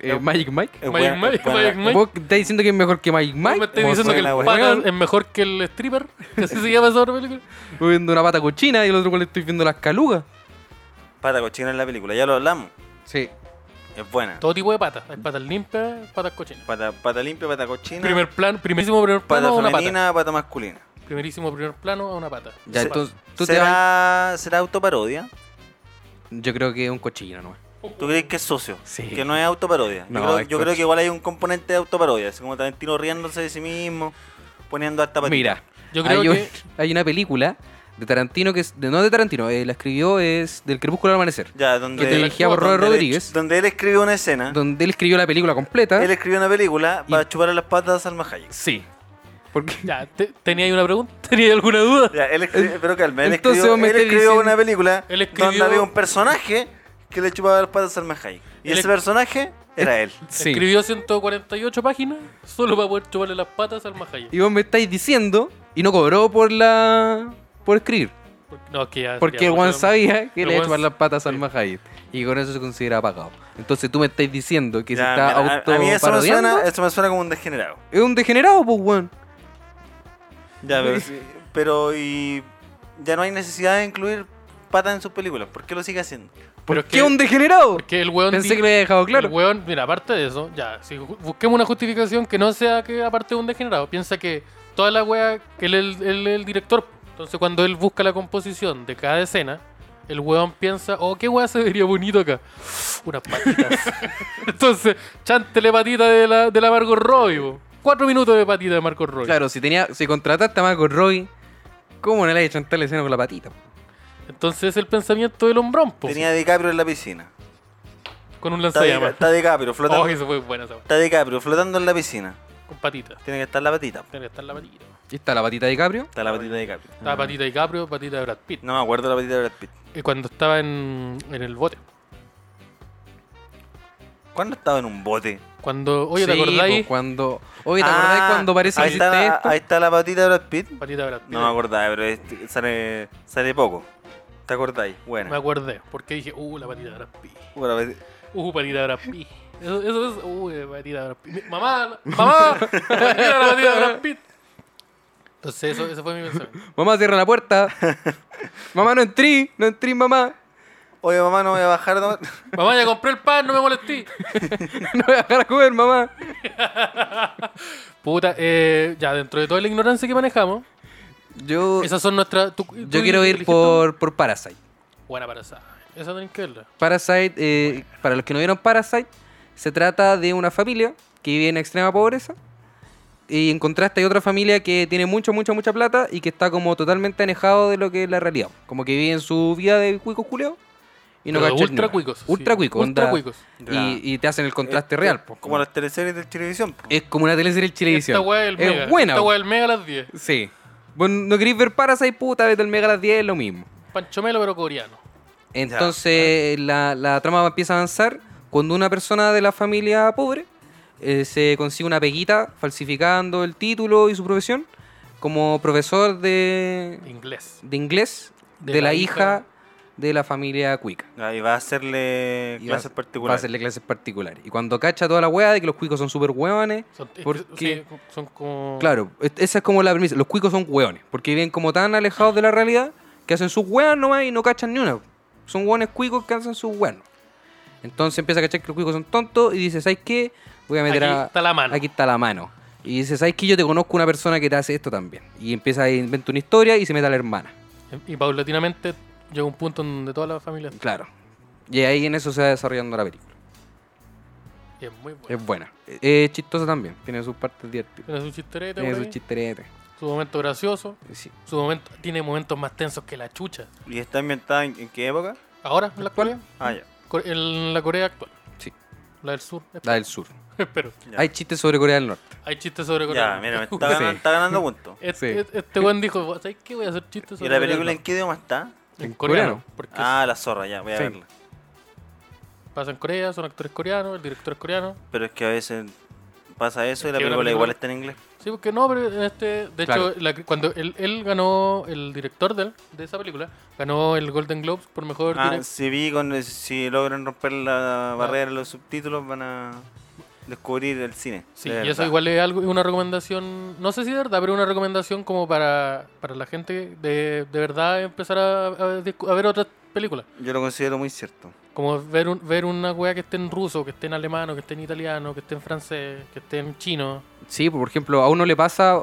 Speaker 4: Eh, Magic Mike.
Speaker 2: Magic
Speaker 3: Es buena-
Speaker 2: Mike,
Speaker 3: es buena-
Speaker 2: Magic Mike.
Speaker 4: ¿Vos estás diciendo que es mejor que Magic
Speaker 2: Pues Me
Speaker 4: Mike?
Speaker 2: estás diciendo que el
Speaker 3: buena, weón.
Speaker 2: pana es mejor que el stripper. Que así se llama esa otra película.
Speaker 4: Estoy viendo una pata cochina y el otro cual estoy viendo las calugas.
Speaker 3: Pata cochina en la película, ya lo hablamos.
Speaker 4: Sí.
Speaker 3: Es buena.
Speaker 2: Todo tipo de patas. Hay patas limpias, patas cochinas.
Speaker 3: Pata, pata limpia, pata cochina.
Speaker 2: Primer plan, primerísimo primer plano
Speaker 3: pata
Speaker 2: a una pata.
Speaker 3: femenina, pata. masculina.
Speaker 2: Primerísimo primer plano a una pata.
Speaker 4: Ya, entonces, tú te vas...
Speaker 3: ¿Será, ¿Será autoparodia?
Speaker 4: Yo creo que es un cochino, ¿no?
Speaker 3: ¿Tú crees que es socio?
Speaker 4: Sí.
Speaker 3: Que no es autoparodia.
Speaker 4: No,
Speaker 3: yo creo,
Speaker 4: es
Speaker 3: yo creo
Speaker 4: cochi-
Speaker 3: que igual hay un componente de autoparodia. Así como Tarantino riéndose de sí mismo, poniendo hasta patita.
Speaker 4: Mira,
Speaker 2: Yo creo
Speaker 4: hay,
Speaker 2: que.
Speaker 4: un- hay una película de Tarantino que es... de- no de Tarantino, eh, la escribió es del Crepúsculo al Amanecer.
Speaker 3: Ya, donde,
Speaker 4: que
Speaker 2: te
Speaker 3: donde,
Speaker 2: elegí
Speaker 4: dirigía por Robert
Speaker 3: él-
Speaker 4: Rodríguez.
Speaker 3: donde él escribió una escena,
Speaker 4: Donde él escribió la película completa.
Speaker 3: Ah. él escribió una película
Speaker 4: Y-
Speaker 3: para chupar las patas a Salma Hayek.
Speaker 4: Sí. Porque...
Speaker 2: Ya, te- ¿tenía ahí una pregunta? ¿Tenía alguna duda?
Speaker 3: Ya, él escribió, pero calma, él
Speaker 4: Entonces
Speaker 3: escribió,
Speaker 4: vos me
Speaker 3: él
Speaker 4: estás
Speaker 3: escribió
Speaker 4: diciendo-
Speaker 3: una película
Speaker 2: Él escribió-
Speaker 3: donde había un personaje que le chupaba las patas al Salma Hayek. Y
Speaker 2: Él
Speaker 3: ese
Speaker 2: es-
Speaker 3: personaje era él.
Speaker 4: Sí.
Speaker 2: Escribió 148 páginas solo para poder chuparle las patas al Majaya.
Speaker 4: Y vos me estáis diciendo y no cobró por la... por escribir.
Speaker 2: No, es que ya.
Speaker 4: Porque
Speaker 2: ya,
Speaker 4: el Juan
Speaker 2: perdón.
Speaker 4: sabía que
Speaker 2: el
Speaker 4: le iba a
Speaker 2: Juan
Speaker 4: chupar las patas
Speaker 2: sí.
Speaker 4: al Mahayit. Y con eso se considera pagado. Entonces tú me estás diciendo que
Speaker 3: Ya,
Speaker 4: se
Speaker 3: mira, a-
Speaker 4: está
Speaker 3: a mí eso me,
Speaker 4: autoparodiando.
Speaker 3: suena, eso me suena como un degenerado.
Speaker 4: Es un degenerado, pues, weón.
Speaker 3: Ya, pero, sí- pero y ya no hay necesidad de incluir patas en sus películas. ¿Por qué lo sigue haciendo?
Speaker 4: ¿Por
Speaker 2: es
Speaker 4: qué
Speaker 2: que-
Speaker 4: un degenerado?
Speaker 2: Porque el weón.
Speaker 4: Pensé
Speaker 2: di-
Speaker 4: que lo había dejado Pues claro.
Speaker 2: El weón, mira, aparte de eso, ya, si ju- busquemos una justificación que no sea que aparte de un degenerado, piensa que toda la wea, que él es el, él es el director, entonces cuando él busca la composición de cada escena, el weón piensa, oh, qué wea se vería bonito acá. Unas patitas. entonces, chantele patita de la, de la Margot Robbie, po. Cuatro minutos de patita de Margot Robbie.
Speaker 4: Claro, si tenía, si contrataste a Marco Roy, ¿cómo no le has chantar la escena con la patita?
Speaker 2: Entonces es el pensamiento del hombrón, po,
Speaker 3: Tenía a DiCaprio en la piscina.
Speaker 2: con un
Speaker 3: Está, Di-
Speaker 2: lanzallamas.
Speaker 3: está DiCaprio flotando.
Speaker 2: Oh, que se fue buena esa wea.
Speaker 3: Está DiCaprio flotando en la piscina.
Speaker 2: Con patitas.
Speaker 3: Tiene que estar la patita.
Speaker 2: Tiene que estar la patita.
Speaker 4: Y está la patita de Caprio.
Speaker 3: Está la patita de DiCaprio.
Speaker 2: Estaba patita de Caprio, patita de Brad Pitt.
Speaker 3: No me acuerdo la patita de Brad Pitt.
Speaker 2: Eh, Cuando estaba en, en el bote.
Speaker 3: ¿Cuándo estaba en un bote?
Speaker 2: Cuando, oye, ¿te
Speaker 4: Sí,
Speaker 2: acordáis? Ah,
Speaker 4: pues, cuando, oye, ¿te acordáis cuando parece que
Speaker 3: Ah, ahí
Speaker 4: hiciste
Speaker 3: está,
Speaker 4: esto?
Speaker 3: ahí está la patita de Brad Pitt.
Speaker 2: Patita Brad Pitt.
Speaker 3: No me acordaba, pero este- sale, sale poco. ¿Te acordáis?
Speaker 2: Me
Speaker 3: Bueno.
Speaker 2: acordé, porque dije, uh, la patita de Brad Pitt.
Speaker 3: Bueno, pues,
Speaker 2: Uh, patita de Brad Pitt. Eso, eso es, uh, eh, patita de Brad Pitt. Mi- Mamá, mamá, mira la patita de Brad Pitt. Entonces, eso, eso fue mi pensamiento.
Speaker 4: Mamá, cierra la puerta. mamá, no entrí, no entrí, mamá.
Speaker 3: Oye, mamá, no voy a bajar. no-
Speaker 2: Mamá, ya compré el pan, no me molestí.
Speaker 4: No voy a dejar a comer, mamá.
Speaker 2: Puta, eh, ya, dentro de toda la ignorancia que manejamos,
Speaker 4: Yo,
Speaker 2: esas son nuestras. tú-
Speaker 4: yo
Speaker 2: tú
Speaker 4: quiero ir
Speaker 2: elegiste
Speaker 4: por, por Parasite.
Speaker 2: una. Buena para esa. Esa tenés que verla.
Speaker 4: Parasite, eh, para los que no vieron Parasite, se trata de una familia que vive en extrema pobreza. Y en contraste hay otra familia que tiene mucha, mucha, mucha plata y que está como totalmente alejado de lo que es la realidad. Como que vive en su vida de cuicos culeo y no
Speaker 2: Pero
Speaker 4: cacha el
Speaker 2: ultra
Speaker 4: ni una.
Speaker 2: cuicos, sí.
Speaker 4: Ultra cuicos.
Speaker 2: Ultra
Speaker 4: onda,
Speaker 2: cuicos.
Speaker 3: Ya.
Speaker 4: Y, y te hacen el contraste
Speaker 3: eh,
Speaker 4: real. pues,
Speaker 3: Como las teleseries de televisión. po.
Speaker 4: Es como una teleserie televisión.
Speaker 2: Esta weá es el
Speaker 4: es
Speaker 2: mega.
Speaker 4: buena.
Speaker 2: Esta
Speaker 4: po.
Speaker 2: weá es el mega a las 10.
Speaker 4: Sí. Bueno, no queréis ver Parasite, puta, vete al Mega a las 10, es lo mismo.
Speaker 2: Panchomelo, pero coreano.
Speaker 4: Entonces la, la trama empieza a avanzar cuando una persona de la familia pobre eh, se consigue una peguita falsificando el título y su profesión como profesor de,
Speaker 2: Inglés.
Speaker 4: de inglés de, la, hija de la familia cuica.
Speaker 3: Ah, Y va a hacerle
Speaker 4: Y va-
Speaker 3: clases
Speaker 4: Va a
Speaker 3: particulares.
Speaker 4: hacerle clases particulares. Y cuando cacha toda la weá de que los cuicos son súper hueones,
Speaker 2: Son, es-
Speaker 4: Porque-
Speaker 2: sí, son como.
Speaker 4: Claro, es- esa es como la premisa. Los cuicos son hueones, porque viven como tan alejados de la realidad que hacen sus hueas nomás y no cachan ni una. Son hueones cuicos que hacen sus hueas. Entonces empieza a cachar que los cuicos son tontos y dice, ¿sabes qué? Voy a meter
Speaker 2: Aquí
Speaker 4: a...
Speaker 2: está la mano".
Speaker 4: Aquí está la mano. Y dice, ¿sabes qué? Yo te conozco una persona que te hace esto también. Y empieza a inventar una historia y se mete a la hermana.
Speaker 2: Y paulatinamente llega un punto en donde toda la familia.
Speaker 4: Claro. Y ahí en eso se va desarrollando la película.
Speaker 2: Y es muy bueno.
Speaker 4: Es buena. Eh, Es chistosa también. Tiene sus partes divertidas.
Speaker 2: Tiene su chisterete,
Speaker 4: Tiene
Speaker 2: por
Speaker 4: sus
Speaker 2: ahí,
Speaker 4: chisteretes.
Speaker 2: su momento gracioso.
Speaker 4: Sí.
Speaker 2: Su momento, tiene momentos más tensos que la chucha.
Speaker 3: ¿Y está ambientada en, en qué época?
Speaker 2: Ahora, en la actualidad.
Speaker 3: Ah, ya.
Speaker 2: Core- En la Corea actual.
Speaker 4: Sí.
Speaker 2: La del sur.
Speaker 4: La del sur.
Speaker 2: Espero.
Speaker 3: Ya.
Speaker 4: Hay chistes sobre Corea del Norte.
Speaker 2: Hay chistes sobre Corea.
Speaker 3: Ya, mira, me está, ganando,
Speaker 4: Sí.
Speaker 3: está ganando puntos.
Speaker 2: Este,
Speaker 4: Sí.
Speaker 2: este- este weón dijo, ¿sabes qué? Voy a hacer chistes
Speaker 3: ¿Y
Speaker 2: sobre
Speaker 3: la
Speaker 2: Corea
Speaker 3: película
Speaker 2: del
Speaker 3: en qué idioma está?
Speaker 2: Norte. en
Speaker 4: en
Speaker 2: coreano.
Speaker 4: coreano?
Speaker 2: Porque
Speaker 3: Ah, la zorra, ya, voy a
Speaker 4: Sí.
Speaker 3: verla.
Speaker 2: pasa en Corea, son actores coreanos, el director es coreano.
Speaker 3: Pero es que a veces pasa eso y la
Speaker 2: que una
Speaker 3: película igual
Speaker 2: película-
Speaker 3: está en inglés.
Speaker 2: Sí, porque no, pero en este. De
Speaker 4: Claro.
Speaker 2: hecho, la- cuando él, él ganó, el director de, él, de esa película, ganó el Golden Globes por mejor
Speaker 3: Ah,
Speaker 2: direct-
Speaker 3: si vi con si logran romper
Speaker 2: Ah.
Speaker 3: la barrera de los subtítulos van a descubrir el cine.
Speaker 2: Sí, y
Speaker 3: de
Speaker 2: eso
Speaker 3: verdad.
Speaker 2: igual es algo, una recomendación, no sé si de verdad, pero una recomendación como para, para la gente de, de verdad empezar a, a discu- a ver otras películas.
Speaker 3: Yo lo considero muy cierto.
Speaker 2: Como ver, un- ver una weá que esté en ruso, que esté en alemán, que esté en italiano, que esté en francés, que esté en chino.
Speaker 4: Sí, pues, por ejemplo, a uno le pasa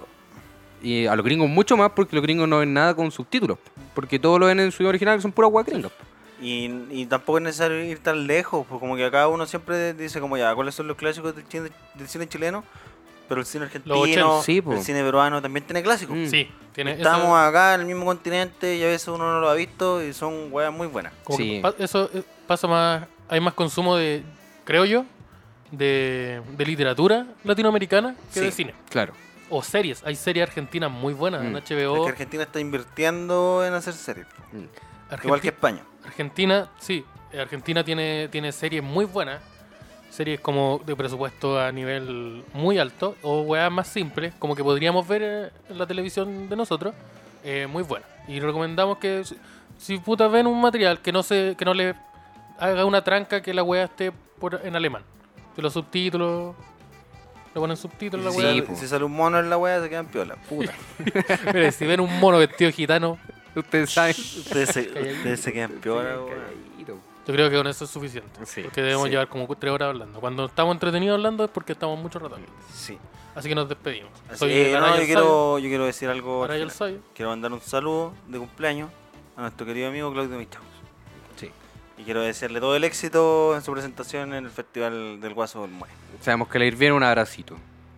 Speaker 4: y a los gringos mucho más porque los gringos no ven nada con subtítulos. Porque todos lo ven en su idioma original, que son puras guas gringas. pues.
Speaker 3: Y, y tampoco es necesario ir tan lejos, porque como que acá uno siempre dice como ya, ¿cuáles son los clásicos del cine, del cine chileno? Pero el cine argentino,
Speaker 2: 80,
Speaker 4: sí, po.
Speaker 3: el cine peruano también tiene clásicos.
Speaker 4: Mm.
Speaker 2: Sí, pues. tiene eso-
Speaker 3: Estamos acá en el mismo continente y a veces uno no lo ha visto y son weas muy buenas.
Speaker 2: como que
Speaker 4: Sí.
Speaker 2: pa- eso eh, pasa más, hay más consumo de, creo yo, de, de literatura latinoamericana que
Speaker 3: Sí.
Speaker 2: de cine.
Speaker 4: Claro.
Speaker 2: O series, hay series argentinas muy buenas en
Speaker 4: Mm.
Speaker 3: Es
Speaker 2: HBO.
Speaker 3: que Argentina está invirtiendo en hacer series, po.
Speaker 4: Mm.
Speaker 2: Argenti-
Speaker 3: igual que España.
Speaker 2: Argentina, sí, eh, Argentina tiene, tiene series muy buenas, series como de presupuesto a nivel muy alto, o weas más simples, como que podríamos ver eh, en la televisión de nosotros, eh, muy buenas. Y recomendamos que si, si putas ven un material que no se, que no le haga una tranca que la wea esté por, en alemán. Que los subtítulos, le ponen
Speaker 3: Y
Speaker 2: subtítulos a
Speaker 3: si,
Speaker 2: la
Speaker 4: Sí,
Speaker 2: wea.
Speaker 3: sale,
Speaker 4: po.
Speaker 3: si sale un mono en la wea se quedan piola. Puta.
Speaker 2: Mire, si ven un mono vestido de gitano,
Speaker 4: Ustedes saben.
Speaker 3: Ustedes se, ustedes se quedan piola, weón.
Speaker 2: yo creo que con eso es suficiente.
Speaker 4: Sí,
Speaker 2: porque debemos
Speaker 3: sí.
Speaker 2: llevar como tres horas hablando. Cuando estamos entretenidos hablando es porque estamos mucho rato hablando.
Speaker 3: Sí.
Speaker 2: Así que nos despedimos.
Speaker 3: Así-
Speaker 2: Soy el
Speaker 3: eh, no,
Speaker 2: Araya
Speaker 3: yo,
Speaker 2: El
Speaker 3: quiero, yo quiero decir algo.
Speaker 2: Sabio,
Speaker 3: al
Speaker 2: Araya el
Speaker 3: final.
Speaker 2: Sabio.
Speaker 3: Quiero mandar un saludo de cumpleaños a nuestro querido amigo Claudio Michau.
Speaker 4: Sí.
Speaker 3: Y quiero desearle todo el éxito en su presentación en el Festival del Guaso del Mue.
Speaker 4: Sabemos que le hirvieron un abracito.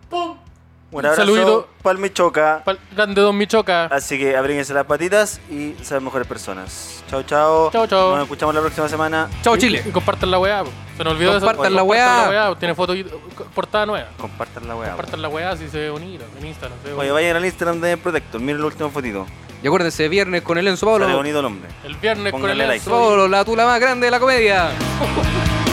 Speaker 2: ¡Pum!
Speaker 3: Un abrazo
Speaker 2: saludito.
Speaker 3: para Michoca.
Speaker 2: Pal- grande Don Michoca.
Speaker 3: Así que abríguense las patitas y sean mejores personas. Chao, chao.
Speaker 2: Chao, chao.
Speaker 3: Nos escuchamos la próxima semana.
Speaker 4: ¡Chao,
Speaker 2: Y-
Speaker 4: Chile!
Speaker 2: Y, compartan la weá. po. Se nos olvidó de eso.
Speaker 4: Compartan la weá.
Speaker 2: Tiene foto y- portada nueva.
Speaker 3: Compartan la weá.
Speaker 2: Compartan la weá si se ve bonito en Instagram. se ve
Speaker 3: Oye,
Speaker 2: bonito.
Speaker 3: vayan al Instagram de Protector. Miren el último fotito.
Speaker 4: Y acuérdense, viernes con el Enzo
Speaker 3: Sale
Speaker 4: Pablo.
Speaker 3: bonito el hombre.
Speaker 2: El viernes con el
Speaker 3: Pónganle like.
Speaker 2: Enzo.
Speaker 4: Pablo, la tula más grande de la comedia.